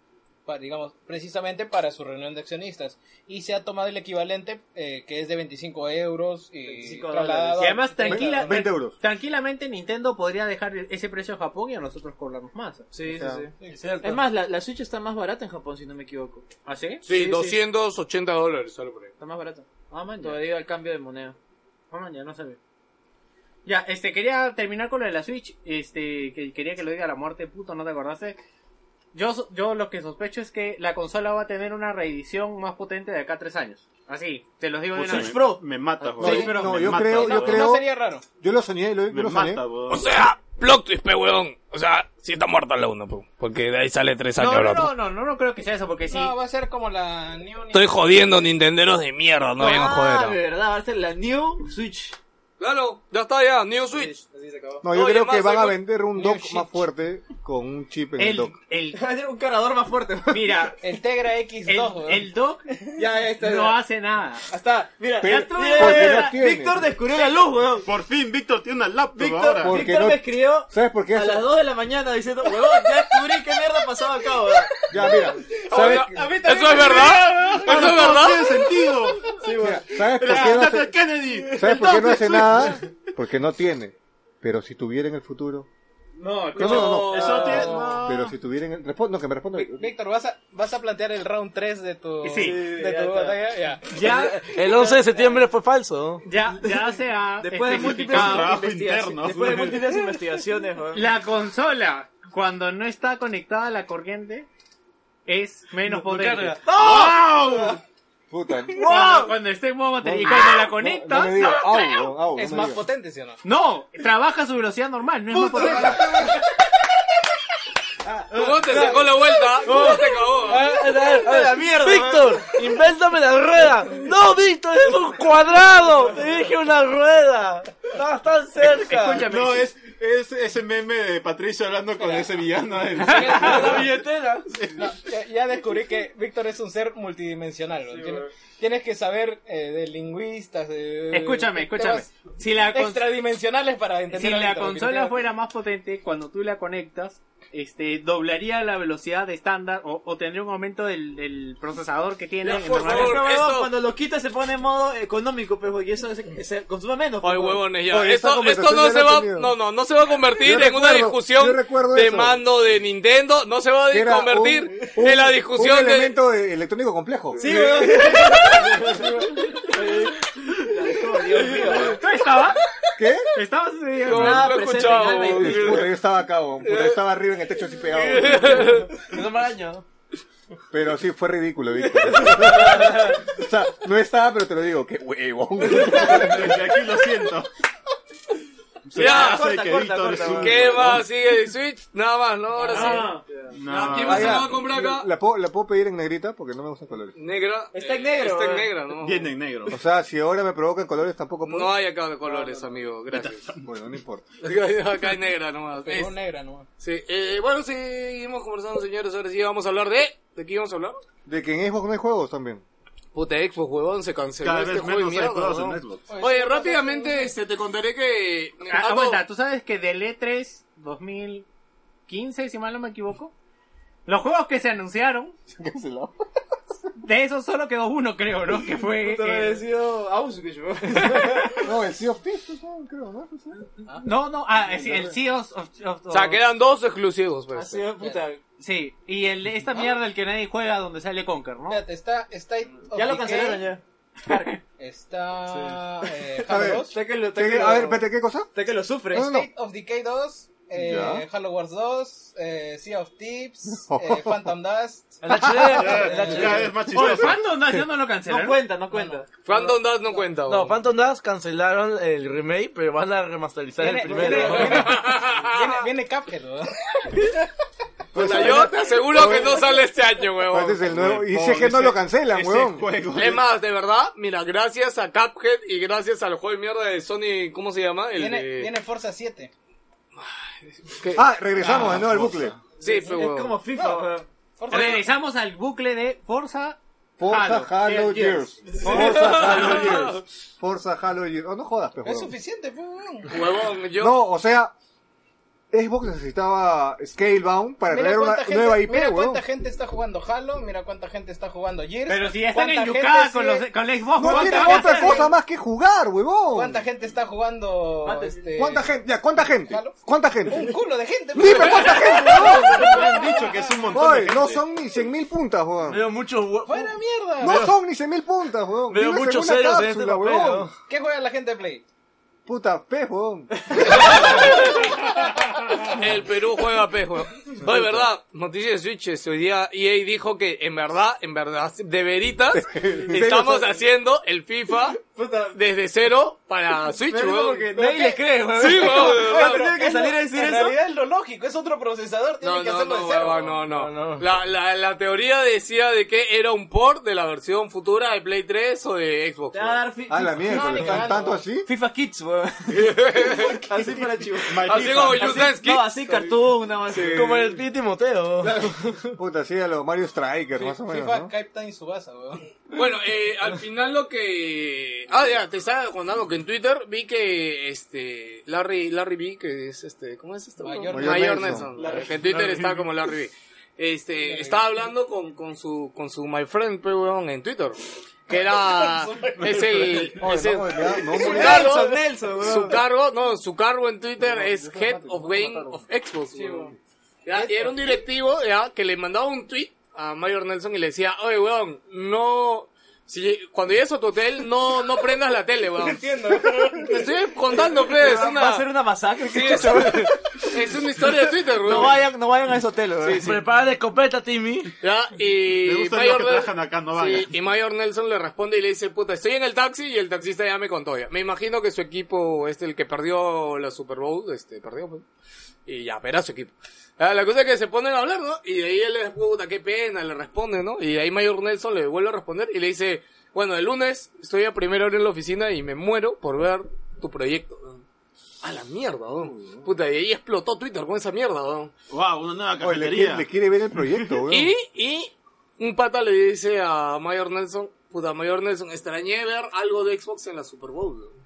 S3: pa- digamos, precisamente para su reunión de accionistas. Y se ha tomado el equivalente, eh, que es de 25 euros. Y
S8: 25
S3: trasladado
S6: Y además,
S3: a-
S6: tranquila,
S7: 20 euros.
S6: tranquilamente Nintendo podría dejar ese precio a Japón y a nosotros cobrarnos más.
S8: Sí,
S6: O sea,
S8: sí, sí.
S3: Sí, cierto.
S8: Es más, la, la Switch está más barata en Japón, si no me equivoco.
S6: ¿Ah, sí?
S1: Sí,
S8: sí.
S1: 280 dólares, sale por ahí.
S8: Está más barata.
S6: Ah, man, ya.
S8: Todavía al cambio de moneda.
S6: Ah, man, ya no sabía. Ya, este, quería terminar con lo de la Switch. Este, que quería que lo diga la muerte, puto, ¿no te acordaste? Yo, so- yo lo que sospecho es que la consola va a tener una reedición más potente de acá a tres años. Así, te los digo de
S4: Puta,
S6: una
S4: me-
S6: vez.
S4: Pues Me mata,
S7: No,
S4: weón.
S7: yo-
S4: Me
S7: no, yo
S4: mata,
S7: creo- yo
S4: weón.
S3: No,
S7: creo-
S3: no sería raro.
S7: Yo lo soñé, lo, yo
S4: Me
S7: lo soñé.
S4: mata, weón.
S9: O sea, plot twist, pe huevón. O sea, si está muerta la una, po, porque de ahí sale tres años
S6: No, no,
S9: ahora,
S6: no,
S9: po.
S6: no, no, no creo que sea eso, porque sí.
S3: No, va a ser como la New
S9: Estoy jodiendo nintenderos de mierda, no vayan a
S8: ah,
S9: joder.
S8: de
S9: ¿no?
S8: verdad, va a ser la New Switch.
S1: Claro, ya está, ya, New Switch.
S8: Así se acabó.
S7: No, yo
S1: Oye,
S7: creo
S1: más,
S7: que van a
S1: oye,
S7: vender un
S3: New
S7: dock
S3: shit.
S7: más fuerte con un chip en el,
S6: el,
S7: dock.
S6: el,
S8: <laughs> Va a ser un cargador más fuerte.
S6: mira,
S3: el Tegra X2.
S6: el,
S3: weón.
S6: el dock
S8: ya, ya está.
S6: no hace nada.
S8: Hasta, mira,
S7: Pero-
S8: ya tuve-
S7: porque
S8: mira,
S7: no tiene.
S8: Víctor descubrió la luz, weón.
S4: Por fin, Víctor tiene una laptop
S8: Víctor,
S4: ahora.
S7: Por- Porque
S8: Víctor
S7: no-
S8: me escribió
S7: ¿Sabes por qué
S8: a
S7: eso?
S8: las 2 de la mañana diciendo, huevón, ya descubrí qué mierda pasaba acá, weón.
S7: Ya, mira. ¿Sabes,
S1: ¿Eso es verdad? ¿Eso es
S4: Pero todo
S1: verdad?
S4: tiene sentido.
S7: mira, ¿sabes
S4: El
S7: por qué no
S4: asesinato de
S7: hace,
S4: Kennedy.
S7: ¿sabes por qué no hace
S4: Entonces,
S7: nada? Porque no tiene. Pero si tuviera en el futuro.
S6: No,
S7: No, no, no.
S4: Eso no tiene- no.
S7: Pero si tuviera en el... Respondo, que me responda.
S3: Ví- Víctor, ¿vas a, ¿vas a plantear el round 3 de tu,
S6: Sí,
S3: de tu batalla? Ya.
S6: ya,
S2: El 11 de septiembre fue falso.
S6: ya, ya este, se ha
S8: Después de múltiples
S6: especificado.
S4: trabajo
S8: investigaciones-
S4: interno.
S8: Después de múltiples investigaciones, weón.
S6: La consola, cuando no está conectada a la corriente, es menos potente.
S7: Puta.
S6: Cuando- Cuando esté en modo batería y cuando la
S7: No,
S6: conectas,
S7: no me digas.
S1: <laughs>
S7: Au, au, au,
S3: Es
S7: no me
S3: más
S7: digas.
S3: potente, ¿sí o no?
S6: no, trabaja a su velocidad normal, no es más potente.
S1: ¿Cómo te sacó la vuelta?
S8: Oh.
S1: ¿Cómo te cagó? ¿ah?
S8: Ah, la mierda,
S2: Ah, Víctor, invéntame la rueda. No, Víctor, es un cuadrado. Te dije una rueda. Estabas tan cerca.
S6: Escúchame.
S4: No, es, es ese meme de Patricio hablando con ese villano. del-
S8: La billetera.
S3: No, ya, ya descubrí que Víctor es un ser multidimensional. ¿no? Tienes, tienes que saber eh, de lingüistas, de...
S6: Escúchame,
S3: de
S8: Este
S6: escúchame.
S3: temas
S6: Si la, cons-
S3: Extradimensionales para
S6: si
S3: entender. a
S6: la
S3: Víctor,
S6: consola
S3: definitivamente.
S6: fuera más potente, cuando tú la conectas, este, doblaría la velocidad de estándar o, o tendría un aumento del, del procesador que tiene.
S1: Ya,
S6: en
S1: por
S6: normal.
S1: favor.
S8: Pero, weón,
S1: esto-
S8: Cuando lo quitas se pone en modo económico, pero y eso se, se consume
S1: Ay,
S8: menos. pues, weón.
S1: huevones, ya.
S7: Oye, esta
S1: esto, esto
S7: conversación
S1: no
S7: ya
S1: se
S7: la he
S1: va,
S7: tenido.
S1: no, no, no se va a convertir
S7: Yo
S1: en
S7: recuerdo,
S1: una
S7: yo
S1: discusión
S7: recuerdo
S1: de
S7: eso.
S1: mando de Nintendo, no se va a
S7: Que era
S1: convertir
S7: un- un-
S1: en la discusión
S7: un
S1: de...
S7: elemento de- electrónico complejo.
S8: Sí, weón.
S6: ¿Tú estabas?
S7: ¿Qué?
S6: ¿Estabas ese día?
S1: No,
S8: Nada
S1: no he
S8: presente,
S1: escuchado.
S8: nada
S7: Uy, puta, yo estaba acá, weón. Puta, yo estaba arriba en el techo así pegado.
S1: <laughs>
S8: No me daño.
S7: Pero sí, fue ridículo, Víctor.
S1: <laughs>
S7: o sea, no estaba, pero te lo digo, qué huevón.
S4: Desde aquí lo siento. Se
S1: Ya,
S4: hace
S8: corta,
S4: que
S8: corta,
S4: Víctor
S8: corta,
S4: es un-
S1: ¿Qué más? ¿Sigue de Switch? Nada más, ¿no? Ahora sí.
S6: Ah,
S4: No.
S1: ¿Quién
S7: Ah,
S1: más se
S7: ya.
S1: va a comprar acá?
S7: ¿La puedo, la puedo pedir en negrita porque no me gustan colores.
S1: Negra.
S8: Está en
S1: Eh,
S8: negro,
S1: Está en
S8: bro.
S1: negra, ¿no?
S4: Viene en negro.
S7: O sea, si ahora me provocan colores tampoco puedo.
S1: No hay acá de colores, amigo.
S4: <laughs>
S1: Gracias. <laughs>
S7: Bueno, no importa.
S1: acá hay negra nomás.
S3: Pero
S1: Es-
S3: negra nomás.
S1: sí. Eh, bueno, seguimos conversando, señores. Ahora sí vamos a hablar de... ¿De qué íbamos a hablar?
S7: De que en Xbox no hay juegos <laughs> también.
S1: Puta, Xbox, huevón, se canceló
S4: Cada
S1: este
S4: vez
S1: juego de
S4: menos hay
S1: mierda,
S4: juegos
S1: huevón.
S4: en Xbox.
S1: Oye, rápidamente este, te contaré que...
S6: ah,
S1: algo-
S6: aguanta, tú sabes que del E E3 2015, si mal no me equivoco, los juegos que se anunciaron, de esos solo quedó uno, creo, ¿no? Que
S1: <laughs>
S6: fue.
S8: Puta, me
S6: eh,
S8: decido Auschwitz, bro.
S5: pues.
S7: No, el Sea of Thieves, pues, no, creo, ¿no? Pues, sí.
S6: no, no, ah, es- el Sea of. of-
S1: O sea, quedan dos exclusivos, pues.
S8: <laughs> Ha sido puta.
S6: Sí, y el, esta mierda, el que nadie juega, donde sale Conker, ¿no?
S3: Espérate, está, está State of
S8: Ya
S3: Decay,
S8: lo cancelaron ya.
S3: Está eh,
S7: <laughs> A
S3: Halo
S7: ver,
S3: 2.
S8: Está que lo, está
S7: ¿Qué-
S8: que
S7: qué-
S8: lo,
S7: a ver, espérate, ¿qué cosa? Este
S8: está que lo sufre.
S7: No, no,
S3: State of Decay 2. Eh,
S7: Ya.
S3: Halo Wars 2, eh, Sea of
S7: <laughs>
S3: Thieves, eh, Phantom Dust.
S8: El
S4: <laughs>
S8: HD.
S4: Ya, ya es más chistoso.
S6: ¿Cuándo? No, yo no lo
S8: No
S6: cancelaron.
S8: cuenta, no cuenta.
S1: Phantom Dust no cuenta,
S2: No,
S1: huevón.
S2: Phantom Dust cancelaron el remake, pero van a remasterizar el
S3: Viene, viene,
S2: primero.
S3: viene, viene, viene Cuphead, ¿no?
S1: O sea, yo te aseguro que no sale este
S4: <laughs>
S1: año,
S7: Ese
S1: huevón.
S7: es el nuevo. Y
S4: Huevón,
S7: si es que no
S4: ese-
S7: lo cancelan,
S4: ese
S7: weón.
S4: juego
S1: Es más, de verdad, mira, gracias a Cuphead y gracias al juego de mierda de Sony, ¿cómo se llama? El
S3: Viene,
S1: de-
S3: viene Forza 7.
S1: ¿qué?
S7: Ah, regresamos de nuevo al bucle.
S1: sí, pero
S8: Es como FIFA, bro.
S3: Forza
S6: Regresamos al bucle de Forza.
S7: Forza
S6: Halo,
S7: Halo Years. <laughs> Forza Halo Years. Forza Halo Years. Oh, no jodas, pe,
S3: Es
S7: huevón.
S3: suficiente, pues, weón.
S1: huevón, yo...
S7: No, o sea, Xbox necesitaba Scalebound para
S3: Mira
S7: tener una
S3: cuánta gente-
S7: nueva IP,
S3: mira
S7: weón.
S3: cuánta gente está jugando Halo, mira cuánta gente está jugando Gears.
S6: Pero si ya están
S3: cuánta
S6: en
S3: gente
S6: Yucatán con,
S3: sigue-
S6: los, con el Xbox
S7: No
S6: One.
S7: tienen
S3: gente-
S7: otra cosa más que jugar, huevón.
S3: ¿Cuánta gente está jugando? este,
S7: ¿Cuánta gente? Ya, ¿cuánta gente?
S3: Halo.
S7: ¿Cuánta
S3: Un
S7: gente?
S3: culo de gente. pues.
S7: Dime cuánta gente, huevón.
S4: Me han dicho que es un montón de
S7: Oye,
S4: gente.
S7: no son ni 100.000 puntas, huevón.
S2: Veo muchos hue-
S3: Fuera mierda.
S7: No son ni 100.000 puntas, huevón.
S2: veo
S7: Vives en
S2: muchos
S7: una
S2: ceros en este
S7: cápsula,
S2: papel.
S7: huevón.
S2: ¿no?
S3: ¿Qué juega la gente de Play?
S7: Puta, pez, huevón.
S1: El Perú juega pez, weón. No, de verdad, noticias de Switch, este, hoy día EA dijo que en verdad, en verdad, de veritas, estamos haciendo el FIFA
S8: Puta.
S1: desde cero para Switch,
S8: Pero
S1: weón.
S8: porque nadie le cree, weón.
S1: Sí, weón, de
S8: Va a
S1: verdad.
S8: tener que salir a decir
S3: en
S8: eso.
S3: realidad es lo lógico, es otro procesador, tiene
S1: No,
S3: que
S1: no,
S3: hacerlo
S1: no,
S3: de cero.
S1: huevón, no, no, La, la, la teoría decía de que era un port de la versión futura de Play 3 o de Xbox.
S8: Te va a
S1: weón.
S8: dar fi-
S6: <laughs>
S7: A la mierda,
S3: le
S7: ¿están
S3: gano,
S7: tanto
S3: huevón.
S7: así?
S8: FIFA Kids, weón. Así para chivo.
S4: My
S1: Así
S4: FIFA.
S1: como you dance,
S8: No, así cartoon, nada más.
S2: Como el pie Timoteo.
S7: Puta, sí, a los Mario Striker, más o menos,
S3: FIFA
S7: ¿no?
S3: Captain Subasa, weón.
S1: Bueno, eh, al final lo que... Ah, ya, te estaba contando que en Twitter vi que este Larry, Larry B, que es este... ¿Cómo es este?
S3: Mayor
S1: Mayor, Mayor
S7: Nelson.
S1: Nelson. Que en Twitter está como Larry B. Este, estaba hablando con, con su con su my friend, pe, weón, en Twitter. Que era... es el...
S7: Oye,
S1: es el-
S7: no, ya, no,
S1: su
S7: hombre.
S1: cargo,
S8: Nelson, Nelson, weón.
S1: su cargo, no, su cargo en Twitter es Head of Game of Xbox. weón. Ya, y era un directivo ya, que le mandaba un tweet a Mayor Nelson y le decía, oye, weón, no... Si, cuando llegues a tu hotel, no, no prendas la tele,
S8: <laughs>
S1: weón. Te estoy contando, pues,
S8: Ah, Va-
S1: una-
S8: Va a ser una masacre. <laughs>
S1: Sí, es, es una historia de Twitter, weón.
S8: No vayan, no vayan a ese hotel, weón.
S2: Prepara la escopeta, Timmy.
S1: Ya,
S4: Me
S1: y
S4: gustan
S1: Mayor,
S4: los que
S1: Nel-
S4: trabajan acá, no
S1: sí,
S4: vayan.
S1: y Mayor Nelson le responde y le dice, puta, estoy en el taxi y el taxista ya me contó ya. Me imagino que su equipo, este, el que perdió la Super Bowl, este, perdió, pues. Y ya, pero era su equipo. Ah, La cosa es que se ponen a hablar, ¿no? Y de ahí él le dice, puta, qué pena, le responde, ¿no? Y de ahí Mayor Nelson le vuelve a responder y le dice, bueno, el lunes estoy a primera hora en la oficina y me muero por ver tu proyecto. A la mierda, weón. Puta, y ahí explotó Twitter con esa mierda, weón.
S4: Wow, una nueva
S7: Oye, le,
S4: cafetería.
S7: quiere, le quiere ver el proyecto,
S1: <laughs>
S7: weón.
S1: Y, y un pata le dice a Mayor Nelson, puta, Mayor Nelson, extrañé ver algo de Xbox en la Super Bowl. weón.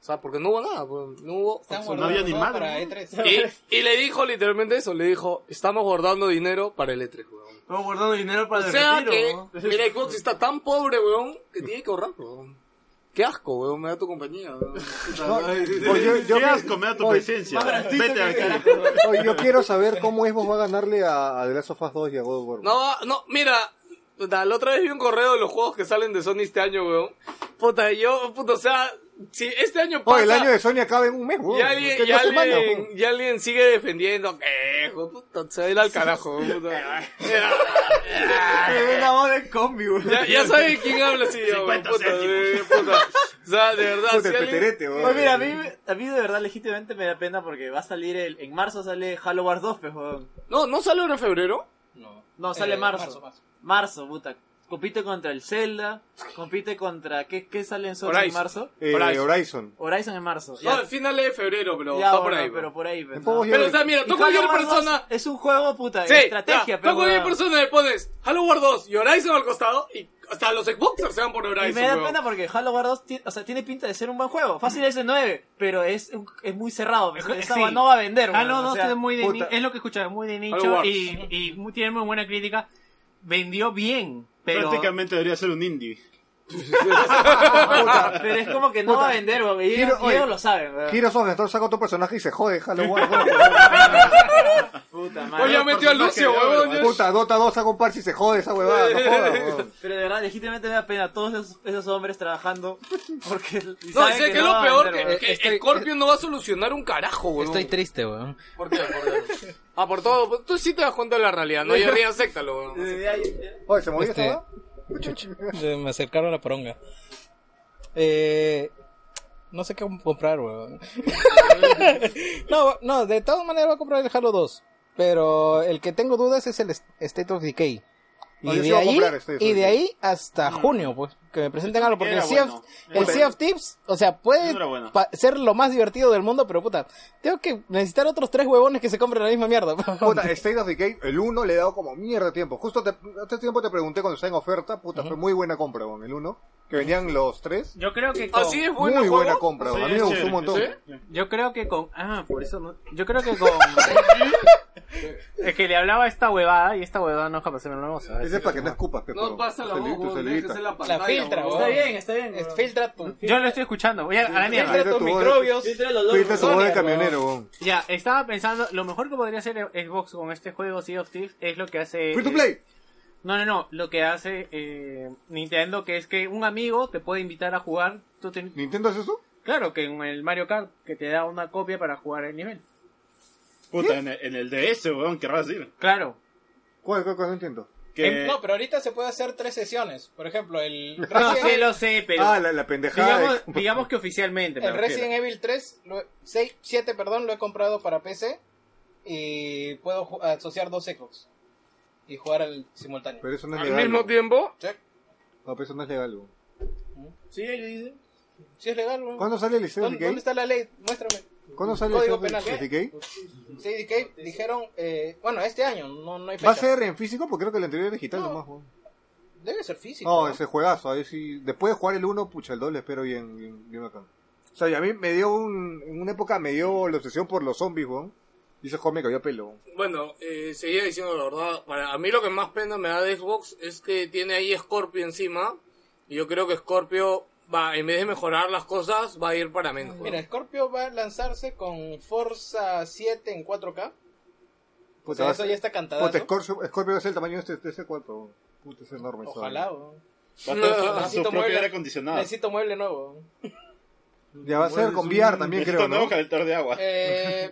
S1: O sea, porque no hubo nada, weón, no hubo...
S3: Están
S4: no había
S3: guardando
S4: ni
S3: todo
S4: madre,
S3: para
S4: ¿no?
S3: E3.
S1: Y, y le dijo literalmente eso, le dijo, estamos guardando dinero para el E3, weón.
S2: Estamos guardando dinero
S7: Ah,
S2: para
S1: O
S2: el
S1: sea
S2: retiro.
S1: que,
S2: ¿no?
S1: mira, Xbox está tan pobre, weón, que tiene que ahorrar, weón. Qué asco, weón, me da tu compañía, weón. Puta,
S7: No,
S1: ay,
S7: oye, Pues yo, yo-
S4: Qué asco me da tu
S7: oye,
S4: presencia. Vete aquí.
S7: oye, yo quiero saber cómo Xbox va a ganarle a, a The Last of Us 2 y a God of War. weón.
S1: No, no, mira, puta, la otra vez vi un correo de los juegos que salen de Sony este año, weón. Puta, yo, puta, o sea, si este año pasa...
S7: Oye, el año de Sony acaba en un mes,
S8: Oh,
S7: weón.
S1: Y alguien,
S7: Es que
S1: y
S7: dos semanas,
S1: alguien-
S7: weón.
S1: y alguien sigue defendiendo que hijo, puta, se va a ir al
S8: <laughs>
S1: carajo. puta. Ya,
S8: eh. Una hora en combi, weón.
S1: ya, ya sabe quién habla así. ya,
S4: 50
S1: puta,
S4: céntimos.
S1: eh, puta. O sea, de verdad,
S7: Puta,
S1: si
S7: el
S1: alguien-
S7: peterete, weón.
S8: Pues mira, a mí, a mí de verdad legítimamente me da pena porque va a salir el, en marzo sale Halo Wars 2, pues, weón.
S1: No, ¿no sale ahora en febrero?
S3: No,
S8: No, sale
S3: Eh,
S8: marzo.
S3: marzo,
S8: marzo.
S3: marzo.
S8: puta. Compite contra el Zelda, compite contra... ¿Qué, qué sale en Sony en
S1: Horizon.
S8: marzo?
S7: Eh,
S1: Horizon.
S7: Horizon.
S8: Horizon en marzo.
S1: No, el final de febrero, pero
S8: Ya,
S1: está por
S8: bueno,
S1: ahí.
S8: pero
S1: bro.
S8: por ahí, pues,
S7: En pocos
S8: ¿no?
S7: días-
S1: Pero, o sea, mira,
S8: Y
S1: tú
S8: Halo
S1: cualquier
S8: Wars 2
S1: persona...
S8: Es un juego, puta,
S1: Sí,
S8: estrategia,
S1: ya,
S8: pero...
S1: tú cualquier persona le pones Halo War 2 y Horizon al costado y hasta los Xboxers se van por Horizon,
S8: Y me da
S1: weón.
S8: pena porque Halo Wars 2 ti- o sea, tiene pinta de ser un buen juego. Fácil es el 9, pero es, un- es muy cerrado. pues, Esa
S6: sí.
S8: guay no va a vender.
S6: Ah,
S8: weón,
S6: no,
S8: o
S6: no,
S8: sea,
S6: es muy de
S7: puta.
S6: ni- es lo que escuchaba, muy de
S1: Halo
S6: nicho
S1: Wars.
S6: y, y muy- tiene muy buena crítica. Vendió bien, pero <laughs>
S4: Prácticamente debería ser un indie.
S8: puta, pero es como que no va a vender, weón. Y ellos-
S7: Giro-
S8: y ellos
S7: oye,
S8: lo saben, weón.
S7: Giros on, entonces saca otro personaje y se jode,
S1: <laughs>
S7: Halo Wars. weón.
S8: Puta madre.
S1: Oye, ha metido Pues al Lucio, weón. ya-
S7: Puta, Dota 2 saca un parche y se jode esa huevada. No
S1: <laughs>
S7: jodas, weón.
S8: Pero de verdad, legítimamente me da pena todos esos, esos hombres trabajando. Porque. y
S1: No,
S8: saben
S1: sé que, es
S8: no va
S1: lo
S8: a
S1: peor,
S8: vender,
S1: que,
S8: weón.
S1: que
S10: Estoy-
S1: Scorpion no va a solucionar un carajo, weón.
S10: Estoy triste, weón.
S1: ¿Por qué? ¿Por qué? Ah, por todo. por- Tú sí te das cuenta de la realidad, ¿no? Y arriba, acéptalo, weón.
S8: Eh, ay,
S7: Oye, ¿se movió
S10: Este-
S7: esa
S10: <laughs> Se Me acercaron a la poronga. Eh, no sé qué comprar, weón. <laughs> no, no, de todas maneras voy a comprar el Halo 2. Pero el que tengo dudas es el S- State of Decay. Y,
S7: No, yo sí
S10: de,
S7: voy a
S10: ahí,
S7: comprar State of
S10: y de
S7: Decay.
S10: ahí hasta junio, pues, que me presenten algo. Porque
S4: Era
S10: el Sea
S4: bueno.
S10: of, el Sea of Tips, o sea, puede
S4: No era bueno.
S10: pa- ser lo más divertido del mundo, pero puta, tengo que necesitar otros tres huevones que se compren la misma mierda.
S7: Puta, State of Decay, el 1 le he dado como mierda de tiempo. Justo te- hace tiempo te pregunté cuando está en oferta, puta, fue muy buena compra, weón, el 1. Que venían los
S6: <laughs>
S7: 3.
S6: yo creo que con,
S1: Así es bueno
S7: Muy
S1: el juego.
S7: buena compra, weón. A mí me gustó un montón.
S6: yo creo que con ah, por eso no, yo creo que con es que le hablaba a esta huevada y esta huevada no jamás se me lo
S7: Ese es para que no escupas, Pepe.
S1: No pasa la
S7: Tu celu-
S1: voz,
S7: tu
S1: weón.
S7: celulita.
S1: Déjese la pantalla,
S3: filtra,
S1: weón.
S3: weón.
S8: Está bien, está bien.
S3: Es-
S8: weón.
S3: Filtra tu.
S6: Yo lo estoy escuchando, voy a, a la mierda.
S7: Ahí está
S3: Filtra tus
S7: tu voz.
S3: microbios.
S8: Filtra los dos,
S7: Filtra
S8: weón.
S7: tu voz de
S8: Sony,
S7: camionero,
S8: weón.
S7: weón.
S6: Ya, estaba pensando, lo mejor que podría hacer Xbox con este juego Sea of Thieves es lo que
S1: Eh,
S6: hace...
S7: Free to play.
S6: No, no, no, lo que hace eh, Nintendo, que es que un amigo te puede invitar a jugar, tú te-
S7: ¿Nintendo hace eso?
S6: claro que en el Mario Kart, que te da una copia para jugar el nivel.
S4: Puta, en el, en el DS, weón, querrás decir.
S6: Claro,
S7: ¿Cuál, cuál, cuál? No entiendo.
S10: Eh,
S4: Que...
S3: No, pero ahorita se puede hacer tres sesiones. Por ejemplo,
S8: <laughs>
S3: el
S6: no sé,
S3: Resident,
S6: lo sé, pero
S7: ah, la, la pendejada.
S6: digamos,
S7: de-
S6: digamos que oficialmente. me
S3: el
S6: refiero.
S3: Resident Evil 3, lo, 6, 7, perdón, lo he comprado para PC. Y puedo ju- asociar dos Xbox. Y jugar al simultáneo.
S7: Pero eso no es
S1: Al
S7: legal.
S1: mismo
S7: weón.
S1: tiempo,
S3: Sí,
S7: No, pero eso no es legal, weón.
S3: sí es legal, weón.
S7: ¿Cuándo sale el State of
S3: ¿Dónde, dónde
S7: Decay?
S3: está la ley? Muéstrame.
S7: ¿Cuándo sale el
S3: Código
S7: State of
S3: penal. ¿eh?
S7: Decay?
S3: Sí, que dijeron, eh, bueno, este año, no, no hay fecha.
S7: ¿Va a ser en físico? Porque creo que el anterior era digital
S3: No.
S7: nomás, weón.
S3: Debe ser físico.
S7: No, ese juegazo, ahí sí. Después de jugar el 1, pucha, el 2 le espero bien, bien, bien bacán. O sea, y a mí me dio un. En una época me dio la obsesión por los zombies, weón. Y ese juego me cayó a pelo, weón.
S1: bueno, eh, seguía diciendo la verdad. Para, a mí lo que más pena me da de Xbox es que tiene ahí Scorpio encima. Y yo creo que Scorpio, va, en vez de mejorar las cosas, va a ir para menos. weón.
S3: Mira, Scorpio va a lanzarse con Forza 7 en 4K. O
S7: Puta,
S3: sea,
S7: va-
S3: eso ya está cantadazo.
S7: puta, Scorpio, Scorpio es el tamaño de este, de este cuerpo, weón. Puta, es enorme. esa
S3: Ojalá,
S7: vaina.
S3: weón.
S4: Va a tener su-
S1: No.
S4: su, propio aire acondicionado.
S3: Necesito mueble nuevo. weón.
S7: Ya va a ser con VR también,
S4: Necesito
S7: creo,
S4: un
S7: ¿no?
S4: nuevo calentor de agua.
S3: Eh,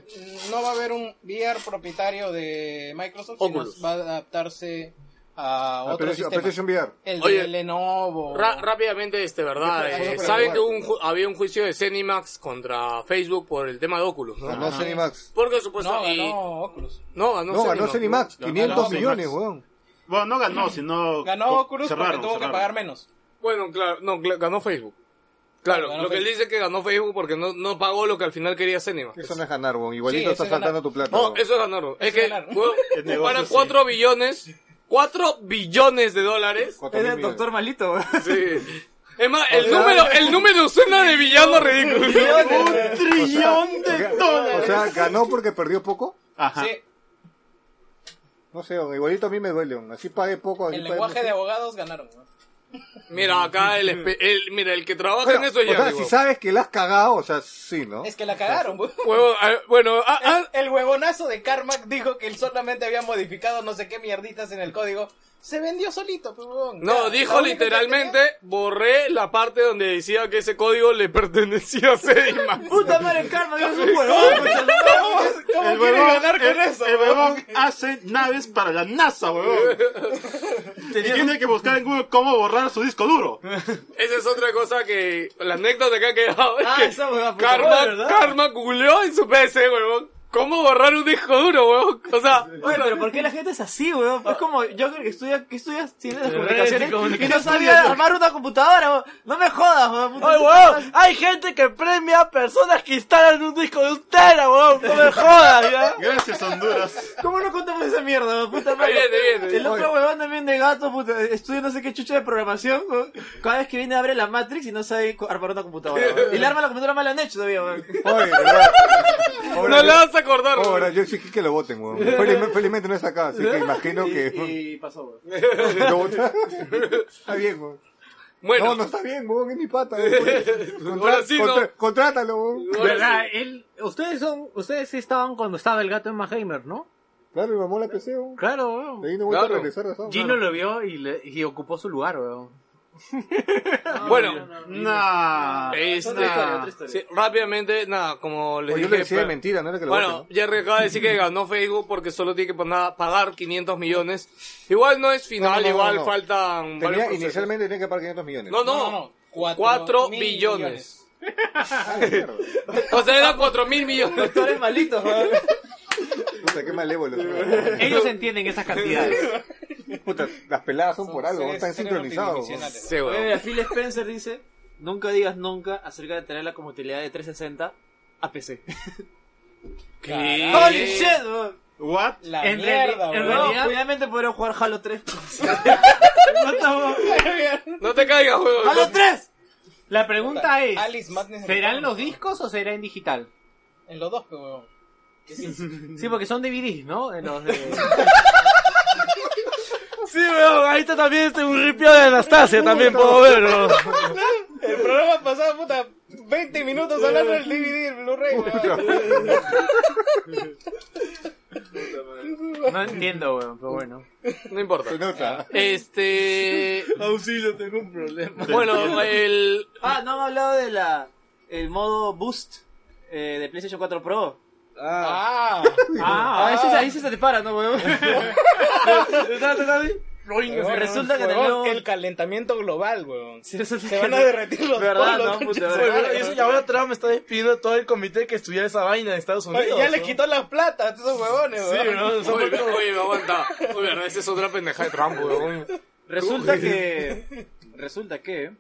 S3: no va a haber un VR propietario de Microsoft, sino
S1: Oculus.
S3: va a adaptarse a
S7: A
S3: otro
S7: PlayStation- a
S3: sistema.
S7: PlayStation VR.
S3: El
S1: Oye,
S3: de Lenovo.
S1: Ra- rápidamente, este, ¿verdad?
S7: Yo creo que
S1: Eh,
S7: eso para
S1: Saben
S7: jugar,
S1: que hubo un ju- había un juicio de Cenimax contra Facebook por el tema de Oculus, ¿no?
S7: Ganó Cinemax.
S1: Porque supuestamente...
S3: no, ganó Oculus.
S1: no, ganó
S7: No, ganó Cinemax.
S4: Ganó
S7: 500
S4: Cinemax.
S7: millones, weón.
S4: Bueno, no ganó, sino.
S3: Ganó
S4: co-
S3: Oculus
S4: Oh, cerraron,
S3: porque tuvo
S4: cerraron.
S3: que pagar menos.
S1: Bueno, claro, no, cla- ganó Facebook. Claro,
S3: Ganó
S1: lo que él
S3: Facebook.
S1: dice es que ganó Facebook porque no, no pagó lo que al final quería Cinemax.
S7: Eso no es ganar, weón. Igualito
S3: Sí, eso
S7: estás
S3: es ganar.
S7: saltando tu plata.
S1: No,
S7: weón.
S1: eso es ganar. Es
S3: Eso
S1: que
S3: ganaron.
S7: <laughs>
S1: weón,
S4: El negocio,
S1: comparan
S4: sí.
S1: 4 billones, 4 billones de dólares.
S7: <laughs> Cuatro
S8: Es
S7: mil
S8: el
S7: millones.
S8: doctor malito, weón.
S1: Sí. Es más,
S7: O
S1: el
S7: sea-
S1: número, el número suena de villano ridículo.
S7: <laughs>
S4: ¡Un trillón de
S7: O
S4: dólares!
S7: sea, ganó porque perdió poco.
S4: Ajá.
S3: Sí,
S7: No sé, weón, igualito a mí me duele, weón. Así pagué poco. así
S3: el
S7: pagué
S3: lenguaje
S7: mucho.
S3: de abogados ganaron. weón.
S1: Mira, acá el, espe- el- mira, el que trabaja
S7: Bueno,
S1: en eso
S7: o
S1: ya.
S7: sea, si sabes que la has cagado, o sea, sí,
S1: <laughs>
S7: ¿no?
S3: Es que la cagaron, weón.
S1: bueno, ah, ah,
S3: El huevonazo de Carmack dijo que él solamente había modificado no sé qué mierditas en el código Se vendió solito, pues, huevón.
S1: No,
S3: Ya,
S1: dijo
S3: la única que
S1: literalmente, borré la parte donde decía que ese código le pertenecía a Sedima.
S8: ¡Puta madre, Karma! ¡Yo soy un huevón! pues,
S3: ¿Cómo, cómo
S4: El
S3: quieres
S4: huevón-
S3: ganar con
S4: el-
S3: eso?
S4: El
S3: huevón?
S4: huevón hace naves para la NASA,
S7: <laughs>
S4: huevón. Y tiene que buscar en Google cómo borrar su disco duro.
S1: Esa es otra cosa que. La anécdota que ha quedado. Es
S8: Ah,
S1: que
S8: esa huevada, puta madre,
S1: Karma,
S8: ¿verdad?
S1: Karma googleó en su PC, huevón. ¿Cómo borrar un disco duro, huevón? O sea.
S8: Oye, pero ¿por qué la gente es así, weón? Es como, yo creo que estudia, que estudias ciencias de las comunicaciones y no sabía armar una computadora, weón. No me jodas, weón. puta,
S2: ¡Ay,
S8: tú
S2: weón! Hay gente que premia a personas que instalan un disco de un tera, weón. No me jodas, ya.
S4: Gracias,
S7: <laughs>
S4: Honduras.
S8: estás- ¿Cómo no contamos esa mierda, weón? Puta
S1: Ahí
S8: madre.
S1: viene, ahí viene.
S8: El otro huevón también de gato, puta, estudia no sé qué chucha de programación, weón. Cada vez que viene abre la Matrix y no sabe cu- armar una computadora, weón. Y le arma la computadora mal la han hecho todavía, <laughs> weón.
S7: Oye, ¿verdad? Ahora
S1: No
S7: yo-
S1: le vas a acordar,
S7: Ahora,
S1: huevón.
S7: yo exigí que lo voten, weón. Felizmente, felizmente no es acá, así que
S1: <laughs>
S7: imagino que.
S8: Y pasó, weón.
S7: <laughs> lo votaron. está bien, weón. No,
S1: Bueno,
S7: no está bien, weón, es mi pata. weón. Contra-
S1: <laughs> Ahora sí, ¿no?
S7: contra- Contrátalo, weón.
S1: ahora
S6: <laughs> ¿Verdad?
S1: sí.
S6: Él, ustedes son, ustedes estaban cuando estaba el gato en Maheimer, ¿no?
S7: Claro, y mamó la PC, weón.
S6: Claro,
S7: De
S6: weón.
S7: ahí no vuelvo
S1: Claro.
S7: a regresar a esa weón.
S6: Gino lo vio y, le- y ocupó su lugar,
S8: <laughs>
S6: weón. <laughs>
S1: bueno.
S4: Nah.
S1: es
S8: Otra historia,
S1: nada.
S8: otra historia.
S1: Sí, rápidamente, nada, como les
S7: Oye,
S1: dije.
S7: Pues Yo le decía de
S1: pero-
S7: mentira, no era que lo
S1: Bueno,
S7: voten.
S1: Jerry acaba de decir que ganó Facebook porque solo tiene que pa- nada, pagar 500 millones. Igual no es final,
S7: No, no, no,
S1: igual
S7: no.
S1: faltan varios
S7: Tenía,
S1: procesos.
S7: inicialmente tenía que pagar 500 millones.
S1: No, no,
S3: No, no, cuatro
S1: 4
S3: mil
S1: billones.
S7: Ah, mierda.
S1: <laughs> O sea, eran 4 mil millones.
S8: Doctores malitos, weón.
S7: Puta, qué malévolo.
S6: Ellos entienden esas cantidades.
S7: Puta, las peladas son por algo,
S3: seres-
S7: están
S3: seres
S7: sincronizados. weón.
S3: multidimensionales.
S1: Sí,
S8: Oye,
S1: weón.
S8: mira, Phil Spencer dice, nunca digas nunca acerca de tener la compatibilidad de 360 a PC.
S1: ¿Qué?
S8: ¡Holy shit, weón!
S4: What?
S3: La
S6: En
S3: mierda,
S6: reali- en
S3: weón.
S6: reali-
S8: No,
S6: realidad-
S8: obviamente podré jugar Halo 3.
S1: No te caigas, weón.
S8: ¡Halo 3!
S6: La pregunta es,
S3: Alice Madness
S6: ¿serán
S3: en-
S6: los discos o será en digital?
S3: En los dos, pues, huevón.
S6: Sí, porque son DVDs, ¿no? En los de-
S2: Sí, weón, ahí está también este, un ripio de Anastasia, también puedo ver, weón.
S3: El programa pasado, puta, 20 minutos hablando del DVD y el Blu-ray, weón.
S6: No entiendo, weón, pero bueno.
S1: No importa.
S7: Se nota.
S1: Este.
S8: Auxilio, tengo un problema.
S1: Bueno, el.
S8: Ah, no hemos hablado de la... El modo Boost eh, de PlayStation 4 Pro.
S3: Ah,
S8: Ah, ese, ahí sí se te para, ¿no, weón?
S3: huevón,
S8: Resulta que
S3: huevón,
S8: tenemos...
S3: el calentamiento global, weón.
S8: Sí, resulta
S3: Se
S8: que
S3: van a
S8: no-
S3: derretir los
S8: ¿Verdad?
S3: polos,
S8: No,
S2: pues,
S8: puta,
S3: concha su
S8: ¿verdad?
S3: madre.
S2: Y eso, y ahora Trump está despidiendo a todo el comité que estudiara esa vaina en Estados Unidos.
S3: Oye, ya le
S2: ¿no?
S3: quitó las plata a esos huevones,
S2: Sí,
S3: weón.
S2: weón, son-
S1: Oye, oye, aguanta. Oye, verdad, esa es otra pendeja de Trump, weón.
S8: Resulta que. Resulta que.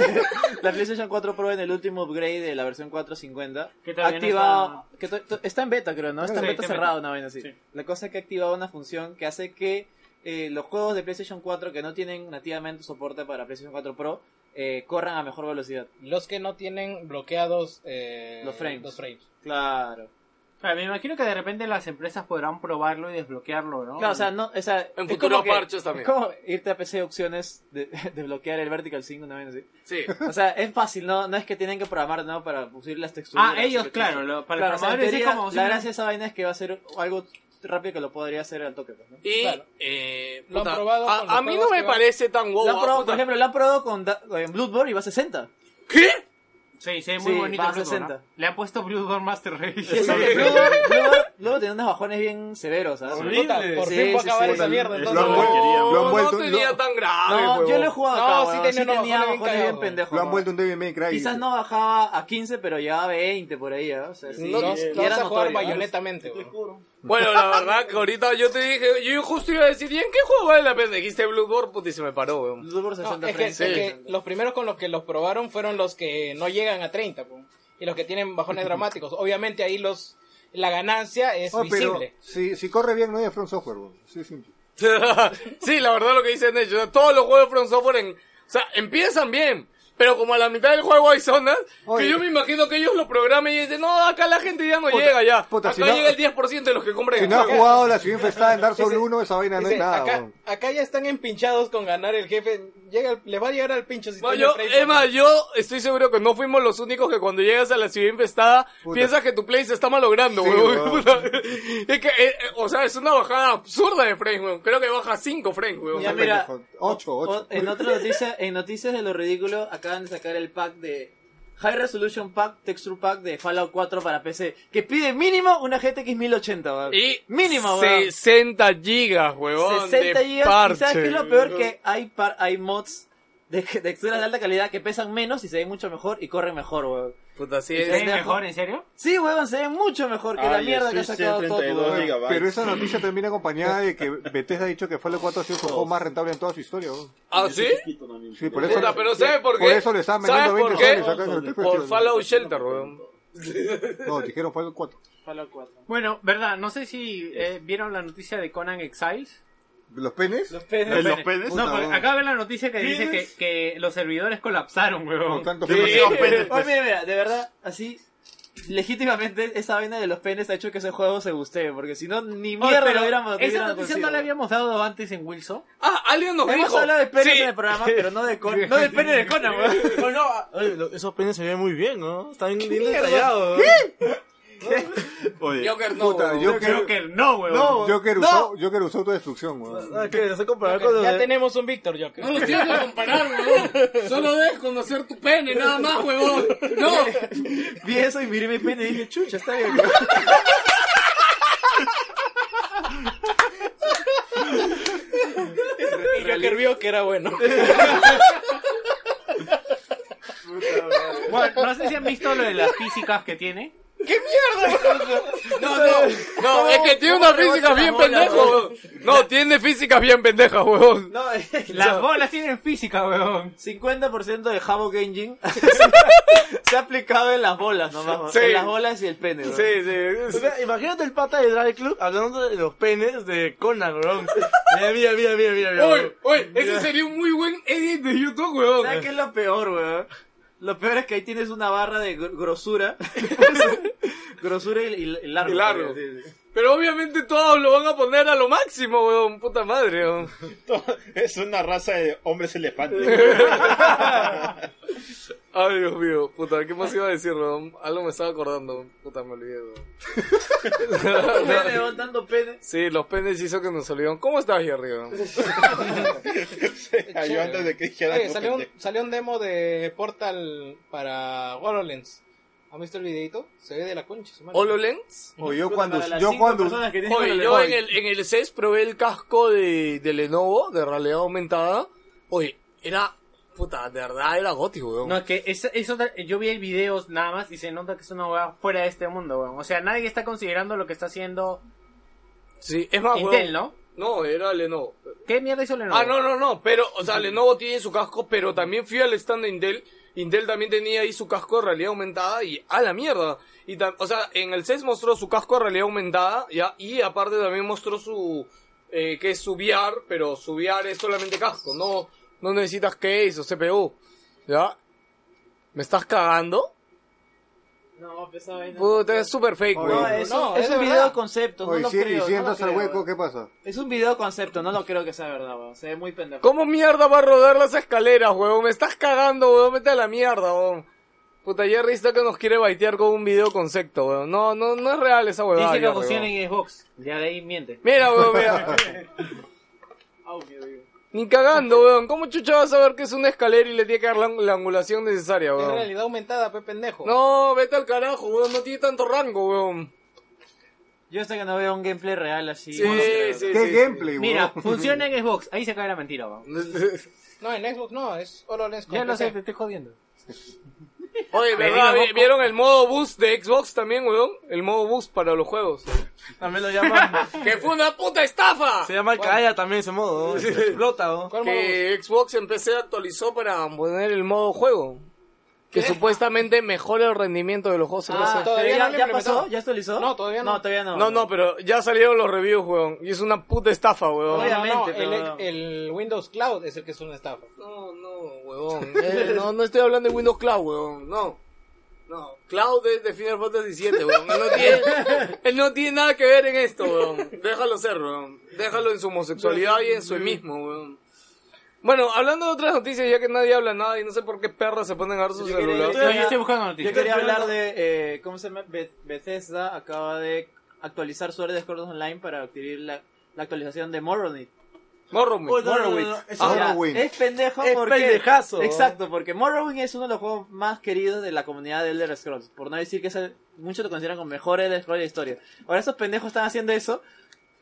S8: <laughs> la PlayStation 4 Pro en el último upgrade de la versión 450.
S6: Que
S8: Activa.
S6: todavía no está-
S8: Que to- to- está en beta, creo, ¿no? Está en
S6: Sí,
S8: beta
S6: está en
S8: cerrado,
S6: beta.
S8: una vaina así.
S6: Sí.
S8: La cosa es que ha activado una función que hace que eh, los juegos de PlayStation 4 que no tienen nativamente soporte para PlayStation 4 Pro eh, corran a mejor velocidad.
S3: Los que no tienen bloqueados eh,
S8: Los frames.
S3: los frames.
S8: Claro.
S6: O sea, Ah, me imagino que de repente las empresas podrán probarlo y desbloqueearlo, ¿no?
S8: Claro, o sea, no. O sea,
S1: En
S8: es
S1: futuros
S8: como que-
S1: parches también.
S8: Es como irte a PC opciones de, <laughs> de bloquear el Vertical 5, una vaina así.
S1: Sí.
S8: O sea, es fácil, no, no es que tienen que programar ¿no? para subir las texturas.
S6: Ah, ellos, claro, lo- para
S8: Claro,
S6: los
S8: o sea, en
S6: programadores es
S8: teoría,
S6: como...
S8: la gracia de esa vaina es que va a ser algo rápido que lo podría hacer al toque. pues, ¿no?
S1: Y.
S3: Claro.
S1: Eh,
S3: Lo han
S1: puta,
S3: probado con
S1: a,
S3: los
S1: a mí no
S3: juegos
S1: me
S3: que van-
S1: parece tan
S3: Oh,
S1: wow.
S8: Lo han probado,
S1: puta.
S8: por ejemplo, lo han probado con, da- en Bloodborne y va a 60.
S1: ¿Qué?
S6: Sí, sí, muy
S8: Sí,
S6: bonito.
S8: va a
S6: Bloodborne,
S8: 60.
S6: ¿no? Le han puesto Bloodborne Master Race.
S8: Y eso que Bloodborne, Bloodborne- Bloodborne tenía unos bajones bien severos. ¿sabes?
S3: Puta, por
S8: Sí,
S3: fin voy a
S8: sí,
S3: acabar
S8: sí.
S3: esa mierda,
S4: Es
S3: entonces.
S4: lo
S3: weón.
S4: que quería,
S7: Lo han
S1: No,
S7: vuelto-
S1: no tenía
S7: lo-
S1: tan grave,
S8: No, yo
S1: huevón.
S8: lo he jugado
S3: No,
S8: acá,
S3: sí
S8: weón,
S3: tenía unos
S8: tenía
S3: bajones bien
S8: bajones bien
S3: cagados.
S8: pendejos.
S7: Lo han
S8: weón.
S7: vuelto un Devil May Cry.
S8: Quizás no bajaba a 15, pero llegaba a 20 por ahí, ¿ah? O sea, sí,
S3: No,
S8: y
S3: no vas
S8: era
S3: a jugar
S8: notorio, ¿ah?
S3: bayonetamente, weón.
S1: Bueno, la verdad que ahorita yo te dije, yo justo iba a decir, ¿y en qué juego vale la pena? Dijiste Bloodborne, puta, y se me paró, weón.
S7: <laughs>
S8: Bloodborne
S3: No,
S8: 60
S3: es que, es
S8: frames.
S3: que los primeros con los que los probaron fueron los que no llegan a 30, po, y los que tienen <laughs> bajones dramáticos. Obviamente ahí los la ganancia es
S7: Oh, pero
S3: visible.
S7: si, si corre bien, no hay de Front Software, weón. Sí, simple.
S1: sí, la verdad lo que dicen ellos, todos los juegos de From Software, en- o sea, empiezan bien, Pero como a la mitad del juego hay zonas,
S7: Oye.
S1: que yo me imagino que ellos lo programen y dicen, no, acá la gente ya no llega ya.
S7: puta,
S1: acá
S7: si no-
S1: llega el 10% de los que compran
S7: Si
S1: el
S7: no ha
S1: juego.
S7: jugado la ciudad infestada en Dark Souls
S3: Ese-
S7: 1, esa vaina no
S3: Dice,
S7: es nada,
S3: acá,
S7: weón.
S3: acá ya están empinchados con ganar el jefe. Llega, al- le va a llegar al pincho si
S1: No,
S3: tiene
S1: yo,
S3: Play
S1: es
S3: Four.
S1: más, yo estoy seguro que no fuimos los únicos que cuando llegas a la ciudad infestada
S7: Puta.
S1: piensas que tu play se está malogrando,
S7: Sí,
S1: huevón.
S7: huevón.
S1: <laughs> Puta. Es que, eh, eh, o sea, es una bajada absurda de frames, huevón. Creo que baja 5 frames, huevón.
S5: Ya, mira,
S7: 8,
S5: O-
S7: 8.
S5: en otra noticia, en noticias de lo ridículo, acaban de sacar el pack de High Resolution Pack, Texture Pack de Fallout 4 para PC, que pide mínimo una GTX 1080, weón.
S1: Y
S5: mínimo, weón.
S1: 60 gigas, huevón.
S5: 60
S1: de
S5: GB. ¿Y
S1: parche,
S5: sabes qué es lo peor?
S1: huevón.
S5: Que hay, par- hay mods de de texturas de alta calidad que pesan menos y se ven mucho mejor y corren mejor, weón.
S1: Puta, sí,
S5: ¿Y
S1: es-
S5: sabes
S8: ¿Es mejor, en serio?
S5: Sí, weón, se ve mucho mejor que la
S4: Ay,
S5: mierda que ha
S4: estoy
S5: sacado todo.
S4: 132
S5: weón.
S4: gigas.
S7: Pero esa noticia termina acompañada de que Bethesda ha dicho que Fallout 4 ha sido su
S1: Oh.
S7: juego más rentable en toda su historia, weón.
S1: ¿Ah, sí?
S7: Sí, por eso.
S1: Puta, pero ¿sabes por qué?
S7: Por eso le estaban vendiendo
S1: ¿Sabes
S7: 20
S1: por qué?
S7: dólares acá en el
S1: Por Fallout Shelter, huevón.
S7: No, dijeron Fallout 4.
S6: Bueno, verdad, no sé si eh, vieron la noticia de Conan Exiles.
S7: ¿Los penes?
S4: ¿En los penes?
S7: Puta,
S6: no, pues, porque
S7: weón.
S6: acá ven la noticia que dice que, que los servidores colapsaron,
S7: Con
S6: weón.
S7: tantos
S4: Sí.
S7: penes.
S4: Demasiados penes,
S5: Oye,
S4: pues.
S5: mira, mira, de verdad, así, legítimamente, esa vaina de los penes ha hecho que ese juego se guste, porque si no, ni
S6: Oye,
S5: mierda
S6: pero
S5: lo hubiéramos
S6: esa
S5: hubieran
S6: noticia
S5: conseguido.
S6: no la habíamos dado antes en Wilson.
S1: Ah, alguien nos
S5: Hemos
S1: dijo.
S5: hablado
S1: <laughs>
S5: de penes
S1: Sí.
S5: en el programa, pero no de Conan, no del pene de Conan, weón.
S3: No, no, ah,
S2: Oye, lo- esos penes se ven muy bien, ¿no? Están bien detallados.
S4: Oye,
S1: Joker no,
S7: Puta,
S1: huevón.
S7: Joker-
S6: Creo que no, weón.
S7: Joker usó, Joker usó autodestrucción, weón.
S2: Ah, ¿qué? ¿Los he comparado con los
S3: ya
S2: de-
S3: tenemos un Víctor Joker.
S1: No los tienes que comparar, huevón. Solo debes conocer tu pene, nada más, huevón. No.
S5: Vi eso y miré mi pene y dije, chucha, está bien.
S3: Y Joker vio que era bueno.
S6: Bueno, no sé si han visto lo de las físicas que tiene.
S1: No, no. No, es que tiene una física bien pendeja, huevón. No, tiene físicas bien pendejas, huevón.
S5: No,
S6: Las bolas tienen física, weón.
S5: 50% de Havoc Engine <laughs> se ha aplicado en las bolas nomás, weón.
S1: Sí.
S5: en las bolas y el pene, weón.
S1: Sí, sí.
S2: O sea, imagínate el pata de Drive Club hablando de los penes de Conan,
S5: <laughs>
S2: weón. Mira, mira, mira, mira, mira. mira,
S1: Oye,
S2: weón.
S1: oye, ese sería un muy buen edit de YouTube, huevón.
S5: ¿Sabes qué es lo peor, weón? Lo peor es que ahí tienes una barra de gr- <laughs> grosura. grosura y, y- y largo.
S1: Y largo.
S5: weón, sí, sí.
S1: Pero obviamente todos lo van a poner a lo máximo, weón. Puta madre, weón.
S4: es una raza de hombres elefantes.
S1: Ay, Dios mío. Puta, ¿qué más iba a decir, weón? Algo me estaba acordando. weón. Puta, me olvidé,
S6: <laughs>
S1: weón.
S5: Pene, weón, tanto pene.
S1: Sí, los penes hizo que nos olvidaron. ¿Cómo estás ahí arriba?
S4: Yo antes de que dijera
S3: Oye,
S4: algo,
S3: salió un,
S4: pendejo.
S3: salió un demo de Portal para HoloLens. ¿Han visto el videito? Se ve de la concha. su madre.
S1: ¿HoloLens?
S7: O yo cuando,
S5: Para las
S7: yo
S5: cinco
S7: cuando,
S5: personas que tienen
S1: Oye,
S5: HoloLens.
S1: yo en el, en el CES probé el casco de, de Lenovo, de realidad aumentada. Oye, era... Puta, de verdad era gótico, weón.
S6: No, es que es, es otra- yo vi videos nada más y se nota que es una weá fuera de este mundo, weón. O sea, nadie está considerando lo que está haciendo
S1: Sí, es
S5: Ah,
S1: más, weón.
S6: Intel, ¿no?
S1: No, era Lenovo.
S6: ¿Qué mierda hizo Lenovo?
S1: Ah, no, no, no, pero, o sea, Lenovo tiene su casco, pero también fui al stand de Intel. Intel también tenía ahí su casco de realidad aumentada y a la mierda. Y tam- o sea, en el CES mostró su casco de realidad aumentada ya, y aparte también mostró su, eh, que es su VR, pero su VR es solamente casco, no, no necesitas case o CPU. ¿Ya? ¿Me estás cagando?
S5: No, pues, esa vaina.
S1: Puta, es super fake,
S7: Oye,
S5: No,
S1: weón.
S5: es,
S3: No,
S5: es
S3: es
S5: un
S3: verdad.
S5: video concepto, no
S7: oye,
S5: lo
S7: si,
S5: creo.
S7: y si
S5: no lo
S7: entras al
S5: creo,
S7: hueco,
S5: weón.
S7: ¿qué pasa?
S5: Es un video concepto, no lo creo que sea verdad, weón. Se ve muy pendejo.
S1: ¿Cómo mierda va a rodar las escaleras, huevón? Me estás cagando, huevón. Vete a la mierda, huevón. Puta, Jerry está que nos quiere baitear con un video concepto, huevón. No, no, no es real esa huevada.
S6: Dice que
S1: ya,
S6: funciona
S1: huevón.
S6: en Xbox. Ya de ahí miente.
S1: Mira, huevón, mira.
S5: <laughs> Audio, digo.
S1: Ni cagando, huevón. ¿Cómo chucha vas a ver que es una escalera y le tiene que dar la, la angulación necesaria,
S3: Es
S1: huevón?
S3: realidad aumentada,
S5: pues,
S3: pe pendejo.
S1: No, vete al carajo, huevón. No tiene tanto rango, huevón.
S5: Yo hasta que no veo un gameplay real así.
S1: Sí,
S5: no lo creo.
S1: sí,
S7: ¿Qué
S1: sí,
S7: gameplay, weón? <laughs>
S6: Mira, funciona en Xbox. Ahí se cae la mentira, weón.
S3: No, en Xbox no, es HoloLens con
S6: Ya lo
S3: PC.
S6: sé, te estoy jodiendo.
S1: sí. Oye,
S6: Le
S1: ¿verdad?
S6: digo,
S1: Vi-
S6: no-
S1: ¿Vieron el modo boost de Xbox también, huevón? El modo boost para los juegos.
S2: También lo llaman.
S1: ¡Que fue una puta estafa!
S2: se llama Kaya también ese modo, ¿no? Explota, ¿no?
S3: ¿Cuál modo
S1: que Xbox en PC actualizó para poner el modo juego. que supuestamente mejora el rendimiento de los juegos
S3: Ah,
S1: cerveza.
S3: todavía
S5: ya,
S3: no lo
S5: ya
S3: implementaron.
S5: pasó, ya actualizó.
S3: No, todavía no.
S5: No, todavía no.
S1: No, no, pero ya salieron los reviews, weón. Y es una puta estafa,
S3: No,
S1: weón.
S3: no, no,
S5: Obviamente,
S3: el,
S5: pero-
S3: el Windows Cloud es el que es una estafa.
S1: No, no, weón. Eh, no, no estoy hablando de Windows Cloud, weón. No. No, Cloud es de Final Fantasy VII, weón. Él no tiene, él no tiene nada que ver en esto, weón. Déjalo ser, weón. Déjalo en su homosexualidad y en su mismo, weón. Bueno, hablando de otras noticias, ya que nadie habla nada y no sé por qué perras se ponen a ver su celular.
S6: No, yo estoy buscando
S5: Yo
S6: noticias.
S5: quería hablar de, eh, ¿cómo se llama? Be- Bethesda acaba de actualizar su área de Discord Online para adquirir la, la actualización de Morrowind.
S1: Morrowind.
S2: Morrowind.
S5: O
S7: Ah,
S5: sea,
S7: Morrowind.
S5: Es pendejo
S2: Es
S5: porque...
S2: pendejazo.
S5: Exacto, porque Morrowind es uno de los juegos más queridos de la comunidad de Elder Scrolls. Por no decir que es el- muchos lo consideran como mejor Elder Scrolls de la historia. Ahora esos pendejos están haciendo eso.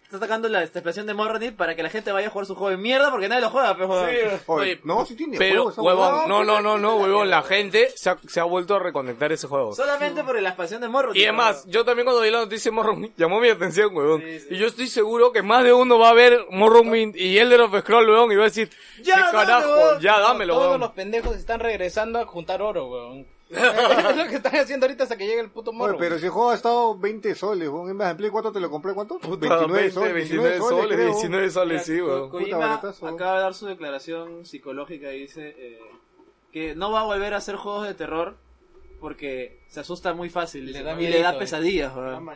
S5: Están sacando la expansión de Morrowind para que la gente vaya a jugar su juego de mierda porque nadie lo juega. Pero,
S7: Oye,
S1: Oye,
S7: no, si tiene
S1: Pero,
S7: juegos, esa huevada.
S1: huevón, no, no, no, no, huevón, la gente se ha, se ha vuelto a reconectar ese juego.
S5: Solamente por la expansión de Morrowind.
S1: Y es más, yo también cuando vi la noticia de Morrowind, llamó mi atención, huevón.
S5: Sí, sí.
S1: Y yo estoy seguro que más de uno va a ver Morrowind y Elder of Scroll, huevón, y va a decir,
S5: Ya,
S1: ¿qué
S5: dame,
S1: carajo?
S5: huevón".
S1: ya, Ah, dámelo,
S3: Todos
S1: huevón. <laughs>
S3: los pendejos están regresando a juntar oro, weón. Eh, es lo que están haciendo ahorita hasta que llegue el puto
S7: Oye,
S3: morro.
S7: pero si el juego ha estado 20 soles, weón. En vez de Play 4 te lo compré, ¿cuánto?
S1: Puta, 20, 29 soles,
S7: creo.
S1: 19 soles, sí,
S5: Ko-
S1: huevón.
S5: Kojima
S7: Puta, baratazo.
S5: acaba de dar su declaración psicológica y dice eh, que no va a volver a hacer juegos de terror porque se asusta muy fácil dice,
S3: da
S5: ¿no? y
S3: miedito,
S5: le da
S3: eh.
S5: pesadillas. weón.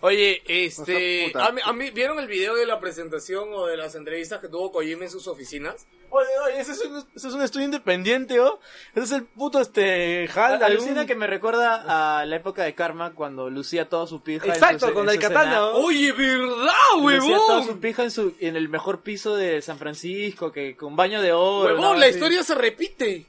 S1: Oye, este,
S7: O sea, puta.
S1: a mí- a mí- ¿vieron el video de la presentación o de las entrevistas que tuvo Kojima en sus oficinas?
S2: Oye, oye, ese es un, ese es un estudio independiente, ¿oh? Ese es el puto, este, Hal,
S5: A- Alucina
S2: algún-
S5: que me recuerda a la época de Karma cuando lucía toda su pija. en
S2: Exacto,
S5: su-
S2: con
S5: en
S2: el
S5: su
S2: katana,
S5: escena-
S2: ¿no?
S1: Oye, ¿verdad,
S5: Lucía toda su
S1: huevón?
S5: pija en, su, en el mejor piso de San Francisco, que con baño de oro.
S1: Huevón,
S5: ¿no?
S1: la
S5: Así.
S1: historia se repite.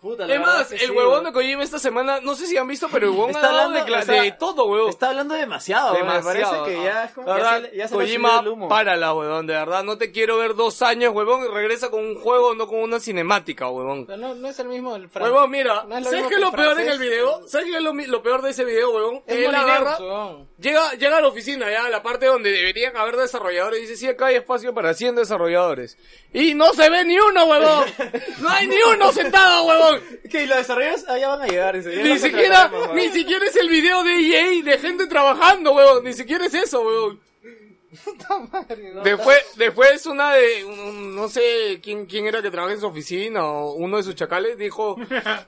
S5: Puta, la
S1: Es
S5: verdad
S1: más,
S5: que
S1: el
S5: sí,
S1: huevón
S5: weón.
S1: de Kojima esta semana, no sé si han visto, pero el huevón ha
S5: Está
S1: dado
S5: hablando,
S1: decla-
S5: o sea,
S1: de todo, huevón.
S5: Está hablando demasiado, weón, Ah, me
S1: Demasiado.
S5: parece que ya es como que
S1: Ahora,
S5: ya se, le- ya se le ha
S1: Kojima,
S5: subido el humo.
S1: párala, huevón, de verdad. No te quiero ver dos años, huevón, y regresa con un juego, no con una cinemática, huevón.
S3: No, no, no es el mismo el fran-
S1: Huevón, mira,
S3: no es lo
S1: ¿sabes qué
S3: mismo que
S1: es lo
S3: el
S1: peor en el
S3: francés.
S1: video? ¿Sabes qué es lo, mi- lo peor de ese video, huevón?
S3: Es
S1: Que él
S3: Molineux,
S1: agarra,
S3: weón.
S1: llega, llega a la oficina, ya, a la parte donde deberían haber desarrolladores, y dice, sí, acá hay espacio para 100 desarrolladores. Y no se ve ni uno,
S5: <laughs>
S1: huevón. No hay ni uno sentado, huevón.
S5: Que los desarrollos allá van a llegar. dice, ya
S1: Ni
S5: los
S1: siquiera,
S5: contratamos,
S1: ni
S5: weón.
S1: siquiera es el video de EA de gente trabajando, huevón. Ni siquiera es eso, huevón. Después, después es una de, un- un- no sé quién, quién era que trabaja en su oficina o uno de sus chacales dijo,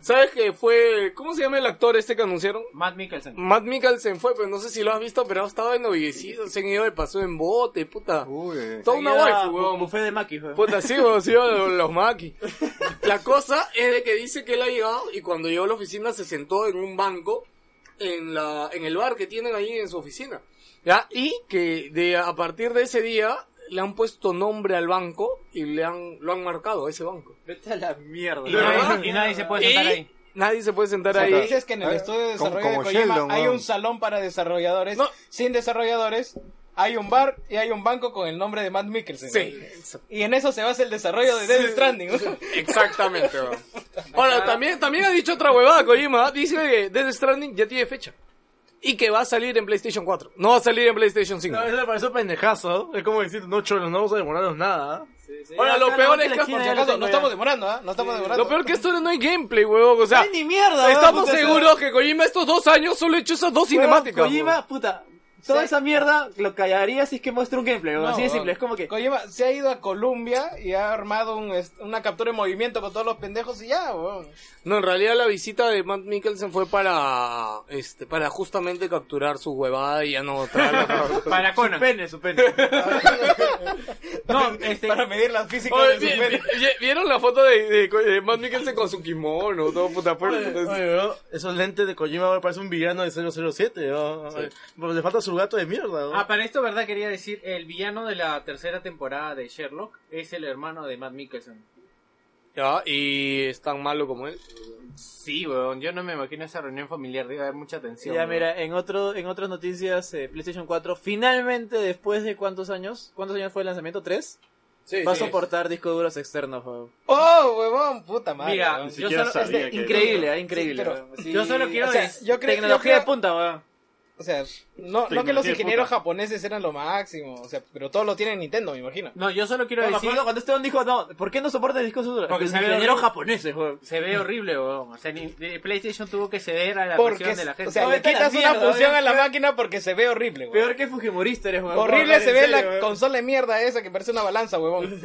S1: ¿sabes que fue, cómo se llama el actor este que anunciaron?
S6: Matt Mikkelsen.
S1: Matt Mikkelsen fue, pero no sé si lo has visto, pero ha estado ennoviecido, se han ido de paso en bote, puta.
S7: Uy, eh.
S1: Toda una
S5: Seguida
S1: waifu,
S5: bu-
S1: huevón.
S5: Buffet de Maki, weón.
S1: Puta, sí, weón, sí, weón, los maquis. <laughs> La cosa es de que dice que él ha llegado y cuando llegó a la oficina se sentó en un banco en, la, en el bar que tienen ahí en su oficina. ¿Ya? Y que de, a partir de ese día le han puesto nombre al banco y le han, lo han marcado a ese banco.
S5: Vete a la mierda.
S6: Y
S1: ¿De verdad?
S6: nadie, y nadie se puede sentar
S1: Y
S6: ahí.
S1: Nadie se puede sentar
S7: Puta.
S1: ahí.
S3: Dices que en el
S7: Ah,
S3: estudio de
S7: como-
S3: desarrollo
S7: como
S3: de Kojima
S7: Sheldon,
S3: hay
S7: weón.
S3: un salón para desarrolladores,
S1: No.
S3: sin desarrolladores, hay un bar y hay un banco con el nombre de Matt Mikkelsen.
S1: Sí,
S3: Y en eso se basa el desarrollo de Death Stranding. weón.
S1: exactamente. weón. Ahora, también, también ha dicho otra huevada, Kojima. Dice que Death Stranding ya tiene fecha. Y que va a salir en PlayStation 4. No va a salir en PlayStation 5.
S2: No, eso me parece un pendejazo. Es como decir, no, cholo, no vamos a demorarnos nada.
S1: Ahora, lo peor es que
S3: Por si acaso, no estamos demorando, ¿ah? No estamos demorando.
S1: Lo peor que esto no hay gameplay, huevón. O sea,
S5: ni mierda, weón,
S1: estamos
S5: puta,
S1: seguros que Kojima estos dos años solo ha hecho esas dos
S5: weón,
S1: cinemáticas.
S5: Kojima, puta. Toda esa mierda lo callaría si es que muestra un gameplay. weón.
S3: No,
S5: Así de
S3: weón.
S5: simple. Es como que.
S3: Kojima se ha ido a Colombia y ha armado un est- una captura de movimiento con todos los pendejos y ya, weón.
S1: huevón. No, en realidad la visita de Matt Mikkelsen fue para, este, para justamente capturar su huevada y ya no traerla.
S6: Para
S5: Su
S6: Conan.
S5: pene, su pene.
S6: No, este.
S3: Para medir las físicas
S1: Oye,
S3: de
S1: vi-
S3: su pene.
S1: vi- vi- ¿Vieron la foto de, de, de Matt Mikkelsen con su kimono? Todo puta fuerte.
S2: Oye, bro, esos lentes de Kojima me parece un villano de 007, ¿no? Pero pues, Le falta su gato de mierda, ¿no?
S6: Ah, para esto, ¿verdad? Quería decir, el villano de la tercera temporada de Sherlock es el hermano de Matt Mikkelsen.
S1: Ya, y es tan malo como él.
S6: Sí, weón, yo no me imagino esa reunión familiar, debe haber mucha tensión.
S5: Ya,
S6: weón.
S5: mira, en, otro, en otras noticias, eh, PlayStation 4, finalmente, después de cuántos años, ¿cuántos años fue el lanzamiento? ¿Tres? va a soportar discos duros externos, weón.
S3: Oh, huevón, puta madre.
S6: Mira,
S3: weón.
S4: Ni
S6: yo
S4: siquiera
S6: solo,
S3: este,
S4: sabía que...
S5: Increíble, ¿eh? increíble.
S3: pero-
S5: weón. Sí.
S6: ah, yo solo quiero
S3: O sea,
S6: decir...
S3: yo creo
S5: Tecnología
S3: yo
S5: de
S3: creo-
S5: punta, weón.
S3: O sea, no, no que los
S4: Tecnología de
S3: ingenieros
S4: puta.
S3: japoneses eran lo máximo, o sea, pero todos lo tienen Nintendo, me imagino.
S6: No, yo solo quiero
S5: Pero
S6: decir.
S5: cuando este don dijo, no, ¿por qué no soporta el disco duro?
S6: Porque
S5: Porque es
S6: se ve
S5: ingeniero
S6: horrible.
S5: japonés, weón.
S6: Se ve horrible, weón. O sea, ni- de- PlayStation tuvo que ceder a la
S3: Porque,
S6: presión de la gente.
S3: o sea, le
S5: Vete a la
S3: quitas una
S5: mierda,
S3: función
S5: weón.
S3: a la máquina porque se ve horrible, weón.
S5: Peor que Fujimorista eres, weón.
S3: Horrible
S5: Weón,
S3: se
S5: en
S3: ve
S5: serio,
S3: la
S5: weón.
S3: consola de mierda esa que parece una balanza, huevón.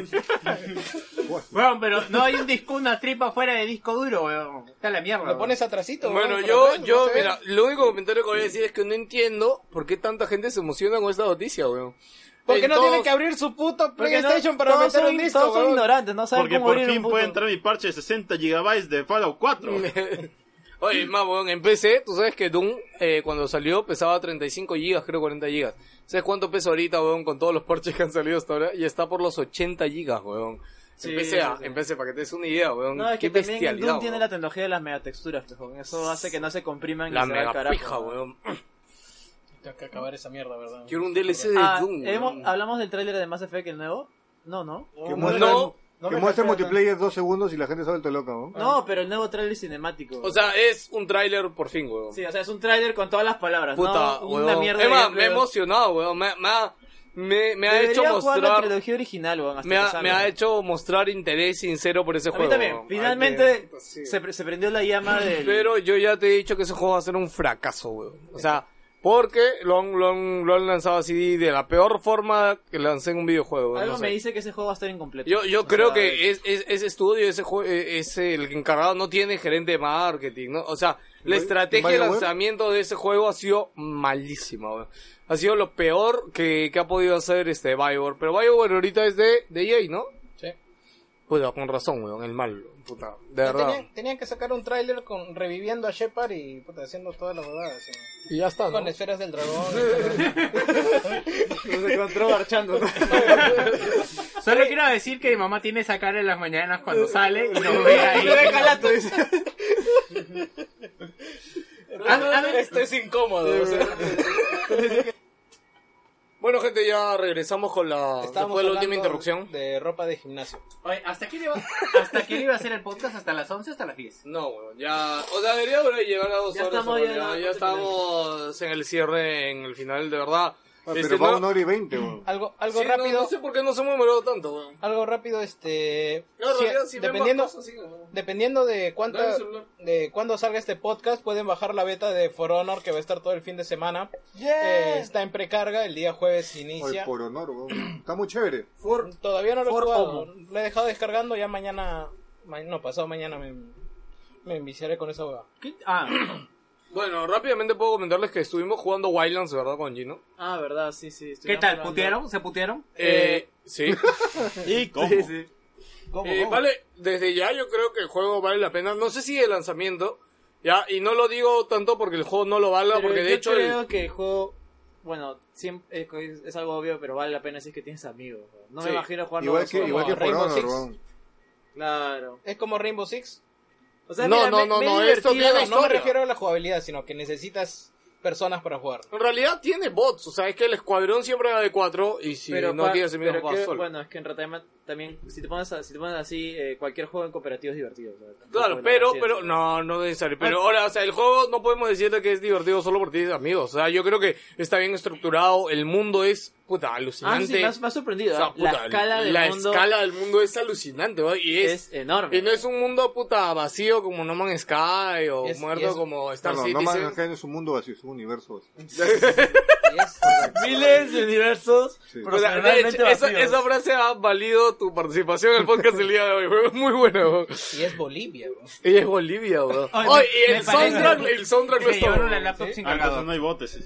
S6: Weón, pero no hay un disco, una tripa fuera de disco duro, weón. Está la mierda.
S3: Lo pones atrasito, huevón,
S1: Bueno,
S3: por
S1: yo,
S3: atrás, no
S1: yo,
S3: se ve.
S1: mira, lo único comentario que voy a decir es que no entiendo por qué tanta gente se emociona con esta noticia, weón.
S3: Porque no
S1: Entonces-
S3: tienen que abrir su puto
S5: Porque no-
S3: PlayStation para
S5: todos
S3: meter
S5: son-
S3: un disco,
S5: Todos son
S3: huevón.
S5: ignorantes, no saben
S4: Porque
S5: cómo
S4: por
S5: abrir un
S4: fin
S5: puto-
S4: puede entrar mi parche de 60 GB de Fallout 4.
S1: <laughs> Oye, más, weón, en PC, tú sabes que Doom, eh, cuando salió, pesaba 35 gigas, creo 40 gigas. ¿Sabes cuánto pesa ahorita, weón, con todos los parches que han salido hasta ahora? Y está por los 80 gigas, weón. en PC, ah, en PC, para que te des una idea, weón.
S5: No, es que
S1: Qué
S5: también el Doom
S1: bestialidad,
S5: tiene
S1: weón.
S5: la tecnología de las megatexturas, pues, weón. Eso hace que no se compriman y
S1: La
S5: se va al
S1: mega
S5: carajo.
S1: pija, weón.
S3: Tengo que acabar esa mierda, ¿verdad?
S1: Quiero un DLC de
S5: Ah,
S1: Doom,
S5: hemos-
S1: weón.
S5: hablamos del tráiler de Mass Effect el nuevo. No, no.
S7: Que
S3: No,
S7: muestra,
S1: no,
S3: no
S7: que
S3: me
S7: muestra
S3: recuerda.
S7: multiplayer dos segundos y la gente se ha vuelto loca, ¿no?
S5: No, pero el nuevo tráiler cinemático.
S1: O sea, es un tráiler por fin, weón.
S5: sí, o sea, es un tráiler con todas las palabras.
S1: Puta,
S5: no, una
S1: weón.
S5: mierda.
S1: Es
S5: de
S1: más,
S5: gameplay,
S1: me he
S5: weón.
S1: emocionado, weón. Me, me ha, me, me ha
S5: Debería
S1: hecho
S5: jugar la
S1: mostrar...
S5: trilogía original, weón, hasta
S1: Me
S5: que
S1: ha, me
S5: salga.
S1: ha hecho mostrar interés sincero por ese
S5: A mí
S1: juego.
S5: también.
S1: weón.
S5: Finalmente
S1: Pues
S6: Pues
S5: se, pre- se prendió la
S1: <laughs>
S5: llama del...
S1: Pero yo ya te he dicho que ese juego va a ser un fracaso, weón. O sea, porque lo han, lo han, lo han lanzado así de la peor forma que lancé en un videojuego. weón,
S5: Algo
S1: no sé.
S5: me dice que ese juego va a estar incompleto.
S1: Yo, yo
S5: O
S1: creo
S5: sea,
S1: que es, es- ese estudio, ese jue- eh, ese- el encargado no tiene gerente de marketing, ¿no? O sea, la
S7: ¿En
S1: estrategia de
S7: BioWare?
S1: lanzamiento de ese juego ha sido malísima, weón. Ha sido lo peor que, que ha podido hacer este Bioware. Pero Bioware ahorita es de, de EA, ¿no?
S3: Sí.
S1: Puta, con razón, weón, el mal, puta, de
S3: Ya
S1: verdad.
S3: Tenían, tenían que sacar un tráiler con reviviendo a Shepard y puta, haciendo todas las huevadas. ¿sí?
S1: Y ya está, ¿no?
S3: Con esferas
S1: <laughs>
S3: del dragón.
S5: Se encontró marchando.
S6: <laughs> Solo quiero decir que mi mamá tiene esa cara en las mañanas
S1: <laughs>
S6: cuando sale y nos ve ahí. Ah, ah,
S1: Este
S3: Esto
S8: <laughs>
S3: es incómodo. o sea.
S1: Bueno, gente, ya regresamos con la, después de la última
S3: hablando
S1: interrupción.
S3: De ropa de gimnasio.
S6: Oye, ¿hasta qué, le va- ¿hasta qué le iba a hacer el podcast? ¿Hasta las 11 hasta las 10?
S1: No, weón, ya, o sea, debería bueno, llegar a dos
S5: Ya
S1: horas.
S5: estamos
S1: en
S5: ya en
S1: realidad.
S5: la-
S1: ya estamos en el cierre, en el final, de verdad.
S7: Ah,
S1: Este,
S7: pero va
S1: no-
S7: una hora y veinte, weón.
S3: Algo, algo
S1: Sí, no-
S3: rápido.
S1: No, sé por qué no se hemos demorado tanto, weón.
S3: Algo rápido, este.
S1: No, en
S3: si-
S1: realidad, si ven
S3: dependiendo,
S1: más cosas, sí, weón.
S3: dependiendo de
S1: Dale el
S3: cuánta,
S1: celular.
S3: de cuándo salga este podcast, pueden bajar la beta de For Honor que va a estar todo el fin de semana. Eh, está en precarga, el día jueves
S7: Ay,
S3: inicia.
S7: por honor, weón. Está muy chévere.
S3: Todavía no lo he
S5: For
S3: jugado, lo he dejado descargando, ya mañana, ma- no, pasado mañana me, me enviciaré con esa hueva.
S5: ¿Qué? Ah,
S1: Bueno, rápidamente puedo comentarles que estuvimos jugando Wildlands, ¿verdad, con Gino?
S5: ah, verdad, sí, sí.
S6: ¿Qué
S5: estuvieron
S6: tal?
S5: hablando.
S6: ¿Putearon? ¿Se putearon?
S1: Eh,
S5: <laughs>
S1: sí.
S4: ¿Y cómo?
S1: Eh, vale, desde ya yo creo que el juego vale la pena. No sé si el lanzamiento, ya, y no lo digo tanto porque el juego no lo valga,
S5: Pero
S1: porque de
S5: yo
S1: hecho... el-
S5: creo que el juego... Bueno, siempre, es, es algo obvio, pero vale la pena si es que tienes amigos. weón. No
S1: Sí.
S5: me imagino jugarlo
S7: Igual que,
S5: solo.
S7: igual que por
S3: Rainbow
S7: honor,
S3: Six.
S7: weón.
S5: Claro.
S3: Es como Rainbow Six.
S5: O sea,
S1: No,
S5: mira,
S1: no,
S5: me-
S1: no,
S5: me he
S1: no, esto
S5: divertido.
S1: tiene-
S3: No, no me
S1: historia.
S3: refiero a la jugabilidad, sino que necesitas personas para jugar.
S1: En realidad tiene bots, o sea, es que el escuadrón siempre va de cuatro y si
S5: pero
S1: no
S5: pa-
S1: tienes el mismo
S5: pero
S1: juego
S5: que-
S1: solo.
S5: Bueno, es que en realidad también, si te pones, a- si te pones así, eh, cualquier juego en cooperativo es divertido. o sea, tampoco
S1: Claro,
S5: es la
S1: pero,
S5: ciencia.
S1: pero, no, no es necesario. Pero ahora, o sea, el juego no podemos decirle que es divertido solo porque tienes amigos. O sea, yo creo que está bien estructurado, el mundo es, puta,
S5: Ah,
S1: alucinante.
S5: sí, me ha, me ha sorprendido.
S1: O sea,
S5: ¿eh?
S1: puta,
S5: la escala del
S1: la
S5: mundo
S1: escala del mundo es alucinante, ¿no? Y es,
S5: es enorme.
S1: y no es un mundo, puta, vacío como No Man's Sky o
S3: Es-
S1: muerto
S3: es-
S1: como
S7: No,
S1: Star
S7: no, no
S1: Citizen.
S7: más acá es un mundo vacío, es un universo vacío.
S3: Es-
S5: Miles de universos.
S7: Sí.
S1: O sea, de
S5: personalmente
S1: hecho, esa,
S5: vacíos.
S1: esa frase ha valido tu participación en el podcast el día de hoy, weón. Muy buena, weón.
S3: y es Bolivia, bro.
S1: Ella es Bolivia, weón.
S6: Oye,
S1: Oye, y
S6: me
S1: el
S6: parece-
S1: soundtrack, el soundtrack no
S6: Se
S1: es Pues todo.
S6: llevaron la laptop sin
S4: Ah, entonces
S6: cargador.
S4: no hay botes. sí.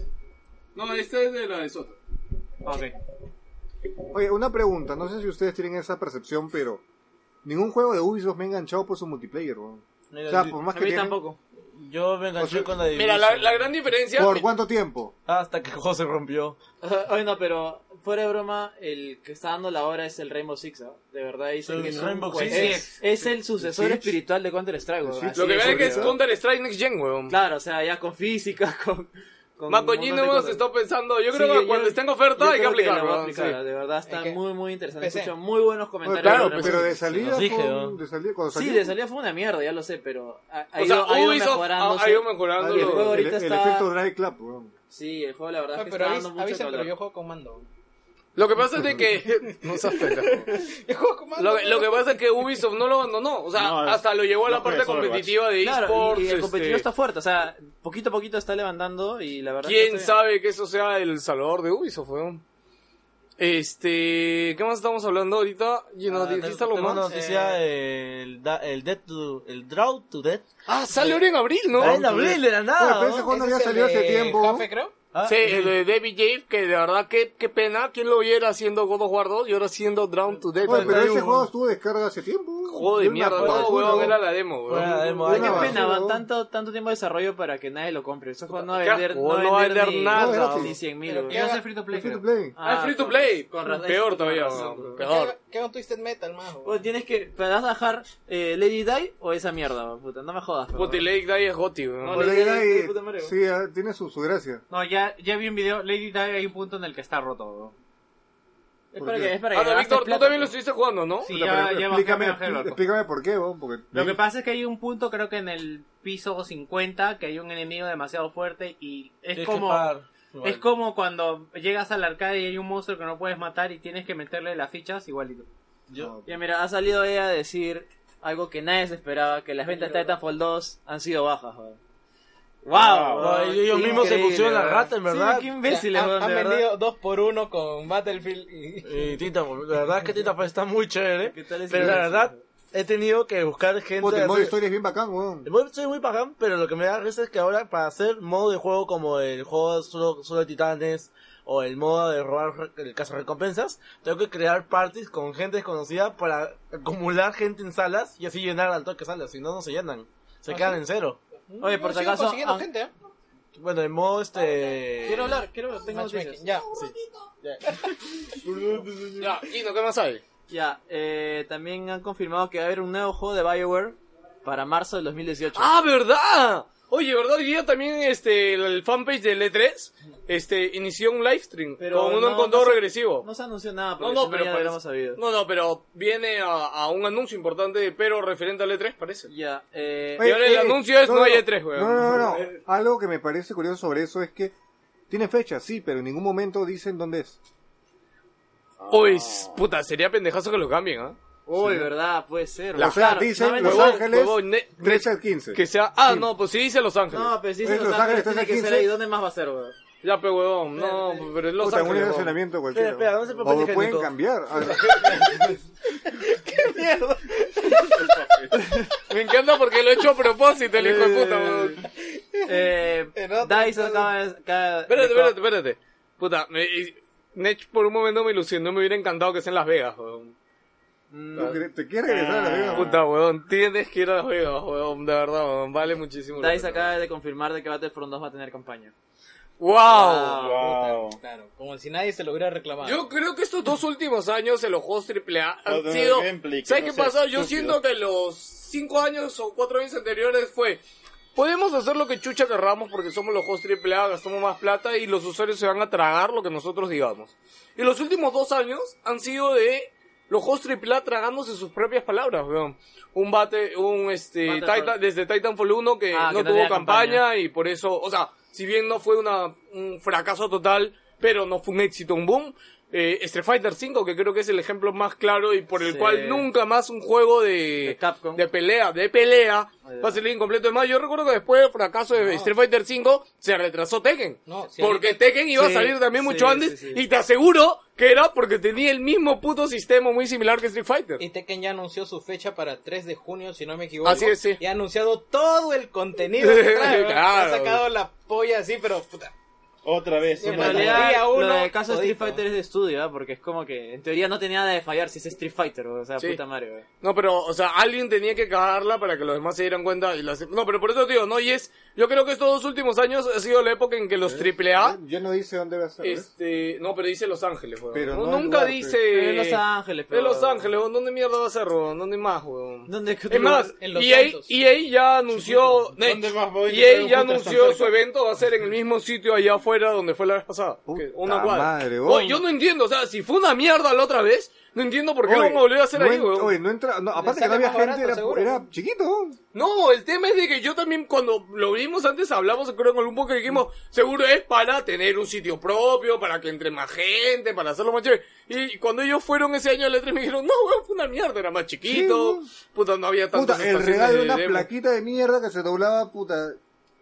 S1: No, esta es de la de Soto.
S6: Ok.
S7: Oye, una pregunta, no sé si ustedes tienen esa percepción, pero ningún juego de Ubisoft me ha enganchado por su multiplayer, weón. O sea, por más
S5: a
S7: que
S5: mí
S7: tienen,
S5: tampoco.
S2: Yo me enganché con la
S1: Mira, la, la gran diferencia.
S7: ¿Por cuánto tiempo?
S2: Hasta que el juego se rompió.
S8: <laughs>
S5: Oye, no, pero fuera de broma, el que está dando la hora es el Rainbow Six. ¿ah? De verdad, dicen
S2: El
S5: que es un
S2: Rainbow
S1: pues,
S5: juez-
S2: Six.
S5: Es, es el sucesor
S7: Six.
S5: espiritual de Counter Strike.
S7: El
S5: weón,
S7: Six.
S5: así
S1: lo que
S5: es,
S1: ven es que es
S5: weón.
S1: Counter Strike Next Gen, weón.
S5: Claro, o sea, ya con física, con,
S8: <laughs> con
S1: Maco
S8: un montón de
S1: Gino
S8: cosas.
S1: se está pensando. Yo
S8: Sí,
S1: creo
S8: yo-
S1: que
S8: yo-
S1: cuando esté en
S8: Yo
S1: oferta hay que
S8: creo la
S1: aplicar.
S8: voy a
S1: ¿no?
S8: aplicar,
S1: Sí.
S8: De verdad está
S3: Es que-
S8: muy, muy interesante.
S3: PC.
S8: Escucho muy buenos comentarios.
S7: claro,
S8: sobre
S7: pero
S8: la
S7: de
S8: música.
S7: salida,
S10: los dije,
S7: fue un-
S10: ¿no?
S7: de salida cuando
S8: Sí,
S7: salió,
S8: de salida fue una mierda, ya lo sé, pero ha, ha
S1: O
S8: ido,
S1: sea,
S8: ha ido
S1: Ubisoft
S8: mejorándose.
S1: ha ha ido mejorando.
S8: El juego
S7: el,
S8: ahorita
S7: el
S8: está-
S7: efecto Drive Club, weón.
S8: Sí, el juego la verdad
S3: Ay,
S7: Ah,
S8: es que
S3: pero
S8: está dando
S3: avisen,
S8: mucho que
S3: avisen, pero
S8: hablar.
S3: yo juego con mando.
S1: Lo que pasa es de que. No seas pendejo.
S8: <laughs>
S3: Yo juego con mando.
S1: Lo, que- lo que pasa es que Ubisoft no lo abandonó. O sea,
S4: No, es-
S1: hasta lo llevó a la
S4: no
S1: parte
S4: juegues Overwatch.
S1: competitiva de eSports.
S8: Claro, y, y el
S1: este,
S8: competitivo está fuerte, o sea, poquito a poquito está levantando y la verdad.
S1: ¿Quién
S8: que está bien.
S1: sabe que eso sea el salvador de Ubisoft, weón? Este, ¿qué más estamos hablando ahorita? You know,
S2: Ah, te-
S1: ¿dijiste algo
S2: tengo una
S1: más? eh.
S2: noticia, el, da- el, Death to, el Drought to Death.
S1: Ah, sale ahora en abril, ¿no?
S2: Ah, en abril, de la
S7: Oye,
S2: nada.
S7: pero ese
S2: ¿no?
S7: juego no
S3: Ese
S7: había
S3: es el
S7: salido hace
S3: de
S7: tiempo.
S3: Jafe, creo.
S2: Ah,
S1: Sí, el de David Jave, que de verdad, qué, qué pena. ¿Quién lo viera haciendo God of War 2 y ahora haciendo Drown to Death?
S8: Pues,
S7: Oye, pero
S2: hay
S7: ese
S2: un-
S7: juego estuvo descarga hace tiempo.
S1: Joder,
S7: Era una
S1: mierda,
S7: basura,
S1: no, weón,
S7: weón.
S1: era la demo,
S2: Fue la
S1: weón.
S2: demo,
S7: Una
S2: ahí
S8: Qué
S2: va.
S7: basura.
S8: pena, va tanto, tanto tiempo de desarrollo para que nadie lo compre. Ese juego no va a
S1: Qué
S8: vender,
S1: asco,
S8: no
S1: no
S8: va
S1: va
S8: a vender
S1: a
S8: ni,
S1: vender nada.
S8: ni 100 mil.
S6: Y va a ser free to play.
S7: Free to
S6: creo.
S7: play.
S1: Ah, es free to play. Peor todavía, weón. Peor.
S3: ¿Qué con Twisted Metal, majo?
S8: Bueno, tienes que. ¿Te vas a dejar eh, Lady Di o esa mierda, va, puta? No me jodas. pero-
S1: Puti Lake Day es Gotti, weón.
S8: No,
S7: Pero
S8: le-
S7: era
S8: le-
S7: ahí-
S8: le- puta madre, weón.
S7: Sí, ah, tiene su, su gracia.
S6: No, ya, ya vi un video. Lady Di hay un punto en el que está roto. weón.
S8: Es
S7: ¿Por
S8: para
S7: qué?
S8: que. Es para que
S1: Ah, no,
S8: gastes
S1: Víctor, tú
S8: plata,
S1: también lo
S8: pues.
S1: estuviste jugando, ¿no?
S6: Sí,
S7: Puta,
S6: ya,
S7: pero
S6: ya bajé,
S7: explícame,
S6: me bajé el barco.
S7: explícame por qué, weón. Porque
S6: Lo que pasa es que hay un punto, creo que en el piso 50, que hay un enemigo demasiado fuerte y es
S2: Tienes que
S6: como...
S2: pagar.
S6: Es como cuando llegas al arcade y hay un monstruo que no puedes matar y tienes que meterle las fichas igualito.
S7: Yo.
S8: Ya mira, ha salido ella a decir algo que nadie se esperaba, que las ventas de Titanfall 2 han sido bajas, weón.
S4: Wow.
S8: ¡Wow!
S2: No, ellos mismos se pusieron la rata, en verdad.
S8: Sí, qué imbéciles,
S3: Han
S8: weón,
S3: han
S8: de verdad.
S3: vendido dos por uno con Battlefield y... <laughs>
S2: Y Titanfall, la verdad es que Titanfall está muy chévere,
S8: ¿Qué tal ese
S2: pero la
S8: video?
S2: verdad he tenido que buscar gente.
S7: Puta, el modo
S2: así-
S7: historia es bien bacán, weón.
S2: el modo historia es muy bacán, pero lo que me da risa es que ahora para hacer modo de juego como el juego solo, solo de titanes o el modo de robar re- el caso recompensas, tengo que crear parties con gente desconocida para acumular gente en salas y así llenar al toque salas, si no, no se llenan, se quedan en cero.
S8: Ah, Mm, Oye, por
S3: No,
S8: si
S3: sigo
S8: acaso,
S3: consiguiendo
S8: han-
S3: gente, ¿eh?
S2: Bueno, el modo este...
S8: Quiero hablar, quiero, tengo noticias.
S3: Matchmaking, ya.
S1: Ya, Gino, ¿qué más hay?
S8: Ya, eh, también han confirmado que va a haber un nuevo juego de Bioware para marzo del 2018.
S1: ¡Ah, verdad! Oye, ¿verdad? Hoy día también este, el- el fanpage del E3 este, inició un livestream
S8: Pero
S1: con un
S8: no,
S1: contador
S8: no se-
S1: regresivo.
S8: No se anunció nada,
S1: No,
S8: porque
S1: no,
S8: si
S1: pero
S8: ya
S1: pues-
S8: lo hemos sabido.
S1: no, no, pero viene a, a un anuncio importante, pero referente al E3, parece.
S8: Ya, eh,
S1: Oye, Y ahora el anuncio es no hay E3, weón.
S7: No, no, no, no. Algo que me parece curioso sobre eso es que tiene fecha, sí, pero en ningún momento dicen dónde es.
S1: Uy, s- Pues, puta, sería pendejazo que lo cambien, ¿ah?
S8: uy, verdad, puede ser.
S7: o sea,
S8: Claro,
S7: dicen
S8: no me
S7: Los
S1: Huevón,
S7: Ángeles,
S1: huevón, ne-
S7: 13 al 15.
S1: Que sea... Ah, no, pues sí dice Los Ángeles.
S8: No, pero si
S7: Oye,
S8: dice Los
S7: Los Ángeles,
S8: Ángeles, tiene
S7: ¿estás
S8: que
S7: en
S8: ser
S7: 15?
S8: ahí. ¿Dónde más va a ser, weón?
S1: Ya, pe huevón, no, pero es Los
S7: Puta, un
S1: Ángeles, huevón.
S7: estacionamiento cualquiera.
S2: Espera, espera, ¿dónde está el papel
S7: o lo pueden
S2: higiénico?
S7: cambiar. A ver,
S1: Me encanta porque lo he hecho a propósito, el hijo de puta, huevón.
S8: Eh, Dice acaba de... acaba de-
S1: Espérate, espérate, espérate. Puta, me, y- Nech por un momento me ilusionó, me hubiera encantado que sea en Las Vegas, huevón.
S7: ¿tú quieres- ¿Te quieres regresar a la vida?
S1: Puta, huevón, tienes que ir a Las Vegas, huevón, de verdad, huevón, vale muchísimo. la
S8: Dice
S1: pena.
S8: acaba de confirmar de que Battlefront 2 va a tener campaña.
S1: ¡Wow!
S4: Wow.
S3: Claro, como si nadie se lo hubiera reclamado.
S1: Yo creo que estos dos últimos años en los juegos AAA
S4: No,
S1: han
S4: no,
S1: sido...
S4: gameplay, que
S1: ¿Sabes
S4: no
S1: qué
S4: sea
S1: pasa? Yo
S4: estúpido.
S1: siento que los cinco años o cuatro años anteriores fue... Podemos hacer lo que chucha querramos porque somos los juegos AAA, gastamos más plata y los usuarios se van a tragar lo que nosotros digamos. Y los últimos dos años han sido de los juegos AAA tragándose sus propias palabras, weón. Un bate, un este,
S8: Battlefront.
S1: Titan- desde Titanfall 1 que
S8: Ah,
S1: no,
S8: que no
S1: tuvo
S8: tenía
S1: campaña,
S8: campaña.
S1: y por eso, o sea, si bien no fue una, un fracaso total, pero no fue un éxito, un boom, eh, Street Fighter 5 que creo que es el ejemplo más claro y por el
S8: Sí.
S1: cual nunca más un juego de,
S8: De Capcom.
S1: de pelea, de pelea,
S8: Oye.
S1: va a salir incompleto de más. Yo recuerdo que después del fracaso de Street Fighter 5 se retrasó Tekken.
S3: No, sí,
S1: porque Tekken iba a
S8: Sí,
S1: salir también mucho
S8: sí,
S1: antes
S8: sí, sí.
S1: y te aseguro que era porque tenía el mismo puto sistema muy similar que Street Fighter.
S3: Y Tekken ya anunció su fecha para 3 de junio, si no me equivoco.
S1: Así es, sí. <laughs>
S3: Y ha anunciado todo el contenido que trae. ¿verdad?
S1: Claro.
S3: Ha sacado la polla así, pero puta.
S4: Otra vez.
S8: En
S4: una-
S8: realidad,
S3: Día uno,
S8: lo del caso de Street
S3: todito.
S8: Fighter es de estudio, ¿ah? porque es como que en teoría no tenía nada de fallar si es Street Fighter, o sea,
S1: Sí.
S8: puta madre. weón.
S1: No, pero, o sea, alguien tenía que cagarla para que los demás se dieran cuenta. Y las... No, pero por eso, tío, no, y es. Yo creo que estos dos últimos años ha sido la época en que
S7: ¿Eh?
S1: los AAA.
S7: Yo no dice dónde va a ser. ¿ves?
S1: Este. No, pero dice Los Ángeles, weón.
S7: ¿Eh? Pero
S1: No,
S7: no el
S1: nunca
S7: lugar,
S1: dice.
S8: Pero en Los Ángeles, pero...
S1: En Los Ángeles, weón. ¿Dónde mierda va a ser, weón? ¿Dónde más, weón?
S8: ¿Dónde qué
S1: Es
S8: otro
S1: más, E
S8: lugar?
S3: En Los
S1: EA,
S3: Santos.
S1: EA ya anunció.
S4: Chiquito, ¿dónde más voy? Te
S1: EA
S4: traigo
S1: ya
S4: putas
S1: anunció
S4: tan
S1: su
S4: cerca.
S1: evento, va a ser en el mismo sitio allá afuera donde fue la vez pasada. que una
S7: Puta
S1: cuadra.
S7: madre,
S1: Oye,
S7: weón.
S1: yo no entiendo, o sea, si fue una mierda la otra vez, no entiendo por qué lo
S7: Oye,
S1: van a volver a hacer
S7: no
S1: ahí,
S7: en-
S1: weón.
S7: Oye, no entra, no, aparte que no
S3: sale
S7: había
S3: más
S7: gente,
S3: barato,
S7: era,
S3: seguro.
S7: era chiquito.
S1: No, el tema es de que yo también cuando lo vimos antes hablamos creo con un poco que dijimos, seguro es para tener un sitio propio, para que entre más gente, para hacerlo más chévere. Y cuando ellos fueron ese año a Letras me dijeron, no, weón, fue una mierda, era más chiquito,
S7: Sí,
S1: puta, no había tantas
S7: Puta, el
S1: estaciones
S7: regalo de una
S1: demo".
S7: plaquita de mierda que se doblaba, puta,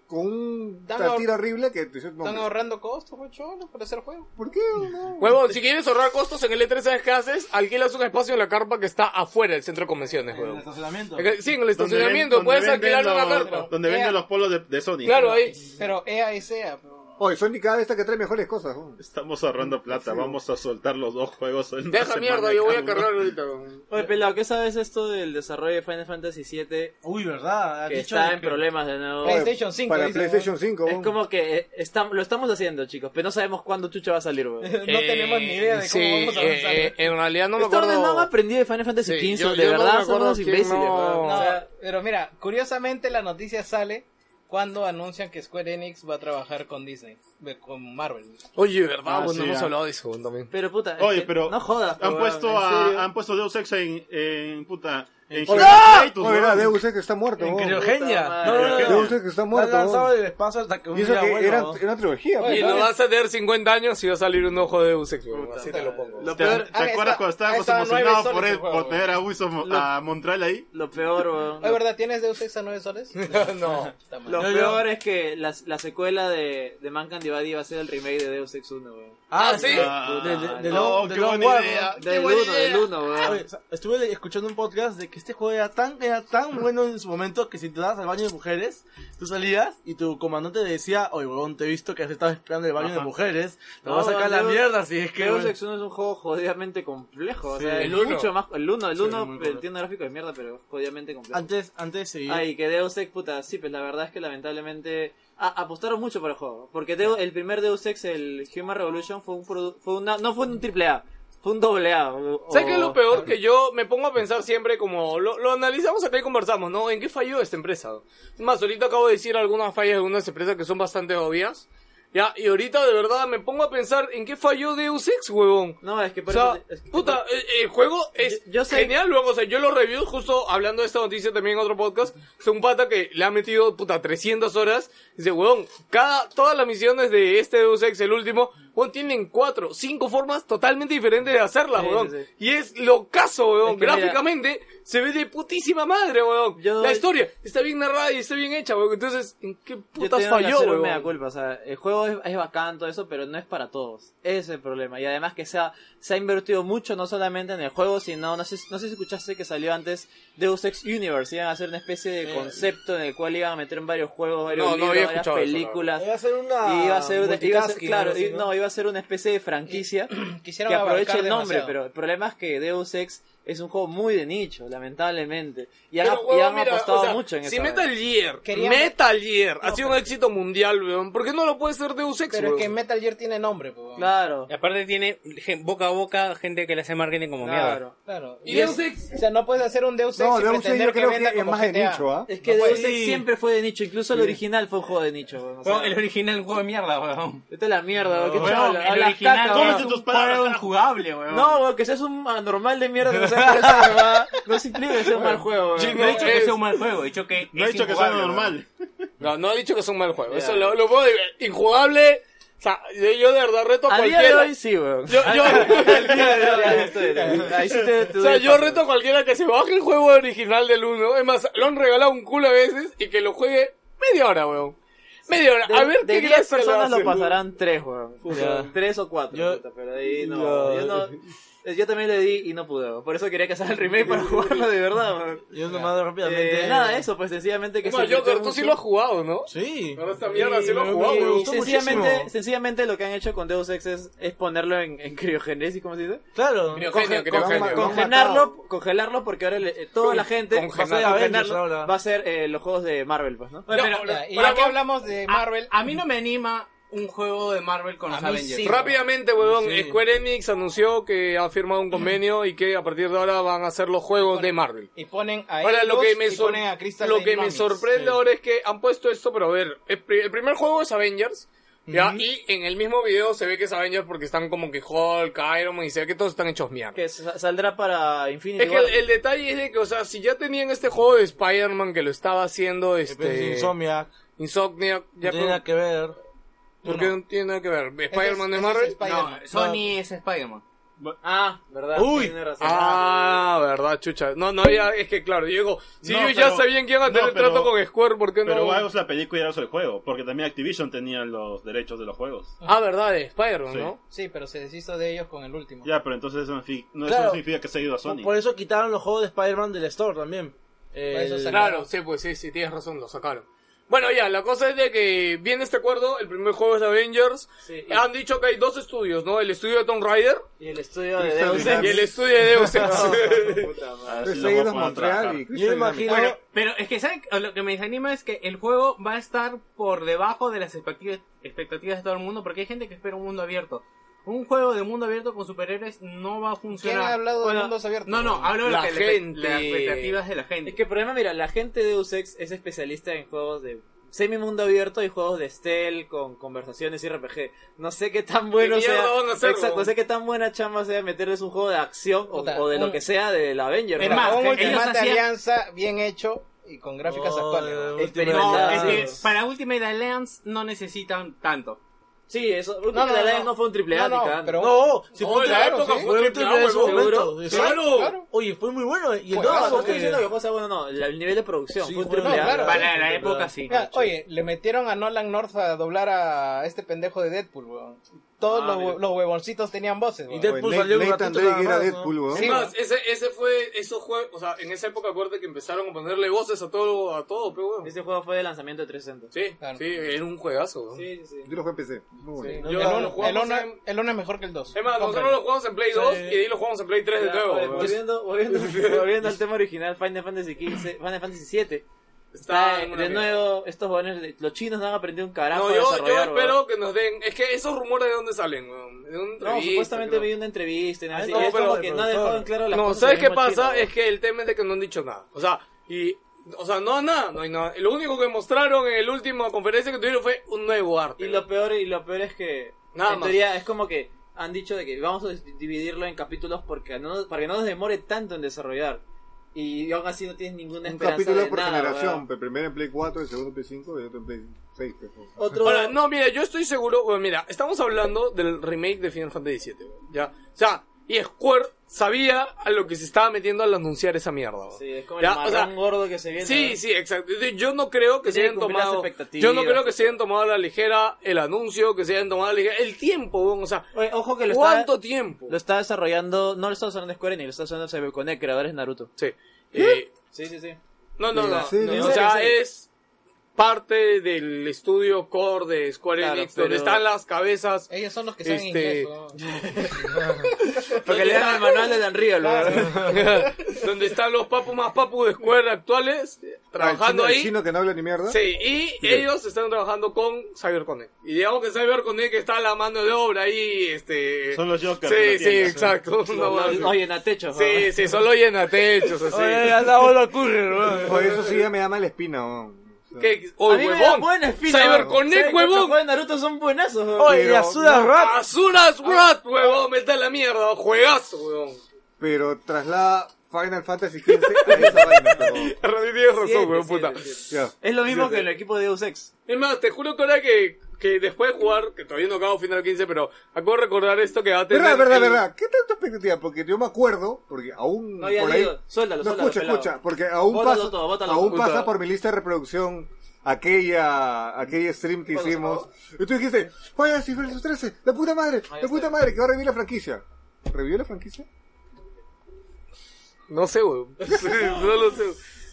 S7: con un
S3: Dan ahor-
S7: tatir horrible que te no,
S3: Están ahorrando costos, pues, cholo, para hacer juego.
S7: ¿Por qué? No.
S1: Huevón, si quieres ahorrar costos en el E3, ¿sabes qué haces? Alquilas un espacio en la carpa que está afuera del centro de convenciones, huevón.
S8: estacionamiento.
S1: Sí, en el
S4: Donde ven-
S1: estacionamiento,
S4: donde
S1: puedes
S4: venden
S1: alquilar una
S4: los-
S1: carpa.
S4: Donde venden los polos de, de Sony.
S1: Claro, ahí.
S3: Pero E EA es EA, pero...
S7: Oye, Sony cada vez está que trae mejores cosas. ¿no?
S4: Estamos ahorrando plata, vamos a soltar los dos juegos en una
S1: Deja
S4: semana
S1: mierda, yo voy
S4: cada
S1: a
S4: uno.
S1: cargar ahorita, huevón.
S8: Oye, pelado, ¿qué sabes esto del desarrollo de Final Fantasy VII
S5: Uy, verdad. ha
S8: que
S5: dicho
S8: está
S5: de
S8: en
S5: que-
S8: problemas de nuevo?
S7: Oye,
S3: PlayStation 5,
S7: Para
S3: dice,
S7: PlayStation 5.
S8: Es
S7: ¿no?
S8: como que eh, estam- lo estamos haciendo, chicos, pero no sabemos cuándo Chucha va a salir, weón.
S3: No tenemos ni idea de cómo
S1: sí,
S3: vamos a avanzar.
S1: eh, eh, en realidad no me
S8: Esta
S1: acuerdo.
S8: orden no ha aprendido de Final Fantasy
S1: Sí,
S8: XV,
S1: yo-
S8: de
S1: yo no me
S8: verdad son
S1: acuerdo
S8: unos
S1: quién
S8: imbéciles,
S1: no-
S8: weón.
S3: No,
S1: O sea-
S3: pero mira, curiosamente la noticia sale cuando anuncian que Square Enix va a trabajar con Disney, de- con Marvel.
S1: Oye, verdad,
S4: Ah,
S1: bueno,
S4: sí,
S1: no hemos
S4: ah.
S1: hablado de eso weón, también.
S8: Pero puta, es
S2: Este,
S4: Oye,
S8: que
S4: pero
S8: no jodas.
S4: han
S8: weón,
S4: puesto
S8: en
S4: a,
S8: serio.
S4: han puesto Deus Ex en, en puta en
S7: Oye,
S4: Hyperstatus,
S7: oye, era
S4: weón.
S7: Deus Ex que está muerto. ¿no?
S5: Criogenia.
S8: Puta
S5: No, no, no,
S4: madre.
S5: no.
S7: Deus Ex que está
S5: La han
S7: muerto.
S5: lanzado
S7: ¿no?
S5: del espacio hasta que un
S7: Y eso
S5: día
S7: que
S5: bueno.
S7: era,
S5: ¿no?
S7: era una trilogía.
S3: Oye,
S1: Y
S7: pues,
S1: lo
S7: ¿no?
S1: vas a tener 50 años y va a salir un ojo de Deus Ex, weón, así te lo pongo.
S8: Lo
S4: ¿Te,
S8: peor,
S4: te
S3: Ah,
S4: acuerdas
S3: está-
S4: cuando
S3: ha
S4: estábamos
S3: estado nueve
S4: emocionados
S3: soles
S4: por,
S3: el
S4: él,
S3: juego,
S4: por tener a Wilson a Montreal ahí?
S8: lo peor, weón.
S3: ¿Es verdad? ¿Tienes Deus Ex a
S6: <laughs>
S3: 9 soles?
S1: <laughs> no.
S3: Está mal.
S8: Lo
S5: Yo- yo-
S8: peor es que la, la secuela de, de Mankind Divided va a ser el remake de Deus Ex 1, weón.
S1: Ah, sí.
S4: Ah,
S8: de- de-
S5: de
S4: no,
S5: lo- de
S4: qué
S5: lo
S4: buena
S5: guapo,
S4: idea.
S8: Del 1, del 1,
S2: Ah,
S8: weón.
S5: Oye, sa- Estuve le- escuchando un podcast de que este juego era tan, era tan bueno en su momento que si te dabas al baño de mujeres, tú salías y tu comandante te decía, oye, huevón, te he visto que has estado esperando el baño de mujeres, te
S8: No,
S5: vas a sacar la
S8: Deus-
S5: mierda si es que...
S8: Deus
S5: weón".
S8: Ex 1 es un juego jodidamente complejo, o sea,
S1: Sí,
S8: el
S1: el uno.
S8: mucho más, el 1, el
S5: Sí,
S8: 1,
S5: muy
S8: el
S5: complejo.
S8: entiendo gráfico de mierda, pero jodidamente complejo.
S5: Antes, antes de seguir...
S8: Ay, que Deus Ex, puta, sí, pues la verdad es que lamentablemente ah, apostaron mucho para el juego. Porque Deu- el primer Deus Ex, el Human Revolution, fue un produ- fue una, no fue un triple A, fue un doble A. o-
S1: ¿Sabes qué es
S8: o-
S3: Oh.
S1: lo peor? Que yo me pongo a pensar siempre como lo, lo analizamos acá y conversamos, ¿no? ¿En qué falló esta empresa? Es más, ahorita acabo de decir algunas fallas de algunas empresas que son bastante obvias. Ya, y ahorita de verdad me pongo a pensar en qué falló Deus Ex, huevón.
S8: No, es que
S1: O
S8: por
S1: sea,
S8: eso te- es que
S1: puta,
S8: por-
S1: eh, el, juego es
S8: Yo- yo sé-
S1: genial, luego, o sea, yo lo review justo hablando de esta noticia también en otro podcast, es un pata que le ha metido, puta, 300 horas, dice, weón, cada, todas las misiones de este Deus Ex, el último, weón, tienen cuatro, cinco formas totalmente diferentes de hacerlas,
S8: Sí,
S1: weón,
S8: sí, sí.
S1: y es lo caso, weón,
S8: Es que mira-
S1: gráficamente se ve de putísima madre, weón,
S8: Yo-
S1: la historia está bien narrada y está bien hecha, weón, entonces, ¿en qué
S8: yo
S1: putas
S8: tengo que
S1: falló,
S8: hacer un
S1: weón?
S8: mea culpa, o sea, el juego es, es bacán, todo eso, pero no es para todos. Ese es el problema. Y además que se ha, se ha invertido mucho, no solamente en el juego, sino, no sé, no sé si escuchaste que salió antes Deus Ex Universe, iban a hacer una especie de concepto en el cual iban a meter en varios juegos, varios
S1: Eh, No, no
S8: libros,
S1: había
S8: varias
S1: escuchado eso, la
S8: películas.
S5: Iba a ser una...
S8: Y iba a ser, de- iba a ser
S5: multitasking,
S8: claro,
S5: algo así,
S8: y- no, iba a ser una especie
S1: <clears throat>
S8: de franquicia
S3: Quisieron
S8: que aproveche
S3: abarcar
S8: el nombre,
S3: demasiado.
S8: pero el problema es que Deus Ex es un juego muy de nicho, lamentablemente. Y han,
S1: Pero,
S8: y
S1: huevón,
S8: han
S1: mira,
S8: apostado
S1: o sea,
S8: mucho en
S1: Si
S8: esa
S1: Metal Gear,
S3: Querían-
S1: Metal Gear, ha sido un éxito mundial, weón. ¿Por qué no lo puede ser Deus Ex,
S3: Pero es que
S1: weón?
S3: Metal Gear tiene nombre, pues.
S8: Claro,
S9: Y aparte tiene gen- boca a boca gente que le hace marketing como mierda.
S8: claro.
S3: Claro.
S1: ¿Y Deus Ex?
S3: O sea, no puedes hacer un Deus Ex
S7: No,
S3: y
S7: Deus Ex
S3: pretender
S7: yo creo
S3: que venda
S7: que es
S3: como
S7: más de
S3: GTA.
S7: nicho, ¿ah?
S8: Es que Deus Ex siempre fue de nicho, incluso el original fue un juego de nicho. weón, o sea,
S5: Weón, el original juego de mierda, weón.
S8: <laughs> Vete a la mierda, weón, qué
S5: Weón,
S8: chaval,
S5: el
S8: hablas
S5: original
S8: caca,
S5: no
S8: weón.
S5: es
S4: tus
S5: un
S4: palabras,
S5: juego injugable, weón.
S8: No, weón, que seas un anormal de mierda, que <laughs> sea por esa huevada, no significa que sea un mal juego, weón.
S1: Sí,
S5: no he dicho que
S1: es-
S5: sea un mal juego, he dicho que
S4: No he
S5: es
S4: dicho que sea
S5: injugable,
S4: normal.
S1: No, no ha dicho que es un mal juego. Eso lo, lo puedo decir. Injugable. O sea, yo, yo de verdad reto a
S8: A día de
S1: cualquiera.
S8: hoy sí, weón.
S1: Yo, yo,
S8: <laughs> Al día de hoy, ahí estoy, ahí sí te- <laughs>
S1: <laughs>
S8: te
S1: o sea,
S8: doy
S1: yo
S8: el
S1: reto a cualquiera que se baje el juego original del 1. Es más, lo han regalado un culo a veces y que lo juegue media hora, weón. Media hora.
S8: De,
S1: a ver
S8: de
S1: qué
S8: 10
S1: gracia le
S8: personas
S1: hacen,
S8: lo
S1: weón.
S8: pasarán 3, weón.
S5: Puta.
S8: 3 o 4. Pero ahí no.
S5: Ya.
S8: yo no-
S5: Yo también le di y no pude. weón. Por eso quería que salga el remake para jugarlo de verdad. weón.
S2: Yo nomás rápidamente.
S5: Eh, nada, eso, pues sencillamente que
S1: No,
S5: se metió
S1: Joker, tú
S5: mucho.
S1: sí lo has jugado, ¿no?
S2: Sí.
S1: Ahora esta mierda sí lo has
S2: me-
S1: jugado,
S2: me
S1: weón.
S5: Y
S2: gustó
S5: sencillamente,
S2: muchísimo.
S5: sencillamente lo que han hecho con Deus Ex es, es ponerlo en, en criogénesis, ¿cómo se dice?
S2: Claro.
S1: Criogenio, criogenio.
S7: Lo han
S5: Congelarlo, congelarlo porque ahora le- eh, toda la gente
S1: Congelar-
S5: va a ser,
S2: Avengers
S5: congelarlo,
S2: ahora.
S5: va a ser eh, los juegos de Marvel, pues, ¿no?
S1: Ya,
S6: pero,
S1: hola,
S6: ya, y
S1: hola,
S6: ya que
S1: hola.
S6: hablamos de Marvel. A, mí no me anima un juego de Marvel con los Avengers.
S1: Rápidamente, huevón, Square Enix anunció que ha firmado un convenio y que a partir de ahora van a hacer los juegos de Marvel.
S3: Y ponen a
S1: Ahora, lo
S3: Eidos
S1: que me,
S3: y
S1: sor-
S3: ponen a Crystal
S1: lo que me
S3: Dynamics.
S1: sorprende ahora es que han puesto esto, pero a ver, el, pri- el primer juego es Avengers, ¿ya? Y en el mismo video se ve que es Avengers porque están como que Hulk, Iron Man, y se ve que todos están hechos mierda.
S5: Que sa- saldrá para Infinity
S1: Es que
S5: War.
S1: el, el detalle es de que, o sea, si ya tenían este juego de Spider-Man que lo estaba haciendo este...
S2: Insomniac.
S1: Insomniac, ya
S2: No tiene nada que ver.
S1: porque no tiene nada que ver. Spider-Man de Marvel.
S6: No, Sony es Spider-Man.
S5: Ah, verdad.
S2: Uy.
S5: tiene razón.
S1: Ah, verdad, chucha. No, no, ya, es que claro, yo digo, si
S4: No,
S1: ellos ya
S4: pero-
S1: sabían que iban a tener
S4: no, pero-
S1: trato con Square, ¿por qué no?
S4: Pero hagamos la película y hagamos el juego, porque también Activision tenía los derechos de los juegos.
S1: Ah, verdad, de Spider-Man,
S4: Sí.
S1: ¿no?
S3: Sí, pero se deshizo de ellos con el último.
S4: Ya, pero entonces eso no, significa- no, eso
S2: Claro.
S4: no significa que se ha ido a Sony.
S2: Por eso quitaron los juegos de Spider-Man del store también.
S3: eso
S2: El-
S3: se-
S1: Claro, sí, pues sí, sí, tienes razón, lo sacaron. Bueno, ya, la cosa es de que viene este acuerdo, el primer juego es Avengers. Han dicho que hay dos estudios, ¿no? El estudio de Tomb Raider
S5: Y el estudio de
S7: Crystal
S5: Deus Ex.
S1: y el estudio de Deus Ex.
S4: A ver si
S7: Tres
S4: Ah, lo voy a
S7: seguidos
S4: poner a trabajar.
S7: Montreal y
S2: Yo imagino.
S6: Bueno, pero es que ¿saben? lo que me desanima es que el juego va a estar por debajo de las expectativas, expectativas de todo el mundo porque hay gente que espera un mundo abierto. Un juego de mundo abierto con superhéroes no va a
S3: ¿Quién
S6: funcionar.
S3: ha hablado
S6: Bueno,
S3: de mundos abiertos?
S6: No, no, hablo de lo
S1: La
S6: que le-
S1: gente.
S6: las expectativas de la gente.
S5: Es que el problema, mira, la gente de Deus Ex es especialista en juegos de semi mundo abierto y juegos de stealth con conversaciones y RPG. No sé qué tan bueno
S1: ¿Qué mierda
S5: sea.
S1: van a hacer,
S5: exacto,
S1: weón?
S5: no sé qué tan buena chamba sea meterles un juego de acción o,
S3: Puta,
S5: o de
S3: un-
S5: lo que sea de la Avenger.
S3: Pero
S5: ¿no?
S6: más,
S3: con un
S6: que ellos
S3: Ultimate
S6: hacían-
S3: Alianza bien hecho y con gráficas
S2: Oh,
S3: actuales.
S2: de
S5: Experimental.
S6: No,
S2: última
S6: es
S2: edad.
S6: que para Ultimate Alliance no necesitan tanto.
S5: Sí, eso. No,
S3: no,
S5: no,
S3: no.
S5: no fue un triple A
S3: No,
S5: ni
S3: no,
S5: cagando.
S3: pero-
S2: No, si
S1: No,
S2: fue un
S1: la
S2: triple-
S1: época fue un
S2: un
S1: triple A,
S2: triple A en su
S1: huevón.
S2: momento.
S1: Claro.
S2: Exacto. Oye, fue muy bueno. Y el dos,
S3: Pues, ah,
S5: eh, No, estoy
S2: porque-
S5: diciendo que el juego sea bueno, no. la- El nivel de producción
S2: Sí,
S5: fue un
S2: fue-
S5: triple
S3: no,
S5: A.
S3: claro.
S6: Para la,
S2: sí,
S6: época
S2: verdad.
S6: sí.
S3: Mira, oye, le metieron a Nolan North a doblar a este pendejo de Deadpool, weón. Todos
S6: Ah,
S3: los,
S6: mira.
S3: hue- los huevoncitos tenían voces, weón.
S2: Y Deadpool salió un
S7: Nathan
S2: ratito
S7: Drake
S2: nada
S7: era
S2: más, ¿no?
S7: Deadpool, weón.
S1: Es más, ese, ese fue, esos juegos, o sea, en esa época acuérdate que empezaron a ponerle voces a todo, a todo, pero bueno.
S5: Este juego fue de lanzamiento de 360.
S1: Sí,
S3: Claro.
S1: sí, era un juegazo. ¿no?
S5: Sí, sí, sí.
S7: Yo lo jugué en PC. Muy bueno.
S1: Sí.
S3: el,
S1: Yo-
S3: uno,
S1: lo jugamos
S3: el uno-
S1: en-
S3: el uno es mejor que el 2.
S1: Es más, nosotros lo jugamos en Play 2 y ahí lo jugamos en Play 3 de
S5: Ya, pues,
S1: nuevo.
S5: oye,
S1: weón.
S5: volviendo, <laughs> volviendo, volviendo al tema original, Final Fantasy XV, Final Fantasy VII.
S1: Está
S5: Está,
S1: en una
S5: de
S1: mierda.
S5: nuevo, estos jóvenes, los chinos no han aprendido un carajo
S1: No,
S5: a
S1: yo, yo
S5: desarrollar. weón.
S1: espero que nos den. Es que esos rumores de dónde salen, weón. De una
S5: No,
S1: entrevista,
S5: supuestamente
S1: creo.
S5: vi una entrevista y nada
S2: Ah,
S5: así.
S2: no,
S5: y es
S1: pero-
S5: como que no ha dejado en claro las
S1: No,
S5: cosas
S1: ¿sabes
S5: del
S1: qué
S5: mismo
S1: pasa?
S5: chino,
S1: es que el tema es de que no han dicho nada. O sea, y. O sea, no, nada, no hay nada. Lo único que mostraron en la última conferencia que tuvieron fue un nuevo arte.
S5: Y lo peor, y lo peor es que
S1: Nada
S5: en
S1: más.
S5: teoría es como que han dicho de que vamos a dis- dividirlo en capítulos porque no, para que no nos demore tanto en desarrollar. Y aún así no tienes ninguna
S7: Un
S5: esperanza
S7: capítulo
S5: de
S7: por
S5: nada,
S7: generación.
S5: weón.
S7: El primero en Play 4, el segundo en Play 5 y otro en Play 6. pues, ¿no?
S5: Otro
S1: Ahora, no, mira, yo estoy seguro. Bueno, mira, estamos hablando del remake de Final Fantasy VII. weón, ¿ya? O sea, y Square sabía a lo que se estaba metiendo al anunciar esa mierda. weón.
S5: Sí, es como
S1: Ya,
S5: el marrón
S1: o sea,
S5: gordo que se viene.
S1: Sí, sí, exacto. Yo- Yo no creo que se
S5: Tiene que
S1: hayan
S5: cumplir las
S1: tomado.
S5: expectativas.
S1: Yo no creo que se hayan tomado a la ligera el anuncio, que se hayan tomado a la ligera el tiempo, weón, o sea,
S5: Oye, ojo que lo
S1: ¿cuánto
S5: está,
S1: tiempo?
S5: lo está desarrollando, no lo está usando Square Enix, lo está usando CB Connect, E, creadores de Naruto.
S1: Sí. Eh,
S5: Sí, sí, sí.
S1: no, no, no,
S7: ¿En serio?
S1: no, O sea, es parte del estudio core de Square
S5: Claro,
S1: Enix, donde
S5: pero-
S1: están las cabezas.
S3: Ellos son los que saben
S1: Este-
S3: inglés, weón.
S5: Porque le dan el manual del Unreal, weón.
S1: <laughs> donde están los papus más papus de Square actuales, trabajando
S7: Ah, el
S1: ahí.
S7: chino- El chino que no habla ni mierda.
S1: Sí, y ellos están trabajando con CyberConnect. Y digamos que CyberConnect está a la mano de obra ahí, este...
S4: Son los Joker de
S1: Sí,
S4: la
S1: sí,
S4: tienda.
S1: exacto. No,
S5: Oye,
S1: no,
S5: Oye, en techo,
S1: sí, sí, solo llena techos, así.
S2: Oye, ya la bola ocurre, weón.
S7: Oye, eso sí ya me da mala espina. weón. O sea,
S1: ¿Qué? Oh,
S5: a mí me dan
S1: huevón.
S5: buena espina.
S1: CyberConnect,
S5: weón. ¿Sabes cuántos
S1: huevón.
S5: juegos de Naruto son buenazos, weón?
S2: Oye, ya suda rap.
S1: Azuras Rat, huevón, mete la mierda, juegazo, huevón.
S7: Pero traslada Final Fantasy XV a esa vaina. <laughs> pero-
S1: Rodri, Tienes
S5: Siete,
S1: razón, huevón,
S5: siete,
S1: puta.
S5: siete.
S7: Ya.
S5: Es lo mismo que el equipo de Deus Ex.
S1: Es más, te juro que ahora que, que después de jugar, que todavía no acabo final 15, pero acabo de recordar esto que va a tener...
S7: Verdad, verdad,
S1: el-
S7: verdad. ¿Qué tal tu expectativa? Porque yo me acuerdo, porque aún
S5: No, ya
S7: por ahí...
S5: digo, suéltalo,
S7: no,
S5: suéltalo,
S7: escucha,
S5: pelado.
S7: escucha, porque aún,
S5: Bótalo
S7: pasa,
S5: todo, bótalo
S7: aún
S5: todo.
S7: pasa por mi lista de reproducción aquella aquella stream que hicimos. Y tú dijiste, vaya, si versus 13, la puta madre, la puta madre, que va a revivir la franquicia. ¿Revivió la franquicia?
S1: No
S5: <laughs>
S1: sé, weón. Sí, no lo sé.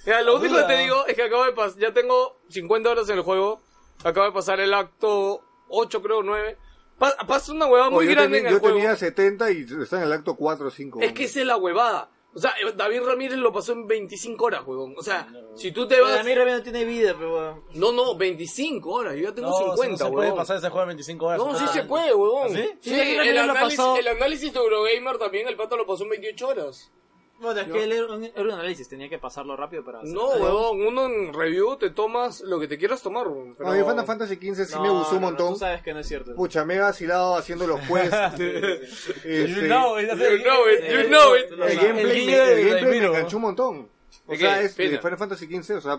S1: Mira, lo único que te digo es que acabo de pasar. Ya tengo 50 horas en el juego. Acabo de pasar el acto 8, creo, 9. Pa- pasa una huevada muy
S7: Pues yo
S1: grande
S7: tenía,
S1: en el
S7: yo
S1: juego.
S7: tenía 70 y está en el acto 4 o 5.
S1: Es que esa es la huevada. O sea, David Ramírez lo pasó en 25 horas, huevón. O sea, si tú te vas.
S5: Ramiro no tiene vida, pero weón.
S1: No, no, 25 horas. Yo ya tengo
S2: No,
S1: 50,
S2: no se
S1: huevón.
S2: puede pasar ese juego en 25 horas.
S1: No, sí
S2: Ah,
S1: se puede, huevón.
S2: ¿Sí?
S1: Sí,
S5: Sí, David
S1: el,
S5: Ramírez lo
S1: análisis,
S5: pasó.
S1: el análisis de Eurogamer también, el pato lo pasó en 28 horas.
S5: Bueno, es que él era un, era un análisis, tenía que pasarlo rápido para
S2: Ah,
S5: hacer-
S1: No, huevón, uno en review te tomas lo que te quieras tomar, huevón.
S7: No, yo Final Fantasy XV sí me
S5: No,
S7: gustó un
S5: no, no,
S7: montón.
S5: Tú sabes que no es cierto.
S7: Pucha, me he vacilado
S5: <laughs>
S7: haciendo los quests. Este,
S1: You know it, you know it.
S7: el gameplay,
S2: El
S7: me,
S2: guiño de
S7: el gameplay me
S2: Ramiro.
S7: enganchó un montón. O
S1: ¿De
S7: sea,
S1: qué?
S7: es de
S1: Pena.
S7: Final Fantasy XV, o sea,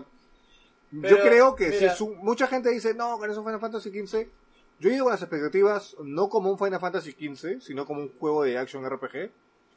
S7: yo
S2: Pero,
S7: creo que si
S2: mira.
S7: es un- mucha gente dice, no, que no es un Final Fantasy XV. Yo llego a las expectativas no como un Final Fantasy XV, sino como un juego de action RPG.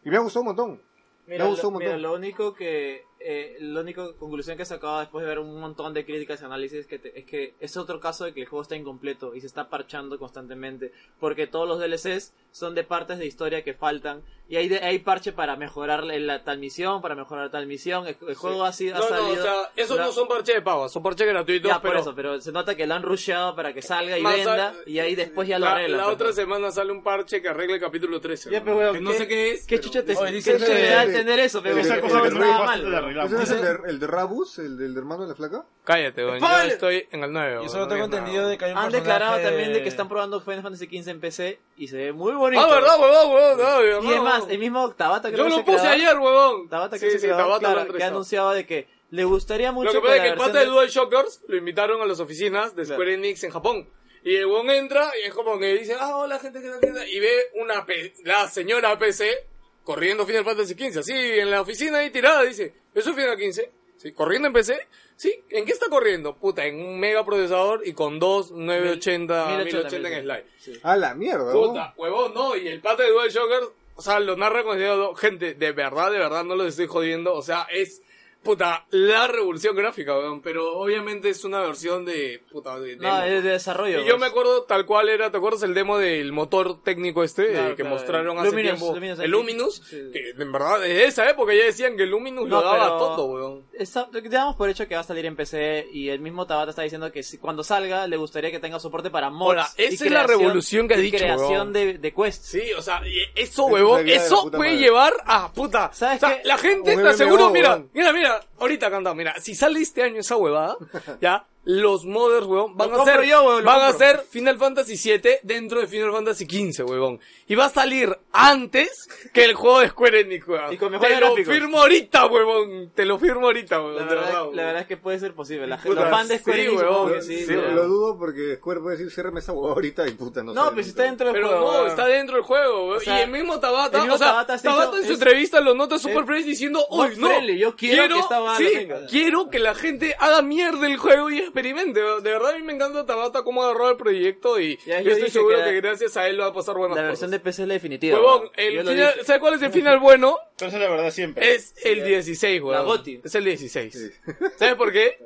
S7: Y me ha gustado un montón.
S5: Mira,
S7: me ha gustado
S5: lo,
S7: un
S5: mira,
S7: montón.
S5: lo único que. Eh, la única conclusión que he sacado después de ver un montón de críticas y análisis que te- es que es otro caso de que el juego está incompleto y se está parchando constantemente. Porque todos los DLCs son de partes de historia que faltan. Y hay, de- hay parche para mejorar la, la tal misión, para mejorar tal misión. El, el juego ha sido. ha
S1: No, no, o
S5: salido-
S1: sea, esos
S5: la-
S1: no son parches de pago, son parches gratuitos,
S5: Ya,
S1: pero...
S5: por eso, pero se nota que lo han rusheado para que salga y
S1: Más
S5: venda.
S1: a-
S5: Y ahí después ya lo
S1: La,
S5: arreglan.
S1: la
S5: pues,
S1: otra
S5: ¿no?
S1: semana sale un parche que arregle el capítulo 13.
S5: Ya,
S1: huevón.
S5: pero, weón,
S1: Que no sé qué es.
S5: ¿Qué
S1: pero-
S5: chucha te
S2: Oye,
S5: qué
S2: dice
S5: chucha te
S2: ese-
S5: da a entender eso? Pero
S4: Esa
S5: weón,
S4: cosa
S5: que
S4: que
S5: no
S4: no
S5: es nada
S4: es
S5: mal,
S4: fácil de
S5: weón.
S4: arreglar.
S7: ¿Ese es el de, el de Rabus, el del hermano de la flaca?
S1: Cállate, weón, yo
S5: ¡Spoiler!
S1: estoy en el 9.
S2: Yo solo tengo entendido de que hay un
S5: Han
S2: personaje-
S5: declarado también
S1: eh,
S5: de que están probando Final Fantasy XV en PC y se ve muy bonito.
S1: Ah, verdad, huevón, huevón, no, huevón.
S5: Y es más, el mismo Tabata que
S1: Yo
S5: no
S1: lo
S5: se
S1: puse
S5: creaba-
S1: ayer, huevón.
S5: Tabata que
S1: Sí,
S5: se
S1: sí,
S5: creaba,
S1: Tabata lo
S5: claro, que ha
S1: entrevistó.
S5: anunciado de que le gustaría mucho
S1: Lo que pasa es
S5: la
S1: que el
S5: versión
S1: pata de
S5: de-
S1: Dual Shockers lo invitaron a las oficinas de Square Enix en Japón. Y el weón entra y es como que dice, ah, hola gente, ¿qué tal, qué tal?", Y ve una pe- la señora PC corriendo Final Fantasy XV, así en la oficina y tirada, dice, ¿es un Final 15? Sí, corriendo en PC. Sí, ¿en qué está corriendo? Puta, en un mega procesador y con dos 980, 1080,
S5: 1080,
S1: en slide.
S7: A la mierda.
S1: Puta, huevón, no. Y el pata de Dual Shocker, o sea, lo narra con el dedo. Gente, de verdad, de verdad, no los estoy jodiendo. O sea, es, puta, la revolución gráfica, weón. Pero obviamente es una versión de, puta, de demo.
S5: No,
S2: Ah,
S5: es de desarrollo.
S1: y yo
S5: pues.
S1: me acuerdo tal cual era, ¿te acuerdas el demo del motor técnico este eh,
S5: Claro,
S1: que
S5: claro, el
S1: mostraron hace
S5: Luminous,
S1: tiempo?
S5: Luminous,
S1: el
S5: el-
S1: Luminous,
S5: sí, sí.
S1: que en verdad de esa época ya decían que el Luminous
S5: No,
S1: lo daba
S5: pero-
S1: todo, weón.
S5: Está, damos por hecho que va a salir en PC y el mismo Tabata está diciendo que si, cuando salga le gustaría que tenga soporte para mods.
S1: Ahora,
S5: y
S1: esa es la
S5: creación-
S1: revolución que ha
S5: y
S1: dicho, weón.
S5: creación de, de quests.
S1: Sí, o sea, y eso,
S7: Es
S1: huevón,
S7: realidad de la
S1: eso
S7: puta
S1: puede
S7: madre.
S1: llevar a puta.
S5: ¿Sabes
S1: o sea,
S5: qué?
S1: la gente,
S7: Un
S1: te aseguro,
S7: MMO,
S1: mira,
S7: weón.
S1: mira, mira, ahorita cantado, mira, si sale este año esa huevada,
S7: <laughs>
S1: ya, los modders, huevón, van a
S5: compro
S1: hacer,
S5: yo, weón, lo
S1: van a
S5: compro.
S1: hacer Final Fantasy VII dentro de Final Fantasy XV, huevón. Y va a salir antes que el juego de Square Enix, huevón.
S5: Y con
S1: Te
S5: mejores
S1: lo
S5: gráficos.
S1: firmo ahorita, huevón, te lo firmo ahorita, huevón.
S5: La
S1: de
S5: verdad,
S1: huevón.
S5: la verdad es que puede ser posible. La,
S1: Puta,
S5: los fans de Square
S1: sí,
S5: Enix
S1: weón,
S5: supongo que
S1: sí,
S5: sí,
S1: weón.
S5: weón.
S7: Lo dudo porque Square puede decir, cierrame esa hueá ahorita y puta, no sé.
S5: No, pero si está dentro del
S1: Pero
S5: juego.
S1: no,
S5: weón.
S1: está dentro del juego, weón.
S5: O sea,
S1: y el mismo Tabata,
S5: el mismo
S1: o sea, Tabata,
S5: Tabata se hizo-
S1: en su
S5: es-
S1: entrevista lo nota super
S5: es-
S1: fresh diciendo,
S5: Bob
S1: uy, no,
S5: Friendly, yo quiero que esta bala
S1: sí,
S5: tenga".
S1: quiero que la gente haga mierda el juego y experimente. weón. De verdad a mí me encanta Tabata cómo agarró el proyecto y
S5: Ya,
S1: yo
S5: yo
S1: estoy
S5: dije
S1: seguro que,
S5: que la-
S1: gracias a él lo va a pasar buenas
S5: La
S1: cosas.
S5: versión de PC es la definitiva.
S1: Huevón,
S5: weón. Yo
S1: el
S5: lo
S1: final,
S5: dije.
S1: ¿sabes cuál es el final bueno?
S4: Pero esa es la verdad siempre.
S1: Es el 16, weón.
S5: La Goti.
S1: Es el 16. <laughs> ¿Sabes por qué?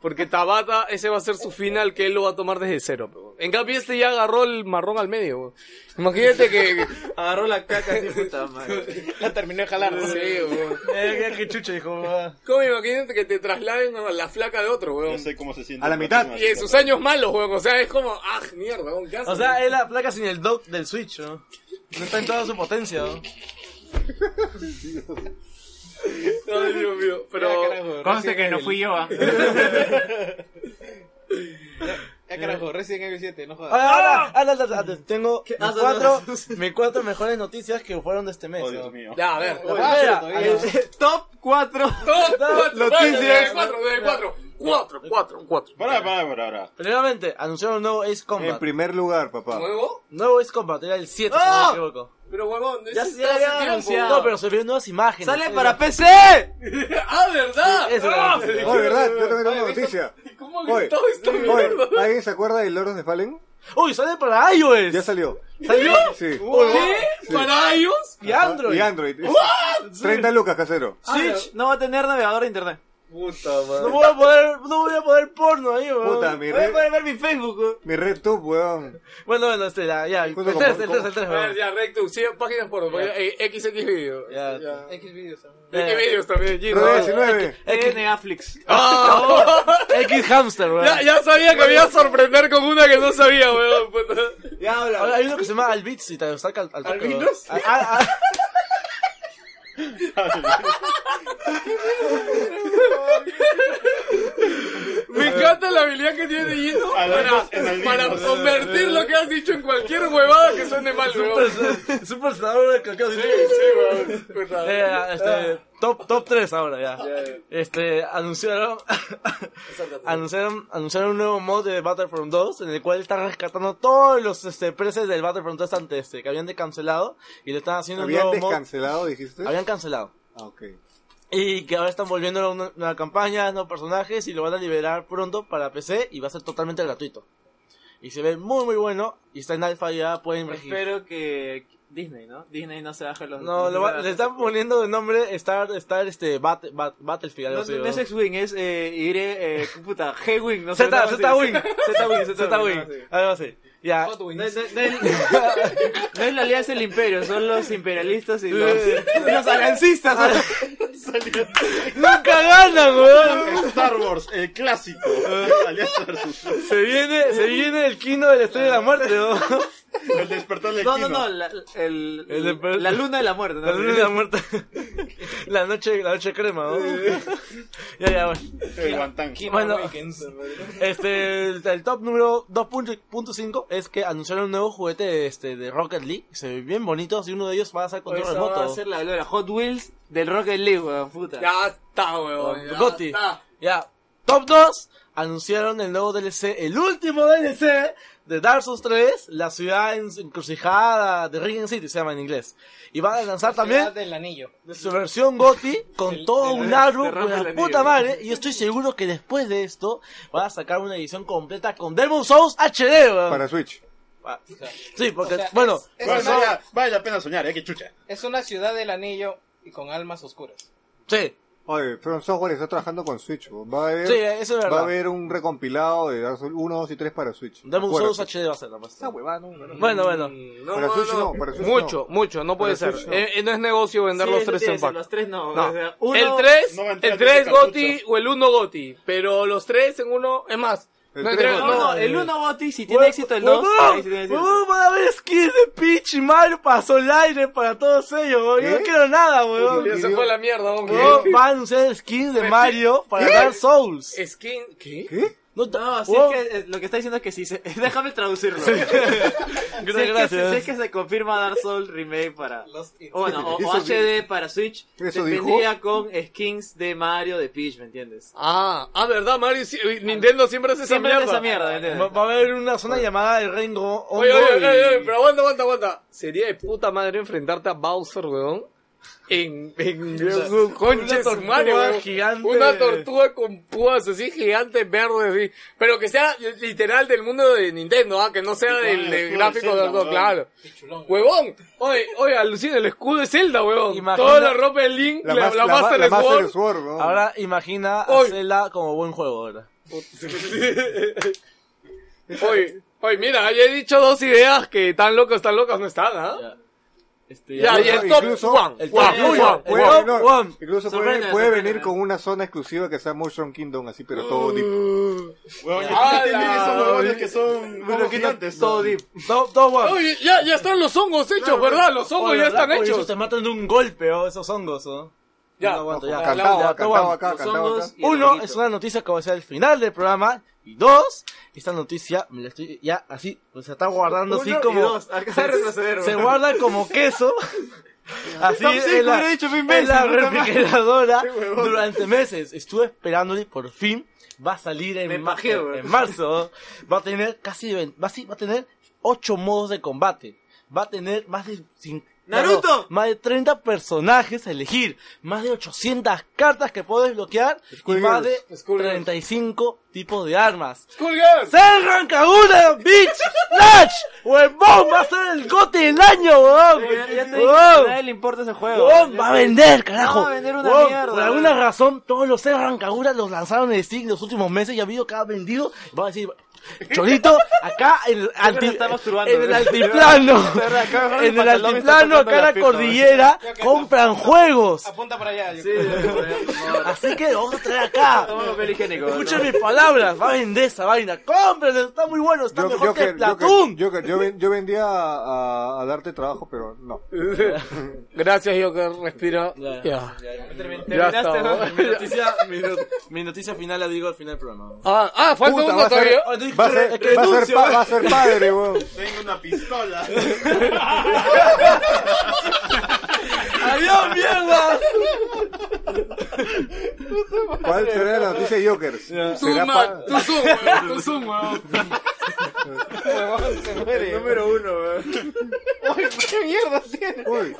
S1: Porque Tabata, ese va a ser su final que él lo va a tomar desde cero. weón. En cambio, este ya agarró el marrón al medio. weón. Imagínate que,
S5: <laughs> Agarró la caca así, puta madre.
S4: <laughs> La terminé de jalar.
S1: Sí, weón.
S2: Eh, qué chucho, dijo. ah.
S1: ¿Cómo imagínate que te trasladen a la flaca de otro,
S4: No
S1: weón?
S4: sé cómo se siente.
S7: A la
S4: el
S7: mitad.
S1: Y en
S4: próximo.
S1: sus años malos, weón. O sea, es como, ah, mierda, weón. ¿qué haces?
S2: <laughs> O sea, es la placa sin el dock del Switch, ¿no? No está en toda su potencia, ¿no?
S1: Ay, Dios mío.
S3: Ya,
S1: Pero.
S3: carajo,
S6: Conste
S3: Resident
S6: que no
S3: Evil.
S6: fui yo, ah.
S3: Ya carajo, Resident Evil 7, no
S1: Ah,
S3: jodas.
S2: Ahora, ahora, ahora, ahora, ahora, tengo mis
S5: Ah, no,
S2: cuatro, mis cuatro mejores noticias que fueron de este mes.
S4: Oh,
S2: ¿no?
S4: Dios mío.
S1: Ya, a ver.
S2: La primera,
S3: Todavía.
S5: Top 4.
S1: Dos, cuatro,
S2: Noticias.
S1: cuatro, nueve, cuatro, cuatro, cuatro, cuatro.
S4: Para, para, para, para.
S2: <laughs> primeramente, anunciaron un nuevo Ace
S7: En
S2: Combat.
S7: primer lugar, papá.
S1: ¿Nuevo?
S2: Nuevo Ace Combat, era el 7,
S5: ¡Ah!
S2: si no me equivoco.
S1: Pero, huevón,
S5: Ya
S1: ese
S5: se
S1: está hace
S5: había
S1: tiempo.
S5: anunciado.
S2: No, pero se vieron nuevas imágenes.
S5: ¡Sale
S2: Sí,
S5: para
S2: no.
S5: PC!
S1: <laughs> ¡Ah, verdad!
S2: Esa es la
S1: ¡Ah!
S2: noticia.
S7: Oye, ¿verdad? Yo también tengo una
S1: Oye,
S7: noticia.
S1: ¿Cómo
S7: Oye,
S1: gritó esta
S7: oye,
S1: mierda?
S7: ¿alguien se acuerda de Lords de Fallen?
S2: ¡Uy, sale para iOS!
S7: Ya salió.
S2: ¿Salió?
S7: Sí.
S1: ¿Qué? ¿Para ellos?
S2: Y Android.
S7: Y Android. 30 lucas casero.
S5: Switch no va a tener navegador de internet.
S7: Puta madre.
S2: No voy a poder, no voy a poder porno ahí, weón.
S7: Puta, mi
S2: voy
S7: re-
S2: a poder ver mi Facebook, weón.
S7: Mi red tube, weón.
S2: Bueno, bueno, este, ya, ya. El 3,
S7: Justo
S2: el 3,
S7: como-
S2: el 3, el 3,
S1: A ver, ya, Rectu, 100 páginas por eh, XX video.
S2: Ya.
S3: X videos.
S1: X videos también, Gino.
S7: 919.
S5: Es de Netflix.
S2: X hamster, weón.
S1: Ah, Ya, ya sabía que me iba a sorprender con una que no sabía, weón. puta.
S3: Ya
S2: Ahora,
S3: habla.
S2: hay uno que se llama Albits y te lo saca al, al toque, weón.
S3: ¿Albinos?
S2: Ah, ah, ah. <laughs>
S1: Me encanta la habilidad que tiene Gino
S4: A la
S1: para,
S4: vez en el
S1: para
S4: mismo.
S1: convertir lo que has dicho en cualquier huevada que suene mal, weón.
S2: Es un personador de cualquier
S1: Sí, sí, weón. puta.
S2: Eh, este, top, top 3 ahora ya. Este, anunciaron, <laughs> anunciaron, anunciaron un nuevo mod de Battlefront 2 en el cual están rescatando todos los este, preces del Battlefront 2 ante este, que habían descancelado y le están haciendo un
S7: Habían
S2: nuevo mod.
S7: descancelado, dijiste.
S2: Habían cancelado.
S7: Ah, ok.
S2: Y que ahora están volviendo a una nueva campaña, nuevos personajes y lo van a liberar pronto para PC y va a ser totalmente gratuito. Y se ve muy muy bueno y está en alfa ya pueden registrar.
S5: Espero que Disney, ¿no? Disney no se baje los.
S2: No, lo va- le están poniendo de nombre Star, Star este, Bat- Bat- Battlefield. algo
S5: No,
S2: así,
S5: no
S2: ¿no?
S5: es X-Wing, es eh, ir, eh, <laughs> puta, G-Wing, no sé.
S2: Z,
S5: no,
S2: Z
S5: sí, <laughs>
S2: Wing, Z Wing, <laughs> Z Wing,
S5: algo así.
S2: algo así. Ya.
S3: Hot
S5: No,
S3: Wings.
S5: no- no es, no es <laughs> la alianza del imperio, son los imperialistas y los, y los aliancistas. ¿no?
S2: Nunca ganan, weón.
S4: Star Wars, el clásico. Alianza versus.
S2: <laughs> Se viene, se viene el kino del Estrella de la Muerte, weón.
S4: El despertar de
S5: No,
S4: Kino.
S5: no, no, la, el-
S2: El emperador.
S5: la luna de la muerte. ¿no?
S2: La luna de la muerte. <laughs> La noche, la noche
S5: <laughs>
S2: crema, weón. Ya, ya, bueno.
S4: El guantán.
S2: Bueno, este, el, el top número 2.5 es que anunciaron un nuevo juguete este, de Rocket League. Se ve bien bonito y uno de ellos va a ser control
S5: Esa va a
S2: remoto.
S5: ser la gloria. Hot Wheels del Rocket League, weón, puta.
S1: Ya está, weón. ya
S2: Gotti.
S1: está.
S2: Ya. Top 2. Anunciaron el nuevo DLC, el último DLC de Dark Souls 3, la ciudad en- encrucijada de Ring City, se llama en inglés. Y van a lanzar también
S3: del anillo.
S2: su versión GOTI con todo un árbol,
S5: derrama
S2: con
S5: el
S2: la
S5: anillo.
S2: puta madre. Y yo estoy seguro que después de esto van a sacar una edición completa con Demon Souls HD. weón.
S7: Para Switch.
S2: Ah, Sí, porque,
S3: O sea,
S2: bueno,
S3: es-
S4: Bueno,
S3: es una-
S4: vaya, vale la pena soñar, eh, que chucha.
S3: Es una ciudad del anillo y con almas oscuras.
S2: sí,
S7: Oye, From Software está trabajando con Switch. weón. Va a haber,
S2: sí, eso es
S7: va a
S2: verdad.
S7: haber un recompilado de Dark Souls 1, 2 y 3 para Switch.
S2: Demon
S7: Acuérdate.
S2: Souls HD va a ser la más.
S7: Esa huevada, no, no, no.
S2: Bueno, bueno.
S1: Mm, No,
S7: Para
S1: no,
S7: Switch
S1: no.
S7: no, para Switch
S1: mucho,
S7: no.
S1: mucho, no puede ser.
S7: Para Switch no.
S1: Eh, eh, no es negocio vender
S5: Sí,
S1: los
S5: eso
S1: tres
S5: te iba a
S1: en
S5: decir,
S1: pack.
S5: Los tres no.
S1: No.
S5: o sea, uno-
S1: el 3,
S4: no va a entrar
S1: el
S4: en el
S1: 3
S4: cartucho.
S1: Goti o el 1 Goti, pero los tres en uno, es más,
S7: El
S1: no
S7: tres
S1: entrega-
S5: No,
S7: Goti.
S1: no,
S5: no,
S2: Eh,
S5: el 1 Boti, si tiene éxito el 2, ahí sí tiene éxito.
S2: ¡Huevón, van a ver skins de Peach y Mario pasó el aire para todos ellos, weón. Yo no
S5: ¿Eh?
S7: ¿Qué?
S2: quiero nada, weón.
S1: ya se fue a la mierda, hombre.
S2: Weón, van a usar skins
S5: ¿Eh?
S2: de Mario para Dark Souls.
S1: Skin, ¿qué?
S7: ¿Qué?
S2: No, te-
S5: No, si
S2: huevón,
S5: es que eh, lo que está diciendo es que sí se... <laughs> Déjame traducirlo. Si es, que,
S2: gracias.
S5: si es que se confirma Dark Souls Remake para...
S3: Los-
S5: O, bueno,
S1: <laughs>
S5: o, o
S7: Eso sí.
S5: HD para Switch.
S7: Eso
S5: vendría con skins de Mario, de Peach, ¿me entiendes?
S1: Ah, ah, verdad, Mario, sí, eh, Nintendo siempre hace esa
S5: Siempre
S1: mierda.
S5: es esa mierda, ¿me entiendes?
S2: va, va a haber una zona llamada de Rengo Hongo
S1: Oye, oye,
S2: y-
S1: oye, oye, pero aguanta, aguanta, aguanta. Sería de puta madre enfrentarte a Bowser, weón. En, en su concha de su
S2: tortuga
S1: madre, weón.
S2: gigante.
S1: Una tortuga con púas así gigante verde, así. Pero que sea literal del mundo de Nintendo, ah, que no sea
S4: Sí,
S1: del,
S4: claro,
S1: del
S4: escudo de
S1: gráfico
S4: Zelda,
S1: del juego,
S4: weón.
S1: claro.
S3: Pichulón.
S1: Huevón, oye, oye, alucina el escudo de Zelda, weón.
S2: Imagina-
S1: Toda la ropa de Link, la, la,
S7: mas- ma-
S1: Master
S7: la Master
S1: Sword.
S7: Sword, weón.
S2: Ahora imagina a
S1: Oy.
S2: Zelda como buen juego ahora.
S1: Oye, oye, mira, ya he dicho dos ideas que tan locos, tan locos no están, ¿ah?
S2: Este,
S1: Ya,
S7: Incluso-
S1: y el top
S7: incluso-
S1: one,
S2: el
S1: one,
S2: top
S7: Incluso
S2: uno,
S1: one.
S7: puede
S2: Juan,
S7: venir-
S2: Juan.
S7: Eh, incluso puede-
S5: Sorprende,
S7: puede
S5: sorprende,
S7: venir
S5: ¿no?
S7: con una zona exclusiva que sea Motion Kingdom, así, pero todo deep.
S4: Huevón,
S1: ¡Hala!
S4: ya tienen esos huevones que son como gigantes.
S5: Todo deep.
S2: Todo, todo bueno.
S1: Oye, ya, ya están los hongos hechos, ¿verdad? Los hongos
S2: Oye,
S1: ya
S2: ¿verdad?
S1: están
S2: Oye,
S1: hechos.
S2: Esos te matan de un golpe, oh, esos hongos, oh.
S1: Ya.
S2: No aguanto, ya.
S7: Cantado,
S2: Ya,
S7: acá,
S2: todo
S7: cantado
S2: bueno.
S7: acá, cantado acá.
S5: hongos y el
S2: Uno,
S5: honguito.
S2: es una noticia que va a ser el final del programa. Y dos, esta noticia me la estoy ya así, pues se está guardando así
S5: Uno
S2: como.
S5: y dos. Acaba de retroceder,
S2: <laughs> Se
S5: weón.
S2: guarda como
S5: <laughs>
S2: queso. Así
S5: Top cinco
S2: en la,
S5: hubiera dicho mil
S2: en
S5: veces,
S2: la
S5: puta madre. <laughs>
S2: refrigeradora durante meses. Estuve esperándole, por fin va a salir
S5: Me
S2: en, ma-
S5: pajé,
S2: en-
S5: weón.
S2: en marzo. Va a tener casi, ve- va a, sí, va a tener ocho modos de combate. Va a tener más de cin-
S5: ¡Naruto!
S2: no, no, más de 30 personajes a elegir, más de 800 cartas que puedo desbloquear y
S7: Skullgirls.
S2: más de
S1: Skullgirls.
S2: 35 tipos de armas.
S1: ¡Skullgirl!
S2: ¡Ser Rancaguna, bitch! ¡Slash! ¡Huevón! ¡Va a ser el gote del año, huevón!
S8: Ya te dije que a nadie
S2: ¡Huevón!
S8: le importa ese juego.
S2: ¡Huevón! ¡Va a vender, carajo!
S8: Va a vender una
S2: Huevón,
S8: mierda,
S2: Por alguna
S8: huevón.
S2: razón, todos los Ser Rancaguna los lanzaron en Steam los últimos meses y ha habido cada vendido. Va a decir... Cholito, acá <laughs> en el, alti-
S8: está masturbando,
S2: en el
S8: huevón.
S2: altiplano, <laughs>
S8: De verdad, acá mejor mi
S2: en el
S8: pantalón me está
S2: altiplano,
S8: tocando
S2: acá
S8: la
S2: en la
S8: pierna, huevón.
S2: cordillera, <laughs> compran juegos.
S3: Apunta para allá. yo
S8: Sí,
S3: creo.
S2: Así que <laughs> vamos a traer acá.
S8: Toma papel higiénico.
S2: Escuchen mis palabras, va a vender esa vaina. Cómpralo, está muy bueno, está
S7: Yo,
S2: mejor
S7: yo,
S2: que
S7: que- yo, que-
S2: Platón.
S7: yo, que- yo ven- yo vendía a, a- a darte trabajo, pero no.
S1: Gracias, Joker. Respiro. Ya.
S8: Terminaste,
S1: está,
S8: ¿no?
S1: huevón.
S2: Mi noticia, mi, no- mi noticia final la digo al final del programa.
S1: <laughs> Ah, ah, falta
S7: Puta,
S1: uno
S7: va a ser,
S1: todavía.
S7: va a ser, va a ser,
S2: eh.
S7: pa- va a ser padre, weón.
S4: Tengo una <laughs> pistola.
S2: ¡Adiós, mierda!
S7: ¿Cuál será la noticia de Jokers? ¿Será pa-
S1: Tu Zoom, weón. Tu Zoom,
S7: <laughs>
S1: weón.
S8: Número uno, weón.
S7: Uy,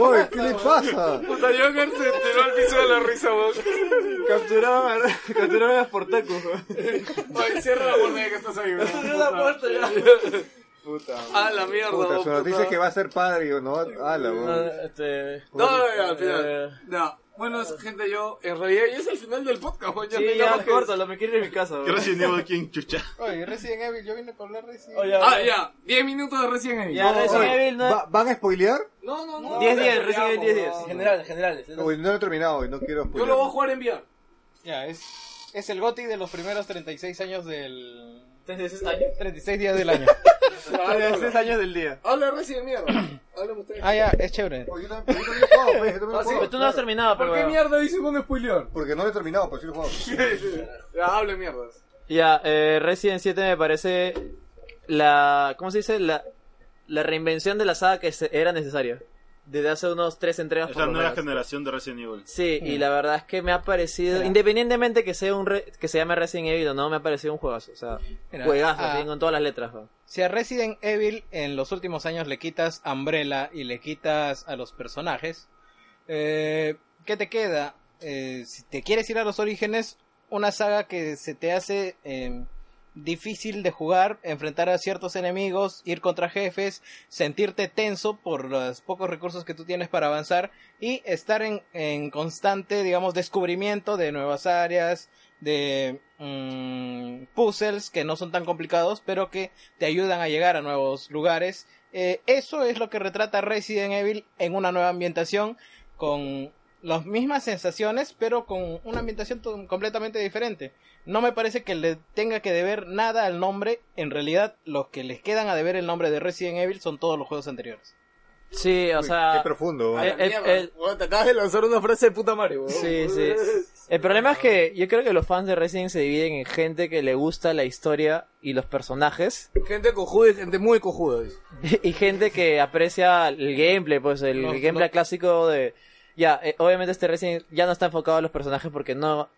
S7: uy, ¿qué le pasa?
S1: Puta, Joker se tiró al piso de la risa, weón.
S8: Capturaban capturaban a Sportaco.
S1: Oye, cierra la puerta ya que estás ahí, weón.
S2: la puerta ya.
S1: Ah, la mierda,
S7: Puta,
S1: weón.
S7: su noticia es que va a ser padre, yo, ¿no? Ala, weón.
S8: Este.
S1: No, no, no, al final. No. Bueno, es- gente, yo en realidad ya es el final del podcast, weón. Ya no
S8: Sí,
S1: hay nada
S8: ya,
S1: más que decir.
S8: córtalo, me quiero ir a mi casa,
S4: Yo
S8: weón.
S4: recién digo quién chucha.
S3: Oye, Resident Evil, yo vine para hablar Resident
S8: Oye,
S1: Ah, ya. 10 minutos de recién ahí.
S8: Ya, Resident
S7: Oye,
S8: Evil, no.
S7: ¿va- ¿Van a spoilear?
S1: No, no, no.
S8: 10
S1: Ya,
S8: días, Resident Evil 10 días.
S2: Generales, generales. ¿no?
S7: Uy, no lo he terminado hoy, no quiero
S1: Yo
S7: spoilear.
S1: lo voy a jugar en VR.
S3: Ya, es, es el GOTI de los primeros 36 años del...
S8: Entonces, ¿es año?
S3: 36 días del año.
S1: Ah,
S8: Tres años del día.
S1: Habla Resident mierda. Hablen ustedes.
S3: Ah, ya, es chévere.
S7: Oye, yo también yo también juego, pues, yo también
S8: Ah, sí,
S7: juego,
S8: pero tú no has
S7: claro.
S8: terminado, pero.
S1: ¿Por qué
S8: weón.
S1: mierda dice un spoiler?
S7: Porque no lo he terminado, pero sí lo juego.
S1: Ya, hable mierdas.
S8: Ya, eh, Resident 7 me parece la... ¿Cómo se dice? La, la reinvención de la saga que se- era necesaria. Desde hace unos tres entregas
S4: Es
S8: por
S4: la
S8: lo
S4: nueva
S8: menos.
S4: generación de Resident Evil.
S8: Sí, y la verdad es que me ha parecido, independientemente que sea un re- que se llame Resident Evil o no, me ha parecido un juegazo, o sea,
S3: Mira,
S8: juegazo,
S3: ah.
S8: así, con todas las letras. weón.
S3: Si a Resident Evil en los últimos años le quitas Umbrella y le quitas a los personajes, eh, ¿qué te queda? Eh, si te quieres ir a los orígenes, una saga que se te hace eh, difícil de jugar, enfrentar a ciertos enemigos, ir contra jefes, sentirte tenso por los pocos recursos que tú tienes para avanzar y estar en, en constante, digamos, descubrimiento de nuevas áreas, de mm, puzzles que no son tan complicados, pero que te ayudan a llegar a nuevos lugares. Eh, eso es lo que retrata Resident Evil en una nueva ambientación con las mismas sensaciones, pero con una ambientación to- completamente diferente. No me parece que le tenga que deber nada al nombre. En realidad, los que les quedan a deber el nombre de Resident Evil son todos los juegos anteriores.
S8: Sí, o
S7: Uy,
S8: sea...
S7: Qué profundo. ¿eh? weón.
S8: el- el- el-
S1: Weón, te acabas de lanzar una frase de puta madre, weón.
S8: Sí, sí. El problema es que yo creo que los fans de Resident se dividen en gente que le gusta la historia y los personajes <laughs>
S1: Gente cojuda y gente muy cojuda. dice.
S8: y gente que aprecia el gameplay, pues el
S3: No,
S8: gameplay
S3: no.
S8: clásico de... Ya, eh, obviamente este Resident ya no está enfocado a los personajes porque no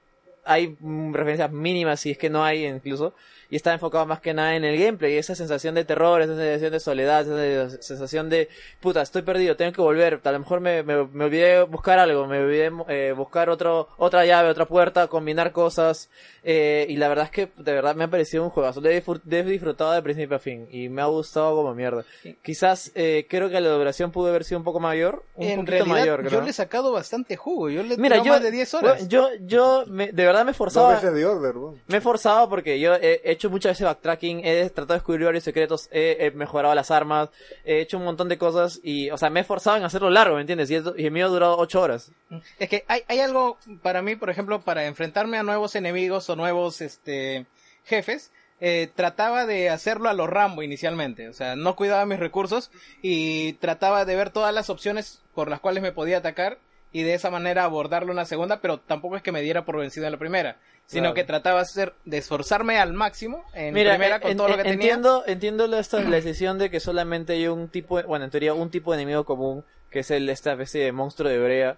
S8: hay mm, referencias mínimas, si es que no hay incluso, y está enfocado más que nada en el gameplay, y esa sensación de terror, esa sensación de soledad, esa se- sensación de, puta, estoy perdido, tengo que volver, a lo mejor me, me, me olvidé buscar algo, me olvidé eh, buscar otro, otra llave, otra puerta, combinar cosas, eh, y la verdad es que de verdad me ha parecido un juegazo, lo he disfrut- lo he disfrutado de principio a fin, y me ha gustado como mierda. Quizás eh, creo que la duración pudo haber sido un poco mayor, un
S3: en
S8: poquito
S3: realidad,
S8: mayor,
S3: yo
S8: creo.
S3: le he sacado bastante jugo. Yo le he
S8: Mira,
S3: tirado
S8: yo,
S3: más de 10 horas.
S8: bueno, yo, yo, me- de verdad me
S7: Dos
S8: esforzaba.
S7: veces de order, weón.
S8: Me he forzado porque yo he hecho muchas veces backtracking, he tratado de descubrir varios secretos, he, he mejorado las armas, he hecho un montón de cosas y, o sea, me he forzado en hacerlo largo, ¿me entiendes? Y, eso- y el mío ha durado 8 horas.
S3: Es que hay, hay algo para mí, por ejemplo, para enfrentarme a nuevos enemigos o nuevos este, jefes, eh, trataba de hacerlo a lo Rambo inicialmente. O sea, no cuidaba mis recursos y trataba de ver todas las opciones por las cuales me podía atacar y de esa manera abordarlo en la segunda, pero tampoco es que me diera por vencido en la primera, sino
S8: Claro.
S3: que trataba de hacer- de esforzarme al máximo en primera
S8: eh,
S3: con
S8: en-
S3: todo lo que
S8: en-
S3: tenía.
S8: entiendo, entiendo la, esta- la decisión de que solamente hay un tipo, de- bueno, en teoría un tipo de enemigo común, que es el esta especie de monstruo de brea.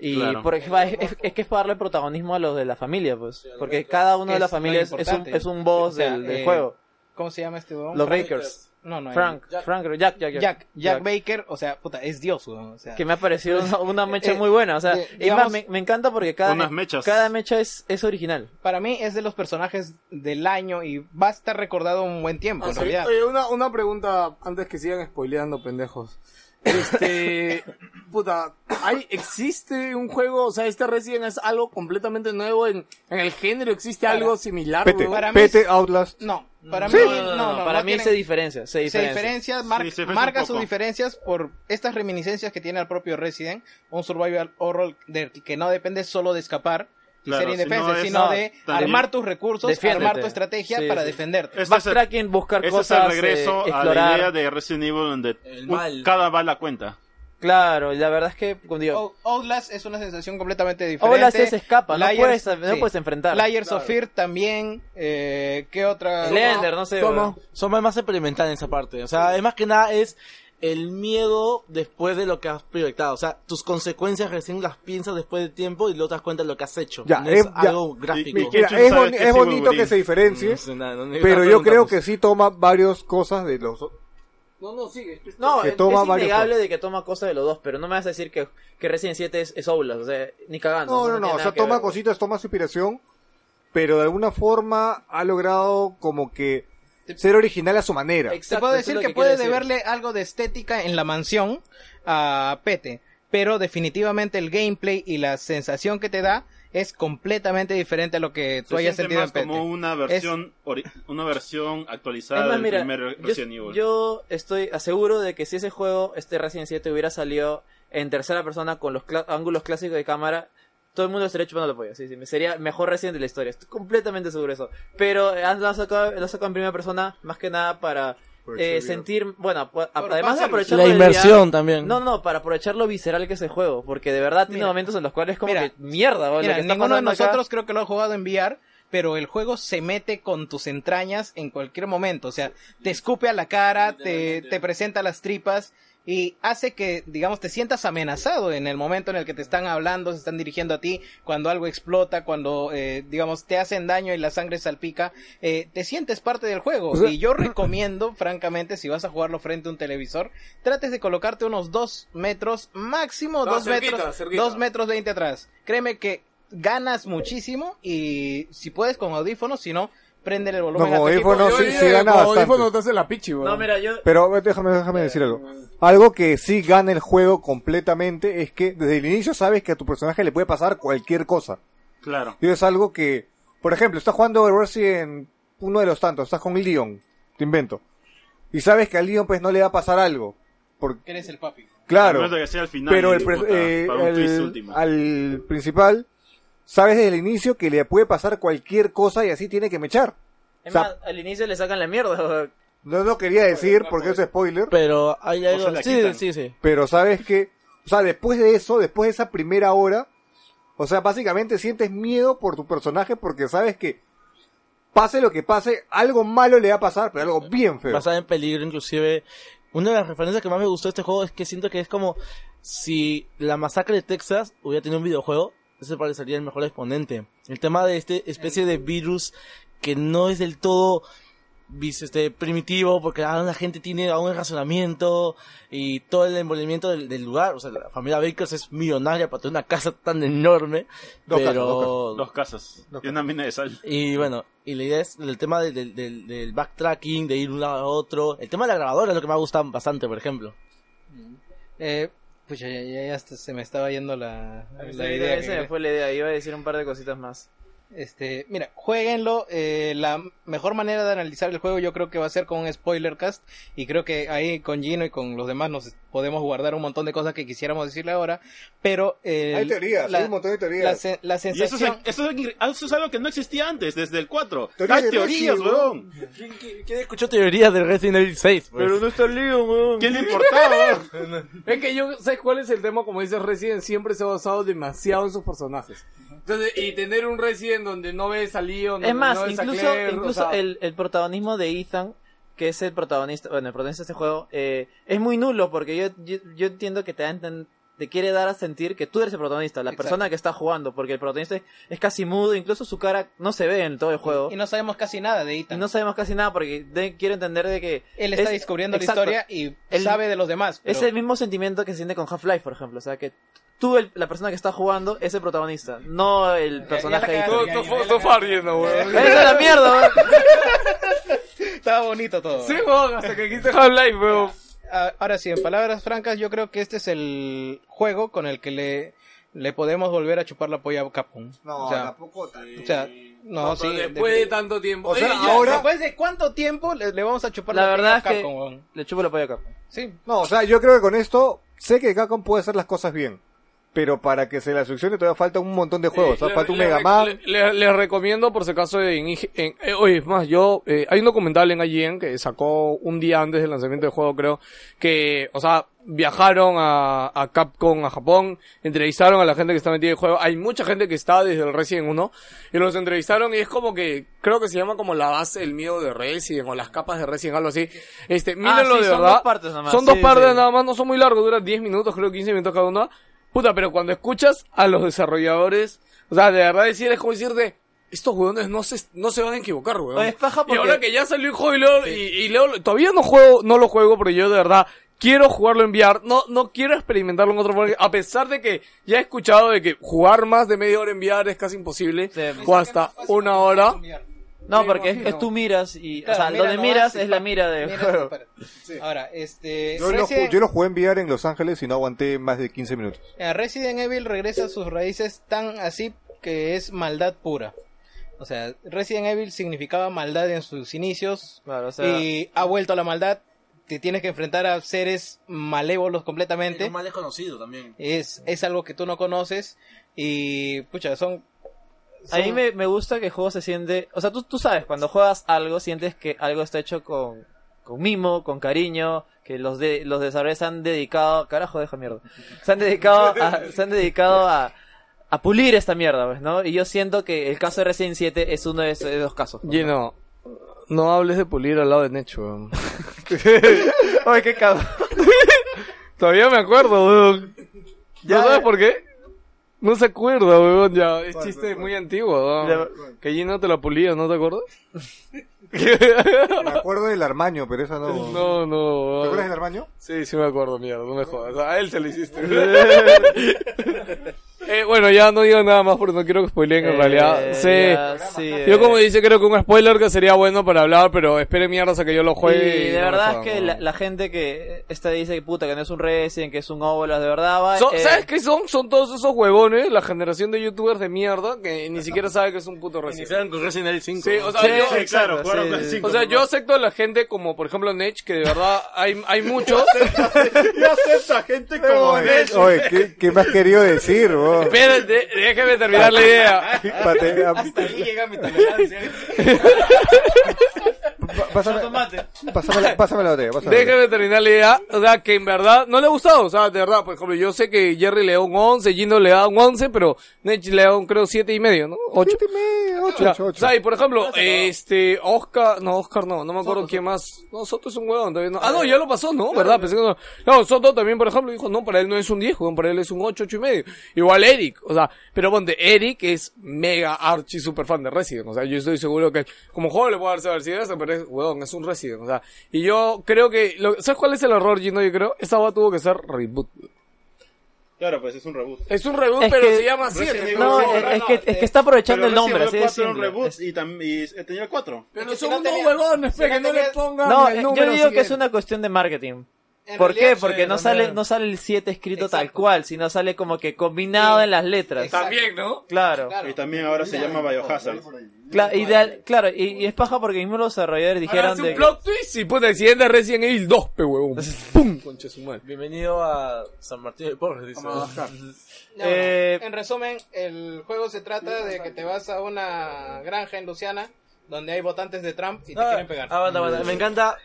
S8: Y
S4: Claro.
S8: por ejemplo, es, es- es que es para darle protagonismo a los de la familia, pues. Porque cada uno de
S3: Es
S8: las
S3: lo
S8: familias es un,
S3: importante.
S8: es un boss
S3: O sea,
S8: del, del
S3: eh,
S8: juego.
S3: ¿Cómo se llama este huevón?
S8: Los Bakers.
S3: No, no.
S1: Frank,
S3: Jack,
S1: Frank, Jack, Jack, Jack.
S3: Jack, Jack Baker, o sea, puta, es Dios, weón. O sea,
S1: Que me ha parecido una, una mecha
S3: <laughs> Eh,
S1: muy buena, o sea,
S3: eh,
S1: y más,
S3: digamos-
S1: me, me encanta porque cada,
S4: Unas
S1: me-
S4: mechas.
S1: cada mecha es, es original.
S3: para mí es de los personajes del año y va a estar recordado un buen tiempo, en realidad.
S8: Oye, una, una pregunta antes que sigan spoileando, pendejos.
S1: <laughs>
S8: Este. puta, ¿hay, ¿existe un juego? O sea, este Resident es algo completamente nuevo en, en el género. ¿Existe algo similar?
S7: Pete,
S8: weón?
S3: para mí
S7: Pete Outlast.
S3: No, para
S7: Sí.
S3: mí,
S1: No,
S3: no,
S1: no,
S3: no,
S1: para
S3: no
S1: mí
S3: tienen-
S1: se diferencia, se
S3: se
S1: diferencia.
S3: diferencia, mar-
S4: Sí, se diferencia
S3: marca
S4: un poco.
S3: sus diferencias por estas reminiscencias que tiene el propio Resident, un survival horror de- que no depende solo de escapar y
S4: Claro,
S3: ser
S4: si no
S3: indefensa,
S4: es-
S3: sino
S4: no,
S3: de
S4: también-
S3: armar tus recursos,
S1: Defiéndete.
S3: armar tu estrategia
S1: Sí,
S3: para
S1: sí.
S3: defenderte.
S4: Este es el-
S1: Backtracking, buscar
S4: Ese es
S1: cosas,
S4: el regreso
S1: eh,
S4: a la
S1: explorar.
S4: idea de Resident Evil donde
S2: El
S4: un-
S2: mal.
S4: cada bala cuenta.
S1: Claro, la verdad es que, como digo,
S3: O- Outlast es una sensación completamente diferente.
S1: Ola se escapa, no
S3: Layers-
S1: puedes, no
S3: sí.
S1: puedes em- enfrentar.
S3: Layers of Fear también, eh, ¿qué otra?
S1: Slender, no sé.
S2: ¿Cómo?
S1: weón.
S2: Son más- más experimental en esa parte. O sea, es más que nada es el miedo después de lo que has proyectado. O sea, tus consecuencias recién las piensas después de tiempo y luego te das cuenta de lo que has hecho.
S7: Ya,
S2: no es
S7: eh, ya.
S2: algo gráfico.
S4: Y- y-
S7: Mira,
S4: Tú
S7: es,
S4: sabes
S7: boni-
S4: que
S7: es
S4: sí,
S7: bonito
S4: Wolverine.
S7: que se diferencie,
S2: No sé nada, no- no
S7: pero yo creo
S2: preguntamos.
S7: que sí toma varias cosas de los...
S1: No,
S7: Que
S1: es
S7: toma varios
S1: innegable
S7: juegos.
S1: de que toma cosas de los dos, pero no me vas a decir que, que Resident 7 es, es Outlast, o sea, ni cagando.
S7: No, no, no,
S1: tiene
S7: o
S1: nada
S7: sea,
S1: que ver,
S7: toma
S1: weón.
S7: cositas, toma su inspiración, pero de alguna forma ha logrado como que ser original a su manera.
S1: Exacto,
S3: Te puedo
S1: eso es
S3: decir
S1: lo
S3: que,
S1: quiero
S3: puede
S1: decir.
S3: deberle algo de estética en la mansión a Pete, pero definitivamente el gameplay y la sensación que te da es completamente diferente a lo que tú
S4: Se
S3: hayas
S4: siente
S3: sentido en
S4: más
S3: Pete.
S4: como una versión, ori- una versión
S1: Es
S4: actualizada
S1: más,
S4: del
S1: mira,
S4: primer
S1: yo,
S4: Resident Evil.
S1: yo estoy aseguro de que si ese juego, este Resident 7, hubiera salido en tercera persona con los cla- ángulos clásicos de cámara, todo el mundo estaría chupando la polla. Sí, sí, me- sería mejor Resident de la historia. Estoy completamente seguro de eso. Pero eh, han- lo han sacado, lo han sacado en primera persona más que nada para
S7: Por
S1: eh,
S7: ese
S1: sentir, bueno, ap- además de aprovechar
S2: La
S1: lo del
S2: inversión
S1: VR,
S2: también.
S1: No, no, para aprovechar lo visceral que es el juego, porque de verdad tiene
S3: Mira.
S1: momentos en los cuales es como
S3: Mira.
S1: que mierda, boludo, lo
S3: Mira,
S1: que está
S3: ninguno de
S1: pasando acá.
S3: nosotros creo que lo ha jugado en VR, pero el juego se mete con tus entrañas en cualquier momento. O sea, te escupe a la cara, te, te presenta las tripas y hace que, digamos, te sientas amenazado en el momento en el que te están hablando, se están dirigiendo a ti, cuando algo explota, cuando, eh, digamos, te hacen daño y la sangre salpica. eh, te sientes parte del juego. Y yo recomiendo, francamente, si vas a jugarlo frente a un televisor, trates de colocarte unos dos metros, máximo
S8: No,
S3: dos
S8: cerquita,
S3: metros,
S8: cerquita.
S3: dos metros veinte atrás. Créeme que ganas muchísimo y si puedes con audífonos, si no, prende el volumen.
S7: No,
S3: a tu equipo.
S7: audífonos sí, sí gana bastante.
S11: te hace la pichi, weón.
S1: No, mira, yo,
S7: Pero eh, déjame, déjame decir algo. Algo que sí gana el juego completamente es que desde el inicio sabes que a tu personaje le puede pasar cualquier cosa.
S4: Claro.
S7: Y es algo que, por ejemplo, estás jugando Resident uno de los tantos, estás con Leon, te invento. Y sabes que a Leon pues no le va a pasar algo. Porque,
S3: Eres el papi.
S7: claro.
S4: A menos de que sea al final,
S7: Pero
S4: y
S7: el, pres-
S4: puta,
S7: eh,
S4: para un twist
S7: al-
S4: último.
S7: al principal, sabes desde el inicio que le puede pasar cualquier cosa y así tiene que mechar.
S1: es
S7: O sea-
S1: más, al inicio le sacan la mierda. weón.
S7: <laughs> No lo quería decir porque es spoiler,
S2: Pero hay
S4: O sea,
S2: algo.
S4: la
S2: Sí,
S4: quitan.
S2: sí, sí.
S7: pero sabes que, o sea, después de eso, después de esa primera hora, o sea, básicamente sientes miedo por tu personaje porque sabes que pase lo que pase, algo malo le va a pasar, pero algo bien feo.
S2: Basada en peligro, inclusive. Una de las referencias que más me gustó de este juego es que siento que es como si la masacre de Texas hubiera tenido un videojuego, ese parecería el mejor exponente. El tema de este especie de virus que no es del todo vis- este, primitivo, porque ahora la gente tiene aún el razonamiento y todo el envolvimiento del, del lugar. O sea, la familia Bakers es millonaria para tener una casa tan enorme.
S7: Dos casas,
S2: pero
S7: dos casas.
S4: Dos casas.
S7: Dos
S4: y una mina de sal.
S2: y bueno, y la idea es el tema del, del, del- del backtracking, de ir de un lado a otro. El tema de la grabadora es lo que me ha gustado bastante, por ejemplo.
S3: Eh, pucha, ya, ya, ya hasta se me estaba yendo la, la
S1: Esa
S3: idea que
S1: esa
S3: quería.
S1: fue la idea, iba a decir un par de cositas más.
S3: Este, mira, jueguenlo. eh, la mejor manera de analizar el juego yo creo que va a ser con un spoiler cast. Y creo que ahí con Gino y con los demás nos podemos guardar un montón de cosas que quisiéramos decirle ahora. Pero... eh,
S7: hay teorías,
S3: la-
S7: hay un montón de
S3: la,
S7: teorías.
S3: sen-
S4: Y
S3: la
S4: eso es,
S3: sensación...
S4: eso, es, eso es algo que no existía antes, desde el 4.
S7: Teoría
S4: Hay
S7: de
S4: teorías,
S7: Resident,
S4: weón.
S2: ¿Quién escuchó teorías del Resident Evil 6? pues?
S1: no está lío, weón.
S4: ¿Quién le <laughs> importaba?
S8: Es que yo, ¿sabes cuál es el tema? Como dice Resident, siempre se ha basado demasiado en sus personajes. Entonces, y tener un Resident donde no ves a Leon, donde
S1: Es más,
S8: no ves a
S1: incluso,
S8: Claire, o
S1: incluso
S8: sea,
S1: el, el protagonismo de Ethan, que es el protagonista, bueno, el protagonista de este juego, eh, es muy nulo porque yo, yo, yo entiendo que te da a enten-
S8: te quiere dar a sentir que tú eres el protagonista, la persona que está jugando, porque el protagonista es, es casi mudo, incluso su cara no se ve en todo el juego.
S3: Y no sabemos casi nada de
S8: Y
S3: Ethan.
S8: no sabemos casi nada porque de- quiero entender de que...
S3: Él está
S8: es-
S3: descubriendo
S8: exacto.
S3: la historia y
S8: Él-
S3: sabe de los demás. pero-
S8: Es el mismo sentimiento que se siente con Half-Life, por ejemplo. O sea, que tú, el- la persona que está jugando, es el protagonista, no el personaje.
S3: ya la
S8: de-
S3: cagaste.
S1: Tú, tú, tú, tú far lleno, weón.
S8: ¡Esa es la mierda! weón!
S3: Estaba bonito todo.
S1: Sí, weón, hasta que dijiste Half-Life, weón.
S3: A- Ahora sí, en palabras francas, yo creo que este es el juego con el que le, le podemos volver a chupar la polla a Capcom.
S7: No,
S3: o sea,
S7: tampoco tan-
S3: o sea, no,
S12: No,
S3: sí.
S12: pero después de tanto tiempo.
S7: O sea,
S12: Ey, ya,
S7: ahora-
S3: Después de cuánto tiempo le, le vamos a chupar
S8: La
S3: la, polla
S8: verdad es que-
S3: a Capcom. weón?
S8: Le chupo la polla acá.
S3: Sí,
S7: No, o sea, yo creo que con esto sé que Capcom puede hacer las cosas bien. Pero para que se la succione todavía falta un montón de juegos. o sea,
S1: Eh, Le-
S7: falta un
S1: le-
S7: Mega Man.
S1: le- le- Les recomiendo, por si acaso, en, IG en- eh, oye, es más, yo, eh, hay un documental en IGN que sacó un día antes del lanzamiento del juego, creo, que, o sea, viajaron a, a Capcom, a Japón, entrevistaron a la gente que está metida en el juego, hay mucha gente que está desde el Resident 1, y los entrevistaron y es como que, creo que se llama como la base del miedo de Resident, o las capas de Resident, algo así. Este, mírenlo
S8: Ah, sí,
S1: de
S8: son
S1: verdad.
S8: dos partes nomás,
S1: Son
S8: sí,
S1: dos partes
S8: sí.
S1: nada más, no son muy largos, duran 10 minutos, creo 15 minutos cada uno. Puta, pero cuando escuchas a los desarrolladores, o sea, de verdad decir, es como decirte, estos huevones no se, no se van a equivocar, huevón.
S8: Oye, es paja
S1: Y
S8: porque-
S1: ahora que ya salió el juego y luego, y, y luego- todavía no juego, no lo juego, pero yo de verdad quiero jugarlo en VR, no, no quiero experimentarlo en otro forma, a pesar de que ya he escuchado de que jugar más de media hora en VR es casi imposible,
S8: Sí.
S1: o hasta una hora.
S8: No,
S1: Me
S8: porque es que
S1: imagino.
S8: tú miras y...
S3: Claro,
S8: o sea,
S3: mira
S8: donde
S3: nomás
S8: miras
S3: y
S8: es
S3: pa-
S8: la mira del
S3: mira,
S8: juego.
S3: espera. Ahora, este.
S7: Yo lo, ju-
S3: Resident-
S7: yo lo jugué en VR en Los Ángeles y no aguanté más de 15 minutos.
S3: <laughs> Eh, Resident Evil regresa a sus raíces tan así que es maldad pura. O sea, Resident Evil significaba maldad en sus inicios
S8: Claro, o sea,
S3: y ha vuelto a la maldad. Te tienes que enfrentar a seres malévolos completamente.
S2: Es más desconocido también.
S3: Es, es algo que tú no conoces y, pucha, son...
S8: a
S3: son-
S8: mí me, me gusta que el juego se siente... O sea, tú, tú sabes, cuando juegas algo, sientes que algo está hecho con, con mimo, con cariño, que los, de, los desarrolladores se han dedicado... Carajo, deja mierda. Se han dedicado a, se han dedicado a, a pulir esta mierda, pues, ¿no? Y yo siento que el caso de Resident 7 es uno de esos de esos casos. ¿no?
S1: Lleno, no hables de pulir al lado de Necho, weón.
S8: <laughs> Ay, qué cabrón.
S1: <laughs> Todavía me acuerdo, weón. ¿Ya sabes por qué? No se acuerda, weón, ya. Es chiste muy antiguo, weón. Que Gino te la pulía, ¿no te
S8: <laughs>
S1: acuerdas?
S7: Me acuerdo del Armaño, pero esa no.
S1: no, no,
S7: ¿Te acuerdas
S1: weón.
S7: del Armaño?
S1: Sí, sí me acuerdo, mierda, no me jodas. A él se le
S8: <laughs>
S1: hiciste. <laughs> eh, bueno, ya no digo nada más porque no quiero que spoileen en realidad.
S8: Eh,
S1: Sí.
S8: ya, sí,
S1: Yo
S8: eh.
S1: como dice creo que un spoiler que sería bueno para hablar, pero espere mierdas a que yo lo juegue.
S8: Y
S1: y
S8: Pues,
S1: no
S8: de
S1: me
S8: verdad es
S1: jodan,
S8: que
S1: weón.
S8: la, la gente que eh, esta dice que puta que no es un Resident, que es un Obolas, de verdad va.
S1: Son-
S8: eh,
S1: ¿Sabes qué son? Son todos esos huevones, la generación de youtubers de mierda que ni siquiera sabe que es un puto Resident.
S2: Iniciaron con Resident Evil 5.
S1: Sí, o sea,
S8: Sí,
S1: yo,
S4: Sí, claro,
S8: exacto,
S4: jugaron
S8: sí,
S4: con
S8: sí.
S4: cinco
S1: o sea,
S4: nomás.
S1: yo acepto a la gente como, por ejemplo, Nech, que de verdad hay, hay muchos.
S4: Yo acepto a gente como
S7: Oye,
S4: Nesh.
S7: oye, ¿qué, qué me has querido decir, vos?
S1: <laughs> Espérate, déjeme terminar la idea.
S7: Pate- a-
S3: Hasta ahí llega mi tolerancia.
S8: <laughs>
S7: pa- pásame, pásame la, pásame la botella, pásame la botella.
S1: Déjame terminar la idea. O sea, que en verdad no le ha gustado. O sea, de verdad, por ejemplo, yo sé que Jerry le da un 11, Gino le da un 11, pero Nech le da un, creo, 7 y medio, ¿no? 8.
S7: Siete y medio, ocho,
S1: Ya,
S7: ocho,
S1: o
S7: ocho.
S1: sea, y por ejemplo, este, Oscar, no, Oscar no, no me acuerdo quién más. No, Soto es un huevón todavía no. Ah, no, ya lo pasó, ¿no? ¿Verdad? Pensé que no. No, Soto también, por ejemplo, dijo, no, para él no es un 10, huevón, para él es un 8, 8 y medio. Igual Eric, o sea, pero ponte, Eric es mega archi super fan de Resident, o sea, yo estoy seguro que como juego le puedo dar saber eso, pero es, huevón, es un Resident, o sea, y yo creo que, lo- ¿sabes cuál es el error, Gino? Yo creo, esta va tuvo que ser reboot.
S4: Claro, pues es un reboot.
S1: Es un reboot,
S8: Es
S1: pero
S8: que-
S1: se llama así. el
S4: Resident Evil
S1: juego.
S8: No,
S4: no,
S8: es, es
S4: no,
S8: que, es que está aprovechando
S4: Pero
S8: el nombre,
S4: Resident
S8: así
S4: Evil
S8: de
S4: 4 era un reboot
S8: simple.
S4: y, tam- y s- tenía el 4.
S1: Pero
S3: que si
S1: son
S3: no
S1: unos
S3: tenía-
S1: huevones,
S3: si
S1: pe,
S3: no
S1: que no le
S3: tenía-
S1: pongan
S8: No,
S1: el
S8: eh, yo
S1: número
S8: digo que
S1: siguiente.
S8: es una cuestión de marketing.
S3: En
S8: ¿Por
S3: realidad,
S8: qué? Porque no sale no sale el 7 escrito tal
S3: Exacto.
S8: cual, sino sale como que combinado
S3: Sí.
S8: en las letras.
S3: Exacto.
S1: También, ¿no?
S8: Claro.
S3: Claro.
S4: Y también ahora se llama Biohazard.
S8: Cla- ideal- claro, y, y es paja porque mismo los desarrolladores
S1: Ahora
S8: dijeron
S1: hace
S8: de
S1: un
S8: que-
S1: plot twist y puta, si es de Resident Evil 2, pe huevón. <laughs> ¡Pum! Concha su madre.
S2: Bienvenido a San Martín de Porres, dice.
S8: Ah,
S3: No, no.
S8: Eh,
S3: En resumen, el juego se trata de que te vas a una granja en Luciana donde hay votantes de Trump y te
S2: Ah,
S3: quieren pegar.
S2: aguanta, aguanta. Me encanta.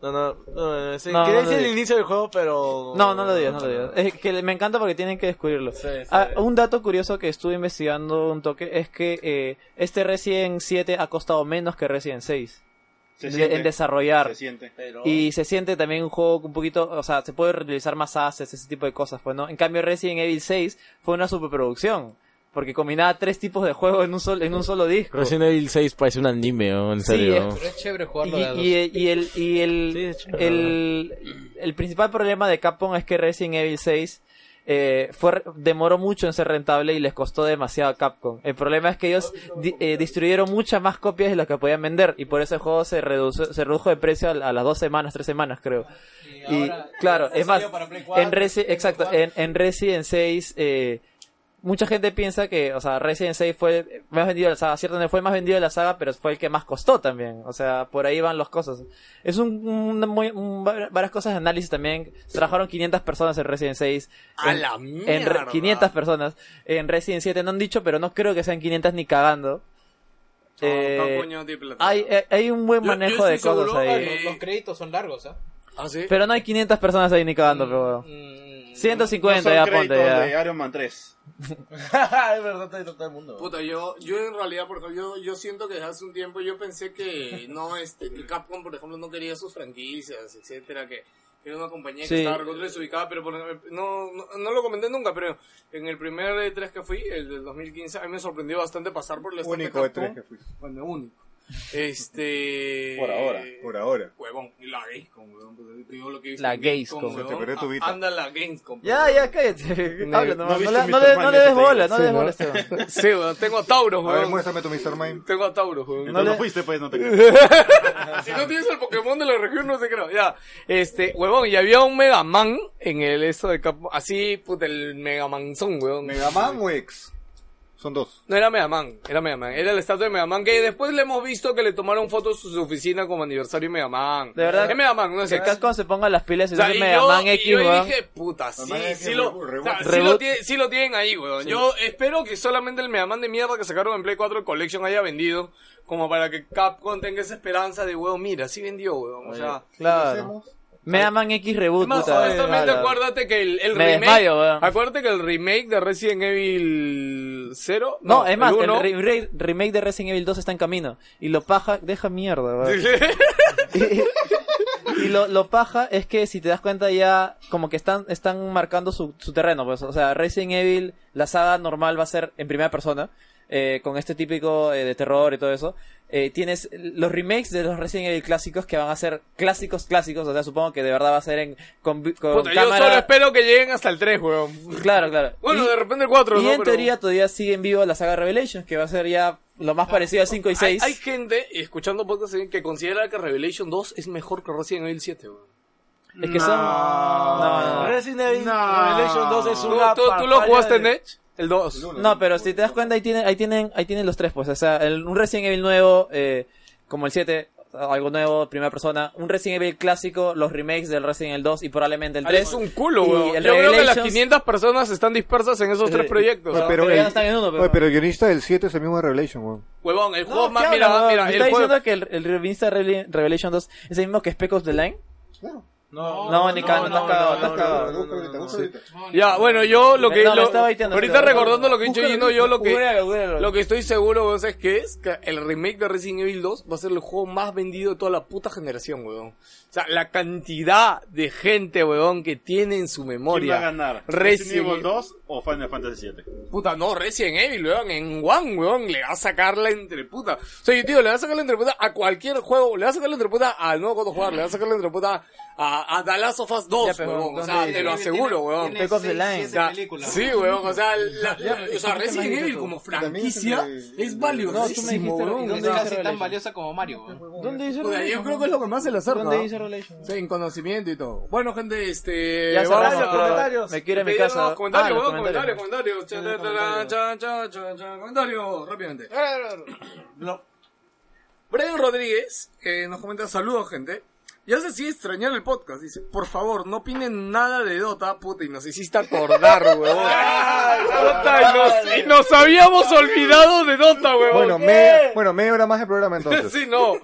S2: No, no, no, no, sí,
S8: No,
S2: quería
S8: no lo
S2: decir
S8: digas.
S2: el inicio del juego, pero.
S8: No, no lo digas, no lo digas. Es que me encanta porque tienen que descubrirlo.
S2: Sí, sí.
S8: Ah,
S4: Pues,
S8: un dato curioso que estuve investigando un toque es que eh, este Resident 7 ha costado menos que Resident 6.
S4: Se
S8: en-
S4: siente.
S8: en desarrollar.
S4: Se siente.
S8: Y se siente también un juego un poquito, o sea, se puede reutilizar más assets, ese tipo de cosas, pues, ¿no? En cambio, Resident Evil 6 fue una superproducción, porque combinaba tres tipos de juegos en un solo, en un solo disco.
S13: Resident Evil 6 parece un anime, ¿no? en serio.
S8: es-
S10: Pero es chévere
S8: Y,
S10: jugarlo de a dos.
S8: y, el- y el, y el,
S13: Sí, es chévere.
S8: el, el principal problema de Capcom es que Resident Evil 6 eh, fue, demoró mucho en ser rentable y les costó demasiado a Capcom. El problema es que ellos di- eh, distribuyeron muchas más copias de las que podían vender y por eso el juego se, redujo se redujo de precio a, a las dos semanas, tres semanas creo. Y,
S3: ahora,
S8: claro,
S3: ya
S8: es más,
S3: salió para Play 4,
S8: en Resi-
S3: Play
S8: exacto,
S3: 4.
S8: en, en Resident 6 eh, mucha gente piensa que, o sea, Resident 6 fue el más vendido de la saga, cierto, no fue el más vendido de la saga, pero fue el que más costó también. O sea, por ahí van las cosas. Es un, un- muy- un- varias cosas de análisis también. Se trabajaron 500 personas en Resident 6.
S9: A
S8: En-
S9: la
S8: en re-
S9: mierda.
S8: 500 personas. En Resident 7 no han dicho, pero no creo que sean 500 ni cagando. Eh,
S1: Con puño de plata.
S8: hay, hay- hay un buen
S9: Yo- yo
S8: manejo
S9: estoy
S8: de cosas
S9: seguro,
S8: ahí.
S9: eh,
S3: Los, los créditos son largos, ¿ah?
S9: Ah, sí.
S8: Pero no hay 500 personas ahí ni cagando, pero bueno.
S3: Mm,
S8: 150
S4: no
S8: ya
S4: son
S8: ponte
S4: créditos
S8: ya.
S4: de Iron Man 3.
S2: es verdad, está ahí todo el mundo.
S1: Puta, yo, yo en realidad, por ejemplo, yo, yo siento que hace un tiempo yo pensé que no, este, que Capcom, por ejemplo, no quería sus franquicias, etcétera, que que era una compañía que
S8: Sí.
S1: estaba recontra desubicada, pero por ejemplo, no, no, no lo comenté nunca, pero en el primer E3 que fui, el del 2015, a mí me sorprendió bastante pasar por el
S4: Este
S1: stand de
S7: Único de tres
S1: Capcom.
S7: que fui.
S1: Bueno, único. Este...
S4: Por ahora,
S7: Por ahora.
S1: Huevón, y la Gamescom, huevón, porque te digo lo que he visto
S8: La
S1: en Gamescom,
S8: Gamescom.
S1: huevón.
S7: Se te perdió tu vida.
S1: Ah, Anda la Gamescom.
S8: Ya, ya, cállate.
S1: No,
S8: Habla nomás.
S4: no
S8: No,
S4: viste
S8: la- no
S4: Mr.
S8: le,
S4: Man,
S8: no
S4: ya
S8: le
S4: te
S8: des
S4: digo.
S8: bola, no le des bola a este man.
S1: Sí, huevón, tengo a Tauro,
S7: A ver,
S1: huevón.
S7: muéstrame tu Mr. Mime.
S1: Tengo a Tauro, huevón.
S7: <laughs>
S4: Entonces no fuiste, pues, no te creo.
S1: Si no tienes el Pokémon de la región, no sé qué no. Ya, este, huevón, y había un Mega Man en el esto de Capcom. Así, puta, el Mega Manzón, huevón.
S7: ¿Megaman o X? Son dos.
S1: No era Mega Man, era Mega Man. Era el estatua de Mega Man que después le hemos visto que le tomaron fotos a su oficina como aniversario de Mega Man.
S8: De verdad.
S1: Es Mega Man, no sé.
S8: Que Capcom se ponga las pilas y
S1: O sea,
S8: se
S1: y
S8: Mega
S1: yo,
S8: Man
S1: y
S8: X,
S1: yo ahí
S8: weón.
S1: dije, puta, sí,
S7: Mega Man
S1: sí
S7: X,
S1: lo,
S7: reboot,
S1: o sea, sí,
S8: reboot.
S1: lo tiene- sí lo tienen ahí, weón. Yo espero que solamente el Mega Man de mierda que sacaron en Play 4 Collection haya vendido, como para que Capcom tenga esa esperanza de, weón, mira, sí vendió, weón. O sea,
S8: Claro. Mega Man X
S1: Es
S8: Reboot,
S1: más,
S8: puta.
S1: honestamente,
S8: Ala.
S1: acuérdate que el, el
S8: Me
S1: remake.
S8: desmayo, weón.
S1: acuérdate que el remake de Resident Evil 0.
S8: No, es más, el,
S1: uno- <laughs>
S8: re- re- remake de Resident Evil 2 está en camino. Y lo paja, deja mierda, weón. y lo, lo paja es que si te das cuenta ya, como que están, están marcando su, su terreno, pues. O sea, Resident Evil, la saga normal va a ser en primera persona. eh, con este típico eh, de terror y todo eso. Eh, tienes los remakes de los Resident Evil clásicos que van a ser clásicos clásicos. O sea, supongo que de verdad va a ser en, con, vi- con
S1: Puta, yo
S8: cámara-
S1: solo espero que lleguen hasta el 3, weón.
S8: Claro, claro.
S1: Bueno,
S8: Y-
S1: de repente el 4,
S8: y
S1: ¿no?
S8: en
S1: Pero
S8: teoría todavía sigue en vivo la saga Revelations, que va a ser ya lo
S1: Ah,
S8: más parecido a 5 y
S1: Hay,
S8: 6.
S1: hay gente, escuchando podcasts, que considera que Revelation 2 es mejor que Resident Evil 7, weón.
S8: Es que son... No, no, no.
S2: Resident Evil
S4: No.
S2: Revelation 2 es
S1: ¿Tú,
S2: una
S1: tú- tú lo
S2: pantalla
S1: jugaste
S2: de-
S1: en Edge? El 2.
S8: No, pero si te das cuenta, ahí tienen, ahí tienen, ahí tienen los tres, pues. O sea, el- un Resident Evil nuevo, eh, como el 7, algo nuevo, primera persona. Un Resident Evil clásico, los remakes del Resident Evil 2 y probablemente el 3.
S1: Es un culo,
S8: Y
S1: weón.
S8: el
S1: Yo creo que las
S8: Revelations-
S1: 500 personas están dispersas en esos tres
S8: Eh,
S1: proyectos.
S7: Oye,
S1: ¿ah?
S7: pero,
S8: pero ya
S7: el,
S8: no están en uno, pero-
S7: oye, pero el guionista del 7 es el mismo de Revelation, weón.
S1: Huevón, el
S8: No,
S1: juego
S8: ¿qué
S1: más.
S8: habla,
S1: Mira,
S8: weón?
S1: mira,
S8: ¿Me
S1: el
S8: está
S1: juego.
S8: diciendo que el, el revista Revela- Revelation 2 es el mismo que Spec Ops The Line? No, ni cagando,
S1: no,
S8: estás cagado,
S1: no,
S8: estás
S1: Ah, no,
S8: cagado.
S7: Busca ahorita, busca ahorita.
S1: Ya, bueno, yo lo que.
S8: No, me
S1: lo-
S8: estaba hateando,
S1: ahorita
S8: pero-
S1: recordando lo que he dicho
S8: Búscalo,
S1: Gino, yo lo que.
S8: Googlealo, googlealo.
S1: Lo que estoy seguro, weón, es que es que el remake de Resident Evil 2 va a ser el juego más vendido de toda la puta generación, weón. O sea, la cantidad de gente, weón, que tiene en su
S4: ¿Quién va a
S1: memoria.
S4: ganar?
S1: Resident
S4: ¿Resident
S1: Evil
S4: Evil 2 o Final Fantasy 7?
S1: Puta, no, Resident Evil, weón, en One, weón, le va a sacar la entreputa. O sea, yo, tío, le va a sacar la entreputa a cualquier juego, le va a sacar la entreputa al nuevo God of War, le va a sacar la entreputa a, a The Last of Us 2,
S8: Ya, pero,
S1: weón. O sea,
S8: ¿dónde-
S1: te lo aseguro, weón.
S3: Tiene
S8: Pick up the
S3: seis,
S8: line.
S3: siete
S1: O sea,
S3: películas.
S1: Sí, weón, o sea, la, la- o sea Resident Evil como
S7: También es
S1: franquicia
S7: el de-
S1: es valiosísimo,
S8: dijiste lo-
S1: weón.
S8: ¿y dónde
S3: Es
S1: O sea,
S3: casi
S8: Revelation.
S3: tan valiosa como Mario, weón.
S8: ¿Dónde dice
S1: o sea, yo creo que es lo que más se le acerca.
S8: ¿Dónde
S1: ¿ah?
S8: dice Revelation?
S1: Sí, en conocimiento y todo. Bueno, gente, este...
S8: Ya cerramos,
S1: vamos a-
S8: pero
S2: comentarios.
S8: Me quiero en mi
S1: Leer
S8: casa.
S1: los Comentarios,
S8: Ah, los
S1: weón, comentarios,
S8: comentarios.
S1: comentarios. Cha, cha, cha, cha, cha, cha, cha, Comentarios, rápidamente. Brian Rodríguez eh, nos comenta, saludos gente. Ya sé si extrañar el podcast, dice, por favor, no opinen nada de Dota, puta, y nos hiciste acordar, <laughs> weón. Ah, Puta, y nos, y nos habíamos olvidado de Dota, weón. <laughs>
S7: Bueno, media, bueno, media hora más de programa entonces.
S1: sí, no,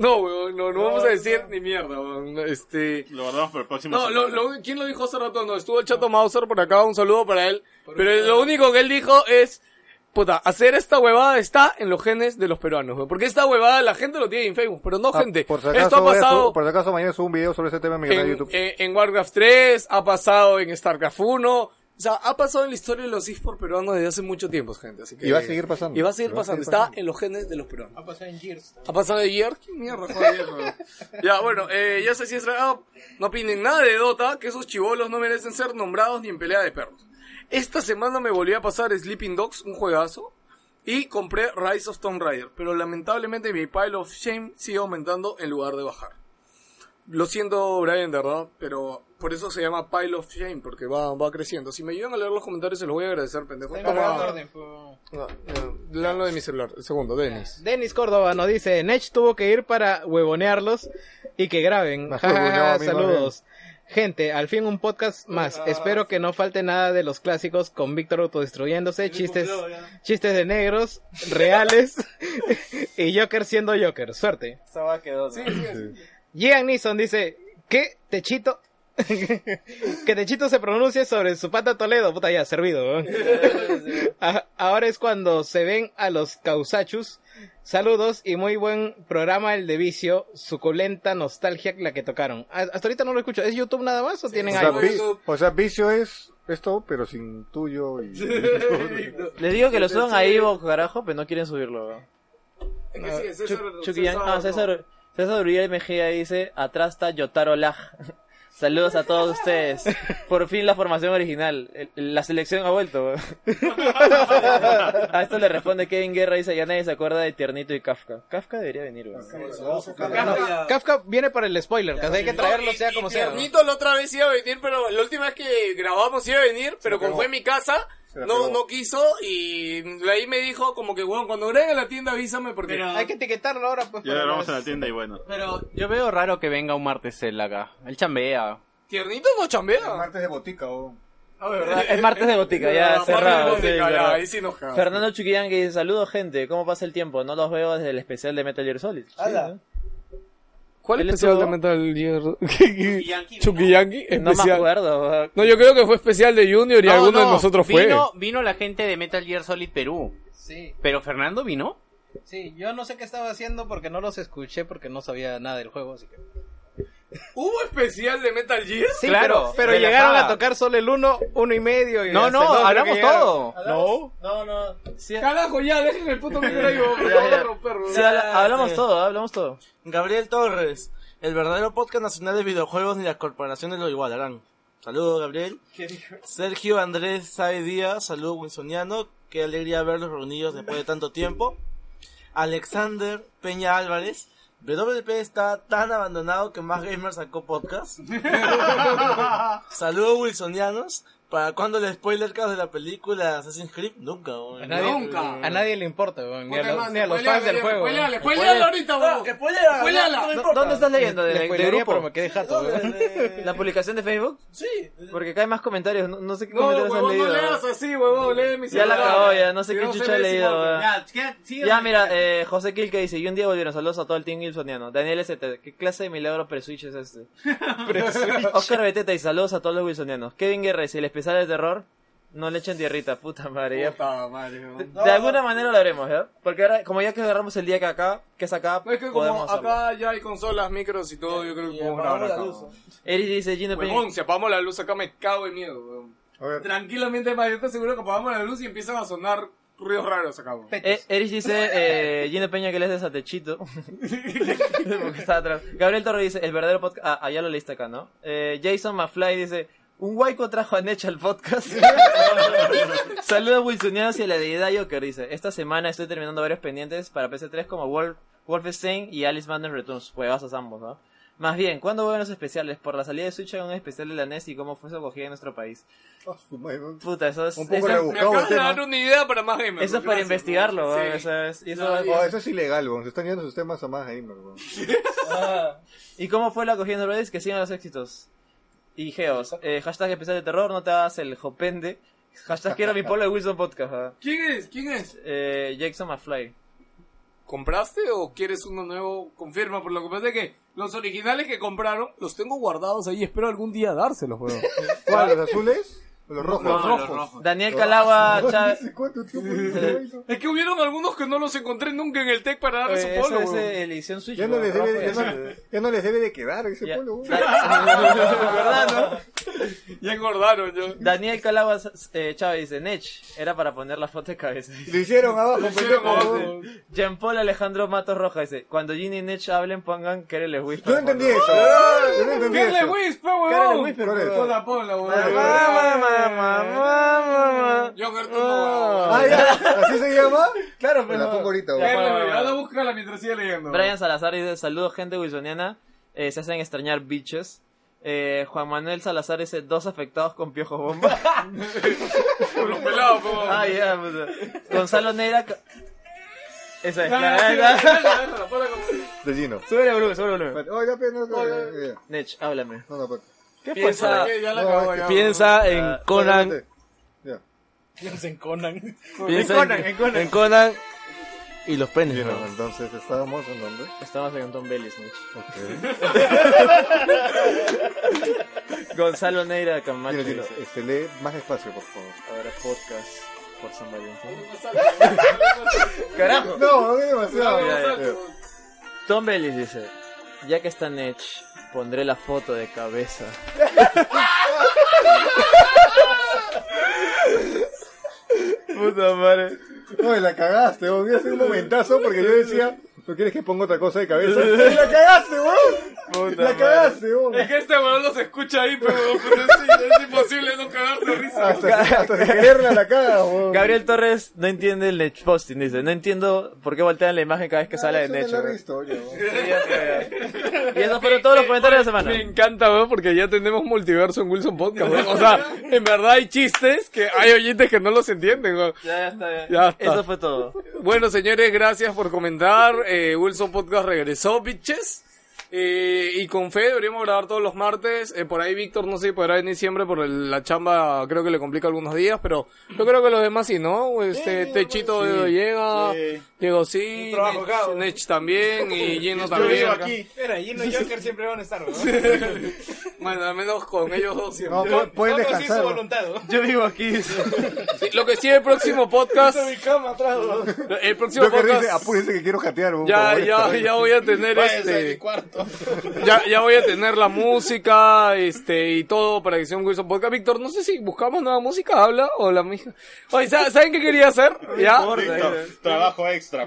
S1: no, weón, no, no, vamos a decir ni mierda, weón. Este...
S4: Lo guardamos para el próximo.
S1: No, lo,
S4: semana.
S1: lo, ¿quién lo dijo hace rato? No, estuvo el Chato Mauser por acá, un saludo para él. Pero lo único que él dijo es, puta, hacer esta huevada está en los genes de los peruanos, weón. Porque esta huevada la gente lo tiene en Facebook, pero <laughs> no
S7: Ah,
S1: gente.
S7: por si
S1: Esto ha
S7: acaso, voy a
S1: pasado
S7: sub- por si acaso mañana subo un video sobre ese tema en mi canal de
S1: en,
S7: YouTube.
S1: en- en Warcraft 3, ha pasado en StarCraft 1. O sea, ha pasado en la historia de los esports peruanos desde hace mucho tiempo, gente. Así que,
S7: Y va a seguir pasando.
S1: Y va a seguir pasando. Está
S7: pasando.
S1: en los genes de los peruanos.
S3: Ha pasado en Gears.
S1: ¿Ha pasado de ayer? ¿Qué mierda fue ayer, weón?
S7: <laughs>
S1: Ya, bueno, eh, ya sé si es ah, No opinen nada de Dota, que esos chivolos no merecen ser nombrados ni en pelea de perros. Esta semana me volví a pasar Sleeping Dogs, un juegazo, y compré Rise of Tomb Raider, pero lamentablemente mi pile of shame sigue aumentando en lugar de bajar. Lo siento, Brian, de verdad, pero por eso se llama pile of shame, porque va, va creciendo. Si me ayudan a leer los comentarios, se los voy a agradecer, pendejo.
S3: Tengo
S1: Toma,
S3: un orden, po.
S1: no, eh, leanlo de mi celular. El segundo, Denis.
S3: Denis Córdoba nos dice, Nech tuvo que ir para huevonearlos y que graben. <laughs>
S7: Me has
S3: Ja, ja,
S7: huevoneado
S3: ja,
S7: a mí más
S3: saludos. Gente, al fin un podcast más. Espero que no falte nada de los clásicos con Víctor autodestruyéndose, chistes, chistes de negros, reales <laughs> y Joker siendo Joker. Suerte. Gian Nison dice, ¿qué techito? <laughs> que Techito se pronuncie sobre su pata Toledo, puta ya, servido. <laughs> ¿no? A- Ahora es cuando se ven a los causachus. Saludos y muy buen programa el de vicio, suculenta nostalgia la que tocaron. A- Hasta ahorita no lo escucho, ¿es YouTube nada más o
S7: O
S3: tienen
S7: sea,
S3: algo?
S7: vi- o sea, vicio es esto, pero sin tuyo y... <laughs>
S8: Les digo que lo suban a Ivo, carajo, pero no quieren subirlo. weón. Chu- Chucky Yang- ah, César, César Uriel Mejía dice, atrás está Yotaro Laj. <laughs> Saludos a todos ustedes. Por fin la formación original. El- el- La selección ha vuelto. <laughs> weón. a esto le responde Kevin Guerra dice, ya nadie se acuerda de Tiernito y Kafka. Kafka debería venir. weón.
S3: Kafka viene para el spoiler, que hay que traerlo
S1: No, y-
S3: sea
S1: y
S3: como sea. ¿no?
S1: Tiernito la otra vez iba a venir, pero la última vez que grabamos iba a venir, pero como fue en mi casa,
S7: la
S1: no,
S7: pegó.
S1: no quiso y ahí me dijo como que, bueno, cuando grabes a la tienda avísame porque...
S3: Hay que etiquetarlo ahora pues.
S4: Y ahora vamos a la tienda y bueno.
S14: Pero yo veo raro que venga un martes él acá. Él chambea.
S1: Tiernito no chambea.
S7: Martes de botica, oh. o...
S8: Es martes de botica, ya
S1: Ah,
S8: cerrado.
S1: Marvel
S8: sí,
S1: Botica, ya,
S8: claro.
S1: ahí sí nos caga.
S8: Fernando Chuquillán que dice, saludos gente, ¿cómo pasa el tiempo? No los veo desde el especial de Metal Gear Solid. Sí,
S1: ¿Cuál
S8: Él especial estuvo- de
S1: Metal
S8: <laughs>
S1: Gear? Chukiyanki,
S8: ¿no? No me acuerdo.
S1: No, yo creo que fue especial de Junior y
S6: No,
S1: alguno
S6: no,
S1: de nosotros fue.
S6: Vino, vino la gente de Metal Gear Solid Perú.
S3: Sí,
S6: Pero Fernando vino.
S3: sí, yo no sé qué estaba haciendo porque no los escuché porque no sabía nada del juego, así que
S1: ¿Hubo especial de Metal Gear?
S3: Sí,
S6: Claro,
S3: pero, pero
S6: de la
S3: llegaron
S6: saga.
S3: a Ah. tocar solo el uno, uno y medio. Y
S6: No,
S3: hasta
S6: no,
S3: el dos, creo
S6: hablamos
S3: que llegaron.
S6: todo.
S3: No.
S8: No, no. Sí,
S1: Carajo, ya, déjenme el puto micro ahí, vamos
S8: Ya, ya.
S1: a romperlo.
S8: sí, habla- hablamos
S2: sí.
S8: todo, hablamos todo.
S2: Gabriel Torres, el verdadero podcast nacional de videojuegos ni las corporaciones lo igualarán. Saludos, Gabriel. Sergio Andrés Sae Díaz, saludos, Winsoniano. Qué alegría verlos reunidos después de tanto tiempo. Alexander Peña Álvarez. WP está tan abandonado que más gamer sacó podcast. Saludos Wilsonianos. ¿Para cuándo el spoiler cast de la película Assassin's Creed? Nunca.
S3: A
S2: weón.
S3: nadie,
S1: Nunca.
S3: a nadie le importa, weón, ni, a los, ni a los fans del juego. weón.
S1: Spoilealo ahorita,
S8: Ah,
S1: weón. Spoileala.
S8: ¿Dó- ¿Dónde estás leyendo? ¿De,
S3: Le
S8: de
S3: spoilearía,
S8: grupo?
S3: pero me quedé jato, weón.
S8: ¿La publicación de Facebook?
S2: Sí.
S8: Porque acá hay más comentarios, no, no sé qué
S1: No,
S8: comentarios han
S1: huevón, no
S8: leído.
S1: leas así, huevón, lee mi
S8: ya la
S1: celular.
S8: acabó, ya no sé
S1: Si
S8: qué
S1: se
S8: chucha he
S1: ve, sí,
S8: leído.
S1: no.
S8: weón. Ya, mira, eh, José Kilke dice, y un día volvieron saludos a todo el team Gibsoniano. Daniel Z, ¿qué clase de milagro pre-switch
S1: <laughs>
S8: es este? <laughs> Oscar Beteta y saludos a todos los Wilsonianos. Kevin Guerra dice, el especial de terror, no le echen tierrita, puta madre. ya.
S1: Puta madre, weón.
S8: De alguna manera lo haremos, ¿ya? Porque ahora, como ya que agarramos el día que acá, que es acá,
S1: No, es que como
S8: podemos hacerlo.
S1: acá ya hay consolas, micros y todo, yo creo que podemos grabar acá. weón.
S8: Eric dice, Gino Peña,
S1: Huevón, si apagamos la luz acá me cago en miedo, weón.
S7: A ver,
S1: Tranquilamente, más yo te aseguro que apagamos la luz y empiezan a sonar ruidos raros acá, weón.
S8: Eh, Erich dice, eh, Gino Peña que le haces a Techito. Porque está atrás. Gabriel Torre dice, el verdadero podcast. Ah, ah, ya lo leíste acá, ¿no? Eh, Jason McFly dice, un guayco trajo a Nech al podcast. <laughs> Saludos Wilsonianos y a la deidad Joker dice, esta semana estoy terminando varios pendientes para PC3 como Wolf, Wolfenstein y Alice Banner Returns. Juegazos ambos, ¿no? Más bien, ¿cuándo vuelven los especiales? Por la salida de Switch hay un especial de la NES y cómo fue su acogida en nuestro país.
S7: oh, su madre, weón.
S8: Puta, eso es...
S7: Un poco
S8: eso-
S7: rebuscado.
S1: Me
S7: Buscamos
S1: acabas de
S7: el tema.
S1: dar una idea para más gamers.
S8: eso es para
S1: Gracias,
S8: investigarlo,
S1: weón.
S8: ¿no?
S1: Sí.
S8: Eso es- y eso-
S1: No,
S7: Oh, eso es ilegal, weón. Se están llevando sus temas a más gamer,
S1: <laughs>
S7: weón.
S8: ¿Y cómo fue la acogida en redes? Que sigan los éxitos. Y Geos, eh, hashtag especial de terror, no te hagas el jopende. Hashtag quiero mi polo de Wilson Podcast. ¿ah?
S1: ¿Quién es? ¿Quién es?
S8: Eh, Jackson McFly.
S1: ¿Compraste o quieres uno nuevo? Confirma, por lo que pasa es que los
S8: <laughs>
S1: originales que compraron los tengo guardados ahí. Espero algún día dárselos, weón.
S7: ¿Cuál? ¿Los azules? Los rojos.
S3: No, los rojos.
S8: Daniel Calagua
S7: <laughs>
S8: Chávez.
S15: Es que hubieron algunos que no los encontré nunca en el tech para darle
S8: Oye,
S15: su
S8: Eso
S15: polo,
S8: es
S15: weón.
S8: eh, edición Switch.
S7: Ya no,
S8: weón,
S7: les
S8: rojo,
S7: debe, ya,
S8: ya.
S7: no, ya no les debe de quedar ese
S8: Ya.
S7: polo. weón.
S8: ¿Verdad, no?
S15: Ya engordaron, yo.
S8: Daniel Calagua eh, Chávez dice, Nech, era para poner la foto de cabeza. <laughs>
S7: Lo hicieron abajo.
S15: hicieron
S7: pendejo,
S15: abajo.
S7: weón.
S8: Jean Paul Alejandro Matos Roja dice, cuando Ginny y Nech hablen pongan que el Whisper.
S7: Yo no entendí eso. Yo no entendí
S15: Carle
S7: eso.
S15: Wisp,
S7: Carle
S15: weón.
S7: Wisp, pero es.
S15: Ponla, ponla, weón.
S8: Mamá, mamá, mamá.
S15: Yo, Gertrude, weón.
S7: Ah, ya. ¿Así se llama?
S8: Claro,
S7: Me la pongo
S8: pero...
S7: ahorita.
S8: Ya.
S7: weón.
S15: Carle Wisp, ahora búscala mientras sigue leyendo.
S8: Brian Salazar dice, saludos gente wilsoniana, eh, se hacen extrañar bitches. Eh, Juan Manuel Salazar dice, dos afectados con piojos bomba.
S15: Por los pelados, weón.
S8: ah, ya, pues, eh. Gonzalo Neira... ca- Esa es, claro,
S15: sí,
S8: esa.
S1: Ah.
S15: déjala, déjala, ponla como-
S7: De Gino.
S8: Sube el volumen, sube el volumen.
S7: Vale. Oh, ya, pero no. ya, ya.
S8: Nech, háblame.
S7: No, pues. no, pero-
S8: ¿Qué
S15: Piensa,
S1: Ah.
S8: pasa?
S15: que ya la
S7: No,
S15: acabó,
S7: es que
S15: ya,
S16: Piensa en Conan.
S7: Adelante. Ya.
S17: en Conan.
S16: Piensa
S8: En Conan, en Conan.
S16: en Conan y los penes.
S7: Bueno,
S16: ¿no?
S7: entonces estábamos en donde.
S8: Estamos en Tom Bellis, Nech.
S7: Ok.
S8: Gonzalo Neira Camacho.
S7: Gino, Gino,
S8: dice,
S7: este, lee más despacio, por favor.
S8: Ahora podcast por San Valentín.
S7: Carajo. No, no es demasiado.
S8: Ya, ya, ya.
S7: Ya.
S8: Tom Bellis dice, ya que está Nech, pondré la foto de cabeza. Puta madre.
S7: Oye, la cagaste, weón. Hubiera sido un momentazo porque yo decía, ¿no quieres que ponga otra cosa de <laughs> cabeza? ¡La cagaste, weón! ¡La cagaste,
S15: Es
S7: weón!
S15: que este weón los escucha ahí, pero, pero es, es imposible no cagarse de risa.
S7: Hasta, si- hasta si quererla la cagas, weón.
S8: Gabriel Torres no entiende el Nech posting, dice, no entiendo por qué voltean la imagen
S7: Ah,
S8: cada vez que sale de Nech.
S7: la
S8: weón".
S7: historia, weón. <laughs>
S8: Y esos fueron todos los comentarios de la
S1: Me
S8: semana.
S1: encanta, weón, porque ya tenemos multiverso en Wilson Podcast, weón. O sea, en verdad hay chistes que hay oyentes que no los entienden, weón.
S8: Ya, ya está, ya.
S1: Ya está.
S8: Eso fue todo.
S1: Bueno, señores, gracias por comentar. Eh, Wilson Podcast regresó, bitches. Eh, y con fe deberíamos grabar todos los martes. Eh, por ahí Víctor no sé si podrá venir siempre por el- la chamba, creo que le complica algunos días, pero yo creo que los demás sí, ¿no? Este Techito llega,
S4: Sí.
S1: Diego sí,
S3: trabajo
S1: Nech-
S3: acá, weón.
S1: Nech también y Gino
S4: Yo
S1: también.
S4: vivo aquí.
S3: Mira, Gino y Joker siempre van a estar, ¿no?
S1: <laughs> Bueno, al menos con ellos dos siempre.
S7: No, pu- pueden
S3: Todo sin
S7: descansar.
S3: su
S7: weón.
S3: voluntad, ¿no?
S8: Yo vivo aquí.
S1: Sí, lo que sí el
S3: <laughs>
S1: próximo podcast,
S3: Mi cama atrás, ¿no?
S1: el próximo
S7: Yo que dice,
S1: podcast
S7: apúrense que quiero jatear, weón.
S1: ya
S7: por
S1: ya
S7: favor. Pues,
S1: ya voy a tener
S4: Váyanse de Pues, mi
S1: este
S4: cuarto.
S1: ya, ya voy a tener la música, este, y todo para que sea un Wilson Podcast. Víctor, no sé si buscamos nueva música, habla, o la misma. Oye, ¿sa- ¿saben qué quería
S7: <laughs>
S1: hacer? ¿Ya?
S4: Listo, Trabajo extra.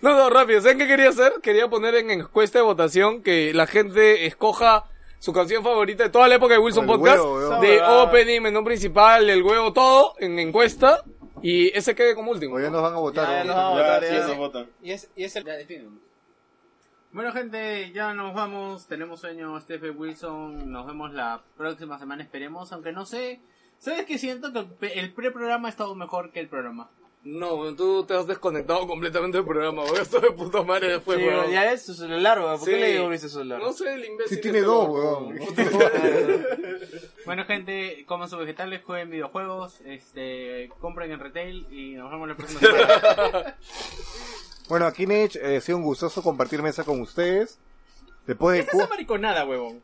S1: No, no, rápido, ¿saben qué quería hacer? Quería poner en encuesta de votación que la gente escoja su canción favorita de toda la época de Wilson
S7: O el
S1: Podcast,
S7: huevo, weón.
S1: de opening, menú principal, el huevo, todo, en encuesta, y ese quede como último.
S7: O ya nos van a votar,
S8: Ya, ya
S7: weón.
S8: nos vamos a
S4: Ya,
S8: votar,
S4: sí,
S8: ya.
S4: eso votan.
S3: Y es, y es el...
S6: Bueno, gente, ya nos vamos. Tenemos sueño, Stephen Wilson. Nos vemos la próxima semana, esperemos. Aunque no sé. ¿Sabes qué siento? Que el pe- el pre-programa ha estado mejor que el programa.
S1: No, weón, tú te has desconectado completamente del programa, weón, esto de puta madre después,
S6: Pues,
S8: Sí,
S1: weón.
S8: ya es su celular, weón. ¿Por qué
S1: Sí.
S8: le digo que es su celular?
S1: No sé, el imbécil.
S7: Sí tiene
S1: este,
S7: dos,
S1: weón.
S7: weón.
S6: Bueno, gente, coman sus vegetales, jueguen videojuegos, este, compren en retail y nos vemos la próxima semana.
S7: <laughs> Bueno, aquí Nech, eh, ha sido un gustoso compartir mesa con ustedes. Después de cu-
S8: mariconada, huevón?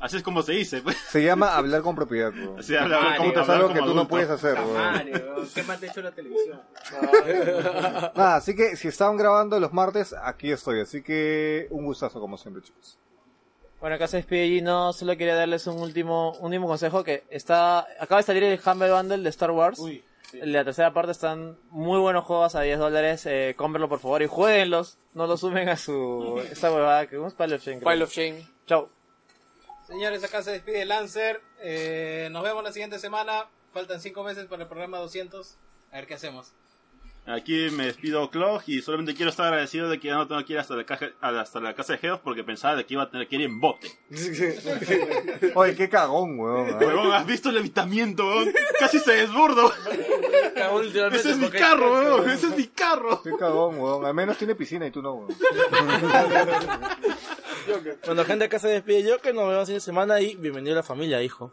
S4: Así es como se dice. pues. <laughs>
S7: se llama hablar con propiedad, weón.
S4: Así habla
S6: Mario,
S4: como
S7: Es
S4: hablar
S7: algo
S4: como
S7: que tú no
S4: adulto.
S7: puedes hacer,
S6: <laughs>
S7: weón.
S6: Madre, weón, ¿qué más te ha hecho la televisión?
S7: Nada, así que si estaban grabando los martes, aquí estoy. Así que un gustazo como siempre, chicos.
S8: Bueno, acá se despide Gino, solo quería darles un último, un último consejo que está, acaba de salir el Humble Bundle de Star Wars. La tercera parte están muy buenos juegos a 10 dólares, eh, cómprenlo por favor y jueguenlos, no lo sumen a su, esa huevada que es Pile of Shame. creo.
S1: Pile of Shame.
S8: Chau.
S3: Señores, acá se despide Lancer. Eh, nos vemos la siguiente semana. Faltan cinco meses para el programa 200. A ver qué hacemos.
S4: Aquí me despido Clog y solamente quiero estar agradecido de que ya no tengo que ir hasta la, caja, hasta la casa de Geoff porque pensaba de que iba a tener que ir en bote.
S7: Oye, qué cagón, weón. ¿eh? <laughs>
S4: Huevón, ¿has visto el levitamiento? huevón? Casi se desbordo. Ese es mi carro, huevón, ese es mi carro.
S7: Qué cagón, weón. Al menos tiene piscina y tú no, weón.
S2: Bueno, gente, acá se despide yo, que nos vemos en semana y bienvenido a la familia, hijo.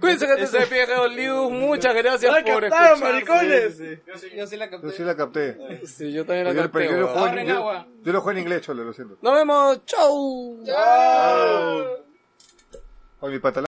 S1: Cuídense gente, se despide Geo Liu, muchas gracias por escuchar.
S2: captaron, maricones!
S3: Yo sí, yo sí la
S7: Yo
S3: capté.
S7: sí la capté.
S1: Sí, yo también
S7: Yo,
S1: la
S7: yo-
S1: capté,
S7: yo lo
S1: weón.
S7: juego en,
S3: Ahorren
S7: yo,
S3: agua.
S7: yo lo juego en inglés, cholo, lo siento.
S1: Nos vemos, chau.
S7: Chao. Oye, mi pata